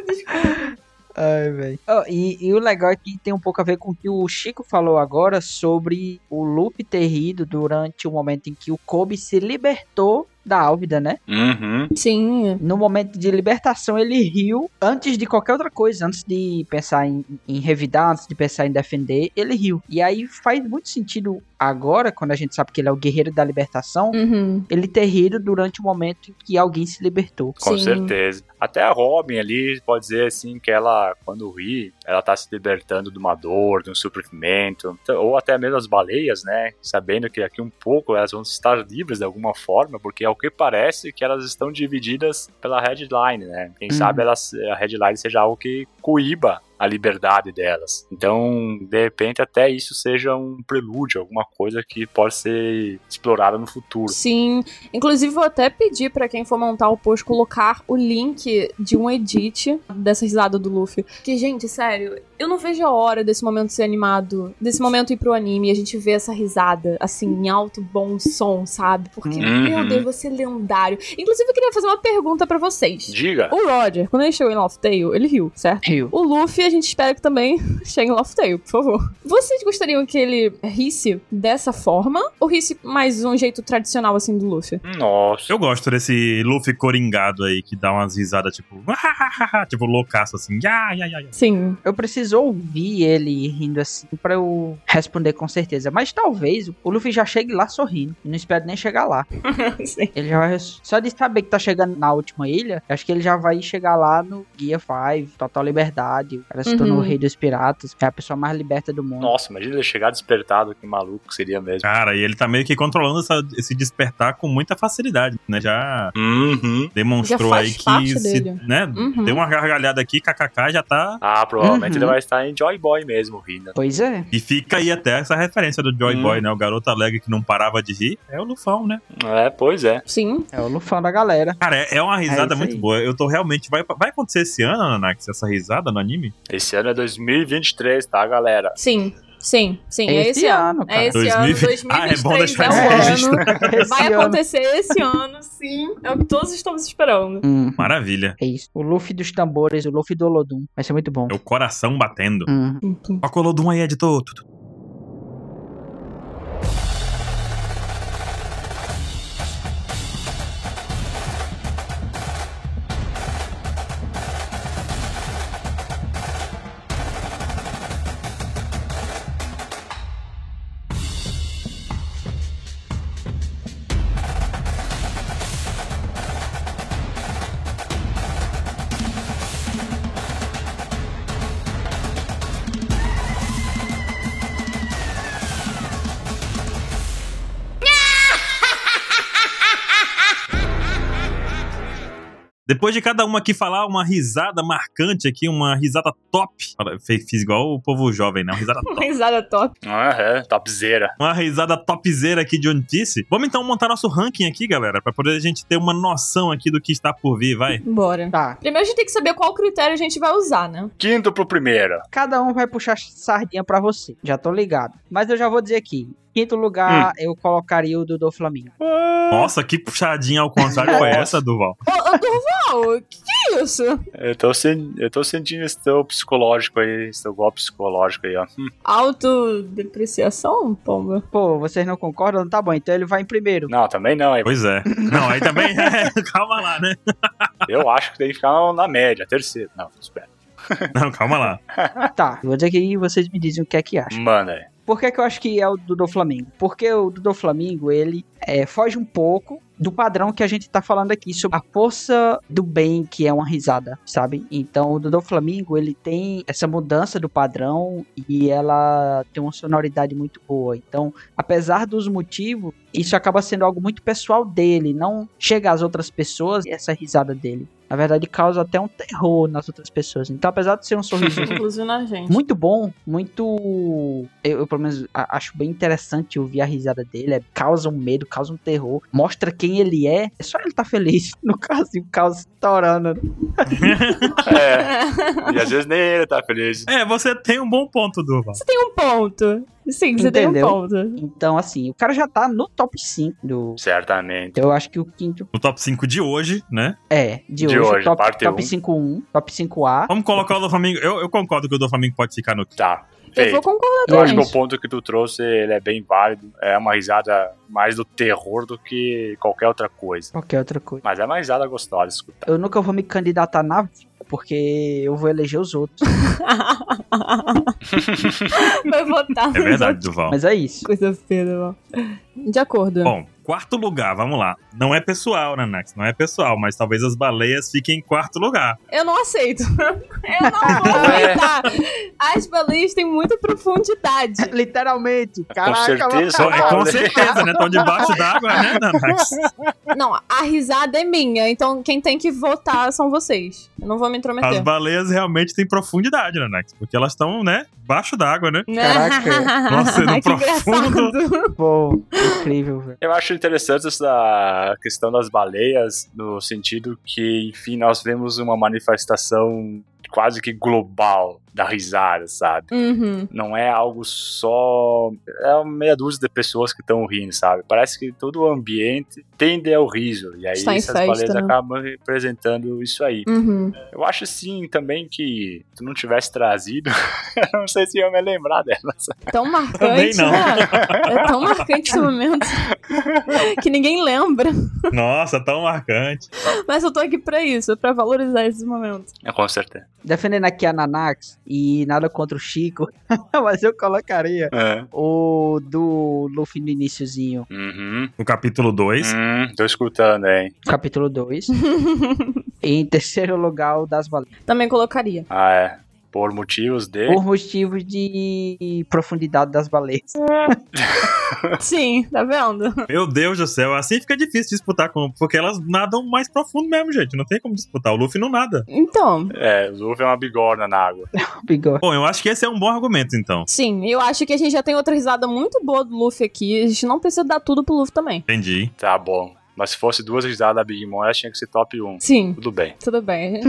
[SPEAKER 3] Desculpa.
[SPEAKER 2] Ai, velho. e, e o legal é que tem um pouco a ver com o que o Chico falou agora sobre o Luffy ter rido durante o momento em que o Kobe se libertou da Álvida, né?
[SPEAKER 4] Uhum.
[SPEAKER 3] Sim.
[SPEAKER 2] no momento de libertação, ele riu antes de qualquer outra coisa, antes de pensar em, em revidar, antes de pensar em defender, ele riu. E aí faz muito sentido agora, quando a gente sabe que ele é o guerreiro da libertação,
[SPEAKER 3] Uhum.
[SPEAKER 2] ele ter rido durante o momento em que alguém se libertou.
[SPEAKER 4] Com
[SPEAKER 3] Sim.
[SPEAKER 4] certeza. Até a Robin ali pode dizer assim que ela, quando ri, ela tá se libertando de uma dor, de um sofrimento, Então, ou até mesmo as baleias, né? Sabendo que daqui um pouco elas vão estar livres de alguma forma, porque ao que parece que elas estão divididas pela headline, né? Quem
[SPEAKER 2] Uhum.
[SPEAKER 4] sabe elas, a headline seja algo que coíba a liberdade delas. Então, de repente, até isso seja um prelúdio, alguma coisa que pode ser explorada no futuro.
[SPEAKER 3] Sim. Inclusive, vou até pedir pra quem for montar o post colocar o link de um edit dessa risada do Luffy. Que, gente, sério, eu não vejo a hora desse momento ser animado, desse momento ir pro anime e a gente ver essa risada, assim, em alto, bom som, sabe? Porque,
[SPEAKER 4] Uhum.
[SPEAKER 3] meu Deus, você é lendário. Inclusive, eu queria fazer uma pergunta pra vocês.
[SPEAKER 4] Diga!
[SPEAKER 3] O Roger, quando ele chegou em Loftail, ele riu, certo?
[SPEAKER 2] Riu.
[SPEAKER 3] O Luffy, a gente espera que também chegue em Loftail, por favor. Vocês gostariam que ele risse dessa forma? Ou risse mais um jeito tradicional, assim, do Luffy?
[SPEAKER 4] Nossa!
[SPEAKER 1] Eu gosto desse Luffy coringado aí, que dá umas risadas, tipo... tipo, loucaço, assim. Ya, ya, ya, ya.
[SPEAKER 3] Sim.
[SPEAKER 2] Eu preciso ouvir ele rindo assim pra eu responder com certeza. Mas talvez o Luffy já chegue lá sorrindo. Não espero nem chegar lá.
[SPEAKER 3] Sim.
[SPEAKER 2] Ele já vai. Só de saber que tá chegando na última ilha, eu acho que ele já vai chegar lá no Guia 5, Total Liberdade. O cara cara se tornou
[SPEAKER 3] Uhum.
[SPEAKER 2] o rei dos piratas, é a pessoa mais liberta do mundo.
[SPEAKER 4] Nossa, imagina ele chegar despertado, que maluco que seria mesmo.
[SPEAKER 1] Cara, e ele tá meio que controlando essa- esse despertar com muita facilidade, né? Já
[SPEAKER 4] Uhum.
[SPEAKER 10] Já
[SPEAKER 1] demonstrou
[SPEAKER 10] faz
[SPEAKER 1] aí que
[SPEAKER 10] parte
[SPEAKER 1] se,
[SPEAKER 10] dele.
[SPEAKER 1] né,
[SPEAKER 3] Uhum.
[SPEAKER 1] deu uma gargalhada aqui, kkk, já tá
[SPEAKER 4] Ah, provavelmente
[SPEAKER 2] Uhum.
[SPEAKER 4] ele vai estar em Joy Boy mesmo, rindo.
[SPEAKER 2] Pois é.
[SPEAKER 1] E fica aí até essa referência do Joy
[SPEAKER 4] Hum.
[SPEAKER 1] Boy, né? O garoto alegre que não parava de rir. É o Lufão, né?
[SPEAKER 4] É, pois é.
[SPEAKER 10] Sim.
[SPEAKER 2] É o Lufão da galera.
[SPEAKER 1] Cara, é, é uma risada
[SPEAKER 2] isso
[SPEAKER 1] muito
[SPEAKER 2] aí.
[SPEAKER 1] boa. Eu tô realmente. Vai, vai acontecer esse ano, Ananax, essa risada no anime?
[SPEAKER 4] Esse ano é 2023, tá, galera?
[SPEAKER 10] Sim. Sim, sim, é
[SPEAKER 2] Esse
[SPEAKER 10] esse ano.
[SPEAKER 2] ano, cara.
[SPEAKER 10] É esse
[SPEAKER 1] 2020.
[SPEAKER 3] ano,
[SPEAKER 1] Ah, é bom
[SPEAKER 3] 2023
[SPEAKER 1] deixar
[SPEAKER 3] é
[SPEAKER 1] isso
[SPEAKER 3] o ano.
[SPEAKER 1] registrado.
[SPEAKER 3] Vai
[SPEAKER 2] tá Esse ano.
[SPEAKER 3] acontecer esse ano, sim. É o que todos estamos esperando.
[SPEAKER 2] Hum,
[SPEAKER 1] Maravilha.
[SPEAKER 2] é isso. O Luffy dos tambores, o Luffy do Olodum. Vai ser muito bom.
[SPEAKER 1] É o coração batendo.
[SPEAKER 2] Hum.
[SPEAKER 1] Toca o Lodum aí, editor. Tu, tu, tu. Depois de cada um aqui falar uma risada marcante aqui, uma risada top. Fala- fe- Fiz igual o povo jovem, né? Uma risada
[SPEAKER 3] Uma
[SPEAKER 1] top.
[SPEAKER 3] Risada top.
[SPEAKER 4] Ah, é, topzera.
[SPEAKER 1] Uma risada topzera aqui de One Piece. Vamos então montar nosso ranking aqui, galera, pra poder a gente ter uma noção aqui do que está por vir, vai.
[SPEAKER 10] Bora.
[SPEAKER 2] Tá.
[SPEAKER 3] Primeiro a gente tem que saber qual critério a gente vai usar, né?
[SPEAKER 4] Quinto pro primeiro.
[SPEAKER 2] Cada um vai puxar sardinha pra você. Já tô ligado. Mas eu já vou dizer aqui. Quinto lugar, eu colocaria o do Flamengo.
[SPEAKER 1] Nossa, que puxadinha ao contrário foi essa, Duval?
[SPEAKER 3] Ô, ô Durval, o que que é isso?
[SPEAKER 4] Eu tô, sen- eu tô sentindo esse teu psicológico aí, esse teu golpe psicológico aí, ó.
[SPEAKER 3] Autodepreciação, pomba?
[SPEAKER 2] Pô, vocês não concordam? Tá bom, então ele vai em primeiro.
[SPEAKER 4] Não, também não, hein?
[SPEAKER 1] Pois é. Não, aí também. calma lá, né?
[SPEAKER 4] Eu acho que tem que ficar na média, terceiro. Não, espera.
[SPEAKER 1] Não, calma lá.
[SPEAKER 2] Tá, eu vou dizer que vocês me dizem o que é que acham.
[SPEAKER 4] Manda aí.
[SPEAKER 2] Por que, que eu acho que é o do Flamengo? Porque o do Flamengo, ele é, foge um pouco do padrão que a gente tá falando aqui sobre a força do bem que é uma risada, sabe? Então, o do Flamengo, ele tem essa mudança do padrão e ela tem uma sonoridade muito boa. Então, apesar dos motivos, isso acaba sendo algo muito pessoal dele, não chega às outras pessoas essa risada dele. Na verdade, causa até um terror nas outras pessoas. Então, apesar de ser um sorriso
[SPEAKER 3] Inclusive na gente.
[SPEAKER 2] muito bom, muito. Eu, eu, pelo menos, a- acho bem interessante ouvir a risada dele. É, causa um medo, causa um terror, mostra quem ele é. É só ele tá feliz. No caso, e o caos estourando. né?
[SPEAKER 4] É, e às vezes nem ele tá feliz.
[SPEAKER 1] É, você tem um bom ponto, Duval.
[SPEAKER 3] Você tem um ponto. Sim, você tem um
[SPEAKER 2] Entendeu?
[SPEAKER 3] ponto.
[SPEAKER 2] Então, assim, o cara já tá no top 5 do.
[SPEAKER 4] Certamente.
[SPEAKER 2] Então, eu acho que o quinto.
[SPEAKER 1] No top 5 de hoje, né?
[SPEAKER 2] É, de, hoje,
[SPEAKER 4] De hoje,
[SPEAKER 2] top,
[SPEAKER 4] parte
[SPEAKER 2] top
[SPEAKER 4] um.
[SPEAKER 2] 5 1, top 5A.
[SPEAKER 1] Vamos colocar o do Flamengo. Eu, eu concordo que o do Flamengo pode ficar no.
[SPEAKER 4] Tá.
[SPEAKER 3] Eu
[SPEAKER 4] Feito.
[SPEAKER 3] vou concordar
[SPEAKER 4] Eu acho que
[SPEAKER 3] também.
[SPEAKER 4] o ponto que tu trouxe ele é bem válido. É uma risada mais do terror do que qualquer outra coisa.
[SPEAKER 2] Qualquer outra coisa.
[SPEAKER 4] Mas é uma risada gostosa de escutar.
[SPEAKER 2] Eu nunca vou me candidatar na vida, porque eu vou eleger os outros.
[SPEAKER 3] Vai votar
[SPEAKER 1] É verdade, Duval.
[SPEAKER 2] Mas é isso.
[SPEAKER 3] Coisa feia, Durval. De acordo.
[SPEAKER 1] Bom, quarto lugar, vamos lá. Não é pessoal, né, Nax? Não é pessoal, mas talvez as baleias fiquem em quarto lugar.
[SPEAKER 3] Eu não aceito. Eu não vou
[SPEAKER 4] É.
[SPEAKER 3] aceitar. As baleias têm muita profundidade.
[SPEAKER 2] Literalmente.
[SPEAKER 4] Com
[SPEAKER 2] Caraca,
[SPEAKER 4] certeza.
[SPEAKER 3] tá
[SPEAKER 1] Então, é, com
[SPEAKER 4] Baleia.
[SPEAKER 1] certeza, né? Estão debaixo d'água, né, Nanax?
[SPEAKER 3] Não, a risada é minha, então quem tem que votar são vocês. Eu não vou me
[SPEAKER 1] As
[SPEAKER 3] intrometer.
[SPEAKER 1] baleias realmente têm profundidade, Nanax. Porque elas estão, né, debaixo d'água, né?
[SPEAKER 2] Caraca.
[SPEAKER 1] Nossa, no
[SPEAKER 3] que
[SPEAKER 1] profundo.
[SPEAKER 3] engraçado.
[SPEAKER 2] Pô, incrível, velho.
[SPEAKER 4] Eu acho interessante essa questão das baleias, no sentido que, enfim, nós vemos uma manifestação quase que global da risada, sabe?
[SPEAKER 3] Uhum.
[SPEAKER 4] Não é algo só. É uma meia dúzia de pessoas que estão rindo, sabe? Parece que todo o ambiente tende ao riso. E aí
[SPEAKER 3] Está em
[SPEAKER 4] essas
[SPEAKER 3] festa,
[SPEAKER 4] baleias
[SPEAKER 3] né?
[SPEAKER 4] acabam representando isso aí.
[SPEAKER 3] Uhum.
[SPEAKER 4] Eu acho sim também que tu não tivesse trazido, eu não sei se eu ia me lembrar delas.
[SPEAKER 3] Tão marcante,
[SPEAKER 1] não.
[SPEAKER 3] né? É tão marcante esse momento que ninguém lembra.
[SPEAKER 1] Nossa, tão marcante.
[SPEAKER 3] Mas eu tô aqui pra isso, pra valorizar esses momentos.
[SPEAKER 4] É, com certeza.
[SPEAKER 2] Defendendo aqui a Nanax e nada contra o Chico, mas eu colocaria
[SPEAKER 4] É.
[SPEAKER 2] o do Luffy no iníciozinho,
[SPEAKER 4] Uhum.
[SPEAKER 1] No capítulo 2.
[SPEAKER 4] Hum, tô escutando, hein?
[SPEAKER 2] capítulo 2. e em terceiro lugar, o das baleias.
[SPEAKER 3] Também colocaria.
[SPEAKER 4] Ah, é. Por motivos de.
[SPEAKER 2] Por motivos de profundidade das baleias.
[SPEAKER 11] Sim, tá vendo?
[SPEAKER 1] Meu Deus do céu, assim fica difícil disputar com. Porque elas nadam mais profundo mesmo, gente. Não tem como disputar. O Luffy não nada.
[SPEAKER 3] Então,
[SPEAKER 4] É, o Luffy é uma bigorna na água.
[SPEAKER 2] Bigode.
[SPEAKER 1] Bom, eu acho que esse é um bom argumento, então.
[SPEAKER 3] sim, eu acho que a gente já tem outra risada muito boa do Luffy aqui. A gente não precisa dar tudo pro Luffy também.
[SPEAKER 1] Entendi.
[SPEAKER 4] Tá bom. Mas se fosse duas risadas da Big Mom, ela tinha que ser top 1.
[SPEAKER 3] Sim,
[SPEAKER 4] Tudo bem.
[SPEAKER 3] tudo bem.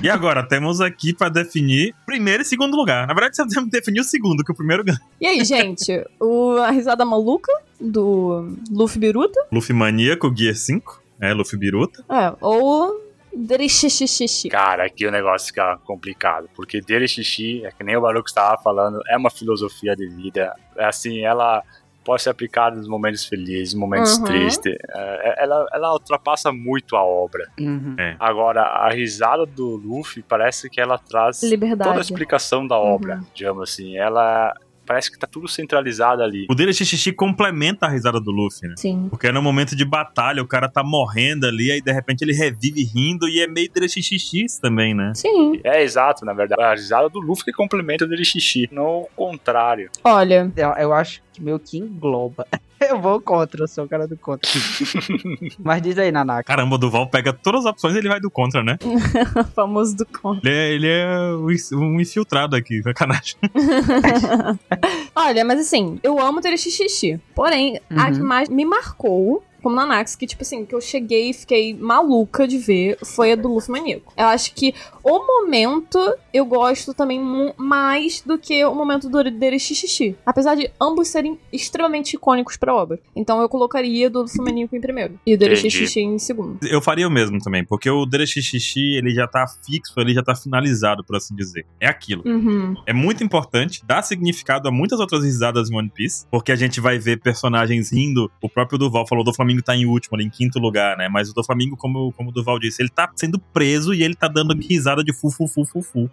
[SPEAKER 1] E agora, temos aqui pra definir primeiro e segundo lugar. Na verdade, só temos que definir o segundo, que o primeiro ganha.
[SPEAKER 3] E aí, gente? O, a risada maluca do Luffy Biruta?
[SPEAKER 1] Luffy maníaco, Gear 5. É, Luffy biruta.
[SPEAKER 3] É, ou. Derixixixixi.
[SPEAKER 4] Cara, aqui o negócio fica complicado. Porque dele xixi, é que nem o Baruco estava falando, é uma filosofia de vida. É assim, ela pode ser aplicada nos momentos felizes, momentos
[SPEAKER 3] Uhum.
[SPEAKER 4] tristes. É, ela, ela ultrapassa muito a obra.
[SPEAKER 2] Uhum.
[SPEAKER 4] Agora, a risada do Luffy parece que ela traz toda a
[SPEAKER 3] Liberdade. Uhum.
[SPEAKER 4] explicação da obra, digamos assim. Ela parece que tá tudo centralizado ali.
[SPEAKER 1] O dele xixi complementa a risada do Luffy, né?
[SPEAKER 3] Sim.
[SPEAKER 1] Porque no momento de batalha, o cara tá morrendo ali, aí de repente ele revive rindo e é meio dele xixi também, né?
[SPEAKER 3] Sim.
[SPEAKER 4] É exato, na verdade. A risada do Luffy que complementa o dele xixi. No contrário.
[SPEAKER 3] Olha,
[SPEAKER 2] Eu, eu acho que meio que engloba. Eu vou contra, eu sou o cara do contra. Mas diz aí, Nanaka.
[SPEAKER 1] Caramba, o Duval pega todas as opções e ele vai do contra, né?
[SPEAKER 3] o famoso do contra.
[SPEAKER 1] Ele é, ele é um ins- um infiltrado aqui, sacanagem.
[SPEAKER 3] Olha, mas assim, eu amo Derixixixi. Porém, a
[SPEAKER 2] Uhum.
[SPEAKER 3] que mais me marcou. Como na Nax, que, tipo assim, que eu cheguei e fiquei maluca de ver, foi a do Luffy Maníaco. Eu acho que o momento eu gosto também mu- mais do que o momento do Derixixixi. Apesar de ambos serem extremamente icônicos pra obra. Então eu colocaria do Luffy Maníaco em primeiro. E o Derixixixi em segundo.
[SPEAKER 1] Eu faria o mesmo também, porque o Derexixixi, ele já tá fixo, ele já tá finalizado, por assim dizer. É aquilo.
[SPEAKER 3] Uhum.
[SPEAKER 1] É muito importante, dá significado a muitas outras risadas em One Piece, porque a gente vai ver personagens rindo. O próprio Duval falou, o Doflamingo tá em último, ali em quinto lugar, né? Mas o Doflamingo, como, como o Duval disse, ele tá sendo preso e ele tá dando risada de fu, fu, fu, fu, fu.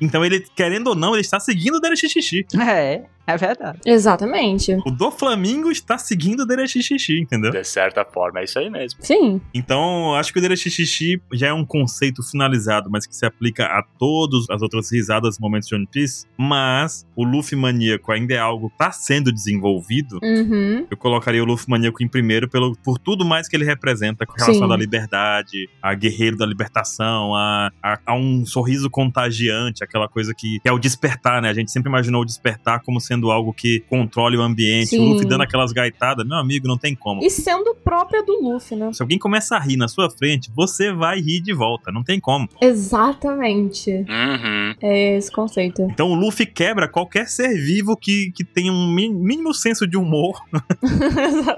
[SPEAKER 1] Então ele, querendo ou não, ele está seguindo o Derexixixi.
[SPEAKER 2] É, é verdade.
[SPEAKER 3] Exatamente.
[SPEAKER 1] O Doflamingo está seguindo o Derexixixi, entendeu?
[SPEAKER 4] De certa forma, é isso aí mesmo.
[SPEAKER 3] Sim.
[SPEAKER 1] Então, acho que o Derexixixi já é um conceito finalizado, mas que se aplica a todas as outras risadas e momentos de One Piece. Mas o Luffy maníaco ainda é algo que tá sendo desenvolvido.
[SPEAKER 3] Uhum.
[SPEAKER 1] Eu colocaria o Luffy maníaco em primeiro pelo, por tudo mais que ele representa com relação
[SPEAKER 3] Sim.
[SPEAKER 1] à liberdade, a guerreiro da libertação, a, a- a um sorriso contagiante, aquela coisa que, que é o despertar, né? A gente sempre imaginou o despertar como sendo algo que controle o ambiente. O
[SPEAKER 3] Sim.
[SPEAKER 1] Luffy dando aquelas gaitadas, meu amigo, não tem como.
[SPEAKER 3] E sendo própria do Luffy, né?
[SPEAKER 1] Se alguém começa a rir na sua frente, você vai rir de volta, não tem como.
[SPEAKER 3] Exatamente.
[SPEAKER 4] Uhum.
[SPEAKER 3] É esse conceito.
[SPEAKER 1] Então o Luffy quebra qualquer ser vivo que, que tenha um mi- mínimo senso de humor.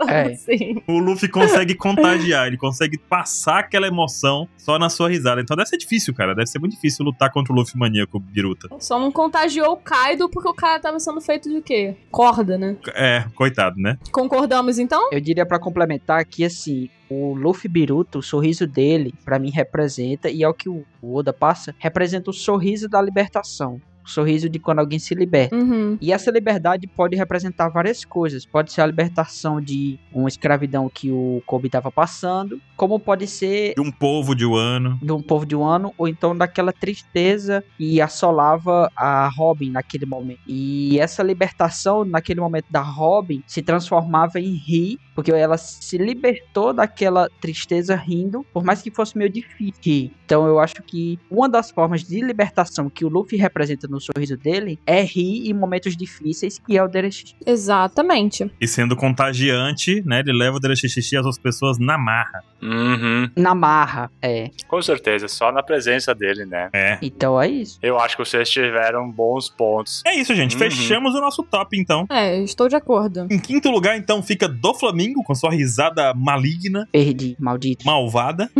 [SPEAKER 2] É.
[SPEAKER 3] Sim.
[SPEAKER 1] O Luffy consegue contagiar, ele consegue passar aquela emoção só na sua risada. Então deve ser difícil, cara. Deve ser muito difícil lutar contra o Luffy maníaco, Biruta.
[SPEAKER 3] Só não contagiou o Kaido porque o cara tava sendo feito de quê? Corda, né?
[SPEAKER 1] É, coitado, né?
[SPEAKER 3] Concordamos então?
[SPEAKER 2] Eu diria pra complementar que, assim, o Luffy Biruta, o sorriso dele, pra mim representa, e é o que o o Oda passa, representa o sorriso da libertação. O sorriso de quando alguém se liberta.
[SPEAKER 3] Uhum.
[SPEAKER 2] E essa liberdade pode representar várias coisas. Pode ser a libertação de uma escravidão que o Kobe estava passando, como pode ser
[SPEAKER 1] De um povo de um ano.
[SPEAKER 2] de um povo de um ano, ou então daquela tristeza que assolava a Robin naquele momento. E essa libertação naquele momento da Robin se transformava em rir, porque ela se libertou daquela tristeza rindo, por mais que fosse meio difícil. rir. Então eu acho que uma das formas de libertação que o Luffy representa no sorriso dele é rir em momentos difíceis, que é o Derech.
[SPEAKER 3] Exatamente.
[SPEAKER 1] E sendo contagiante, né? Ele leva o Derexixixi às outras pessoas na marra.
[SPEAKER 4] Uhum.
[SPEAKER 2] Na marra, é.
[SPEAKER 4] Com certeza, só na presença dele, né?
[SPEAKER 1] É.
[SPEAKER 2] Então é isso.
[SPEAKER 4] Eu acho que vocês tiveram bons pontos.
[SPEAKER 1] É isso, gente.
[SPEAKER 4] Uhum.
[SPEAKER 1] Fechamos o nosso top, então.
[SPEAKER 3] É, eu estou de acordo.
[SPEAKER 1] Em quinto lugar, então, fica do Flamingo com sua risada maligna.
[SPEAKER 2] Perdi, maldito.
[SPEAKER 1] malvada.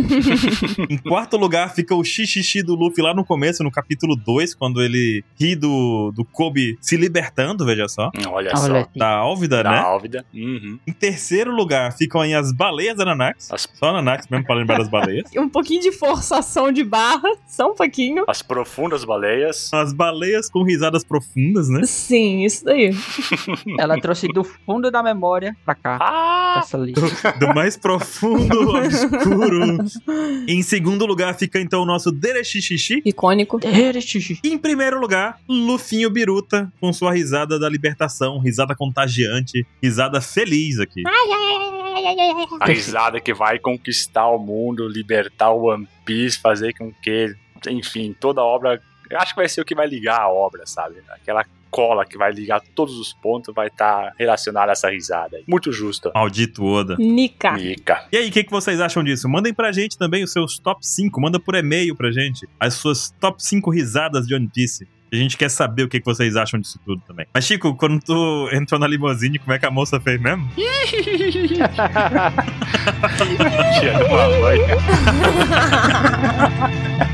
[SPEAKER 1] em quarto lugar fica o xixixi do Luffy lá no começo, no capítulo 2, quando ele ri do, do Kobe se libertando, veja só.
[SPEAKER 4] Olha,
[SPEAKER 2] Olha
[SPEAKER 4] só.
[SPEAKER 2] aqui.
[SPEAKER 1] Da Álvida,
[SPEAKER 4] Da
[SPEAKER 1] né?
[SPEAKER 4] Álvida. Uhum.
[SPEAKER 1] Em terceiro lugar ficam aí as baleias da Nanax.
[SPEAKER 4] As
[SPEAKER 1] Só só Nanax mesmo pra lembrar das baleias.
[SPEAKER 10] Um pouquinho de forçação de barra, só um pouquinho.
[SPEAKER 4] As profundas baleias.
[SPEAKER 1] As baleias com risadas profundas, né?
[SPEAKER 10] Sim, isso daí.
[SPEAKER 2] Ela trouxe do fundo da memória pra cá.
[SPEAKER 4] Ah!
[SPEAKER 2] Essa lista.
[SPEAKER 1] Do mais profundo, obscuro. Em segundo lugar fica então o nosso Derexixixi.
[SPEAKER 10] Icônico.
[SPEAKER 1] Em primeiro lugar, Lufinho Biruta, com sua risada da libertação, risada contagiante, risada feliz aqui.
[SPEAKER 4] A risada que vai conquistar o mundo, libertar o One Piece, fazer com que, enfim, toda a obra. eu Acho que vai ser o que vai ligar a obra, sabe? Aquela cola que vai ligar todos os pontos vai estar relacionada a essa risada. aí. Muito justa.
[SPEAKER 1] Maldito Oda.
[SPEAKER 3] Tá.
[SPEAKER 10] Nika.
[SPEAKER 4] Mica.
[SPEAKER 1] E aí, o que, que vocês acham disso? Mandem pra gente também os seus top 5. Manda por e-mail pra gente as suas top 5 risadas de One Piece. A gente quer saber o que, que vocês acham disso tudo também. Mas, Chico, quando tu entrou na limousine, como é que a moça fez mesmo?
[SPEAKER 4] Tia do mamãe.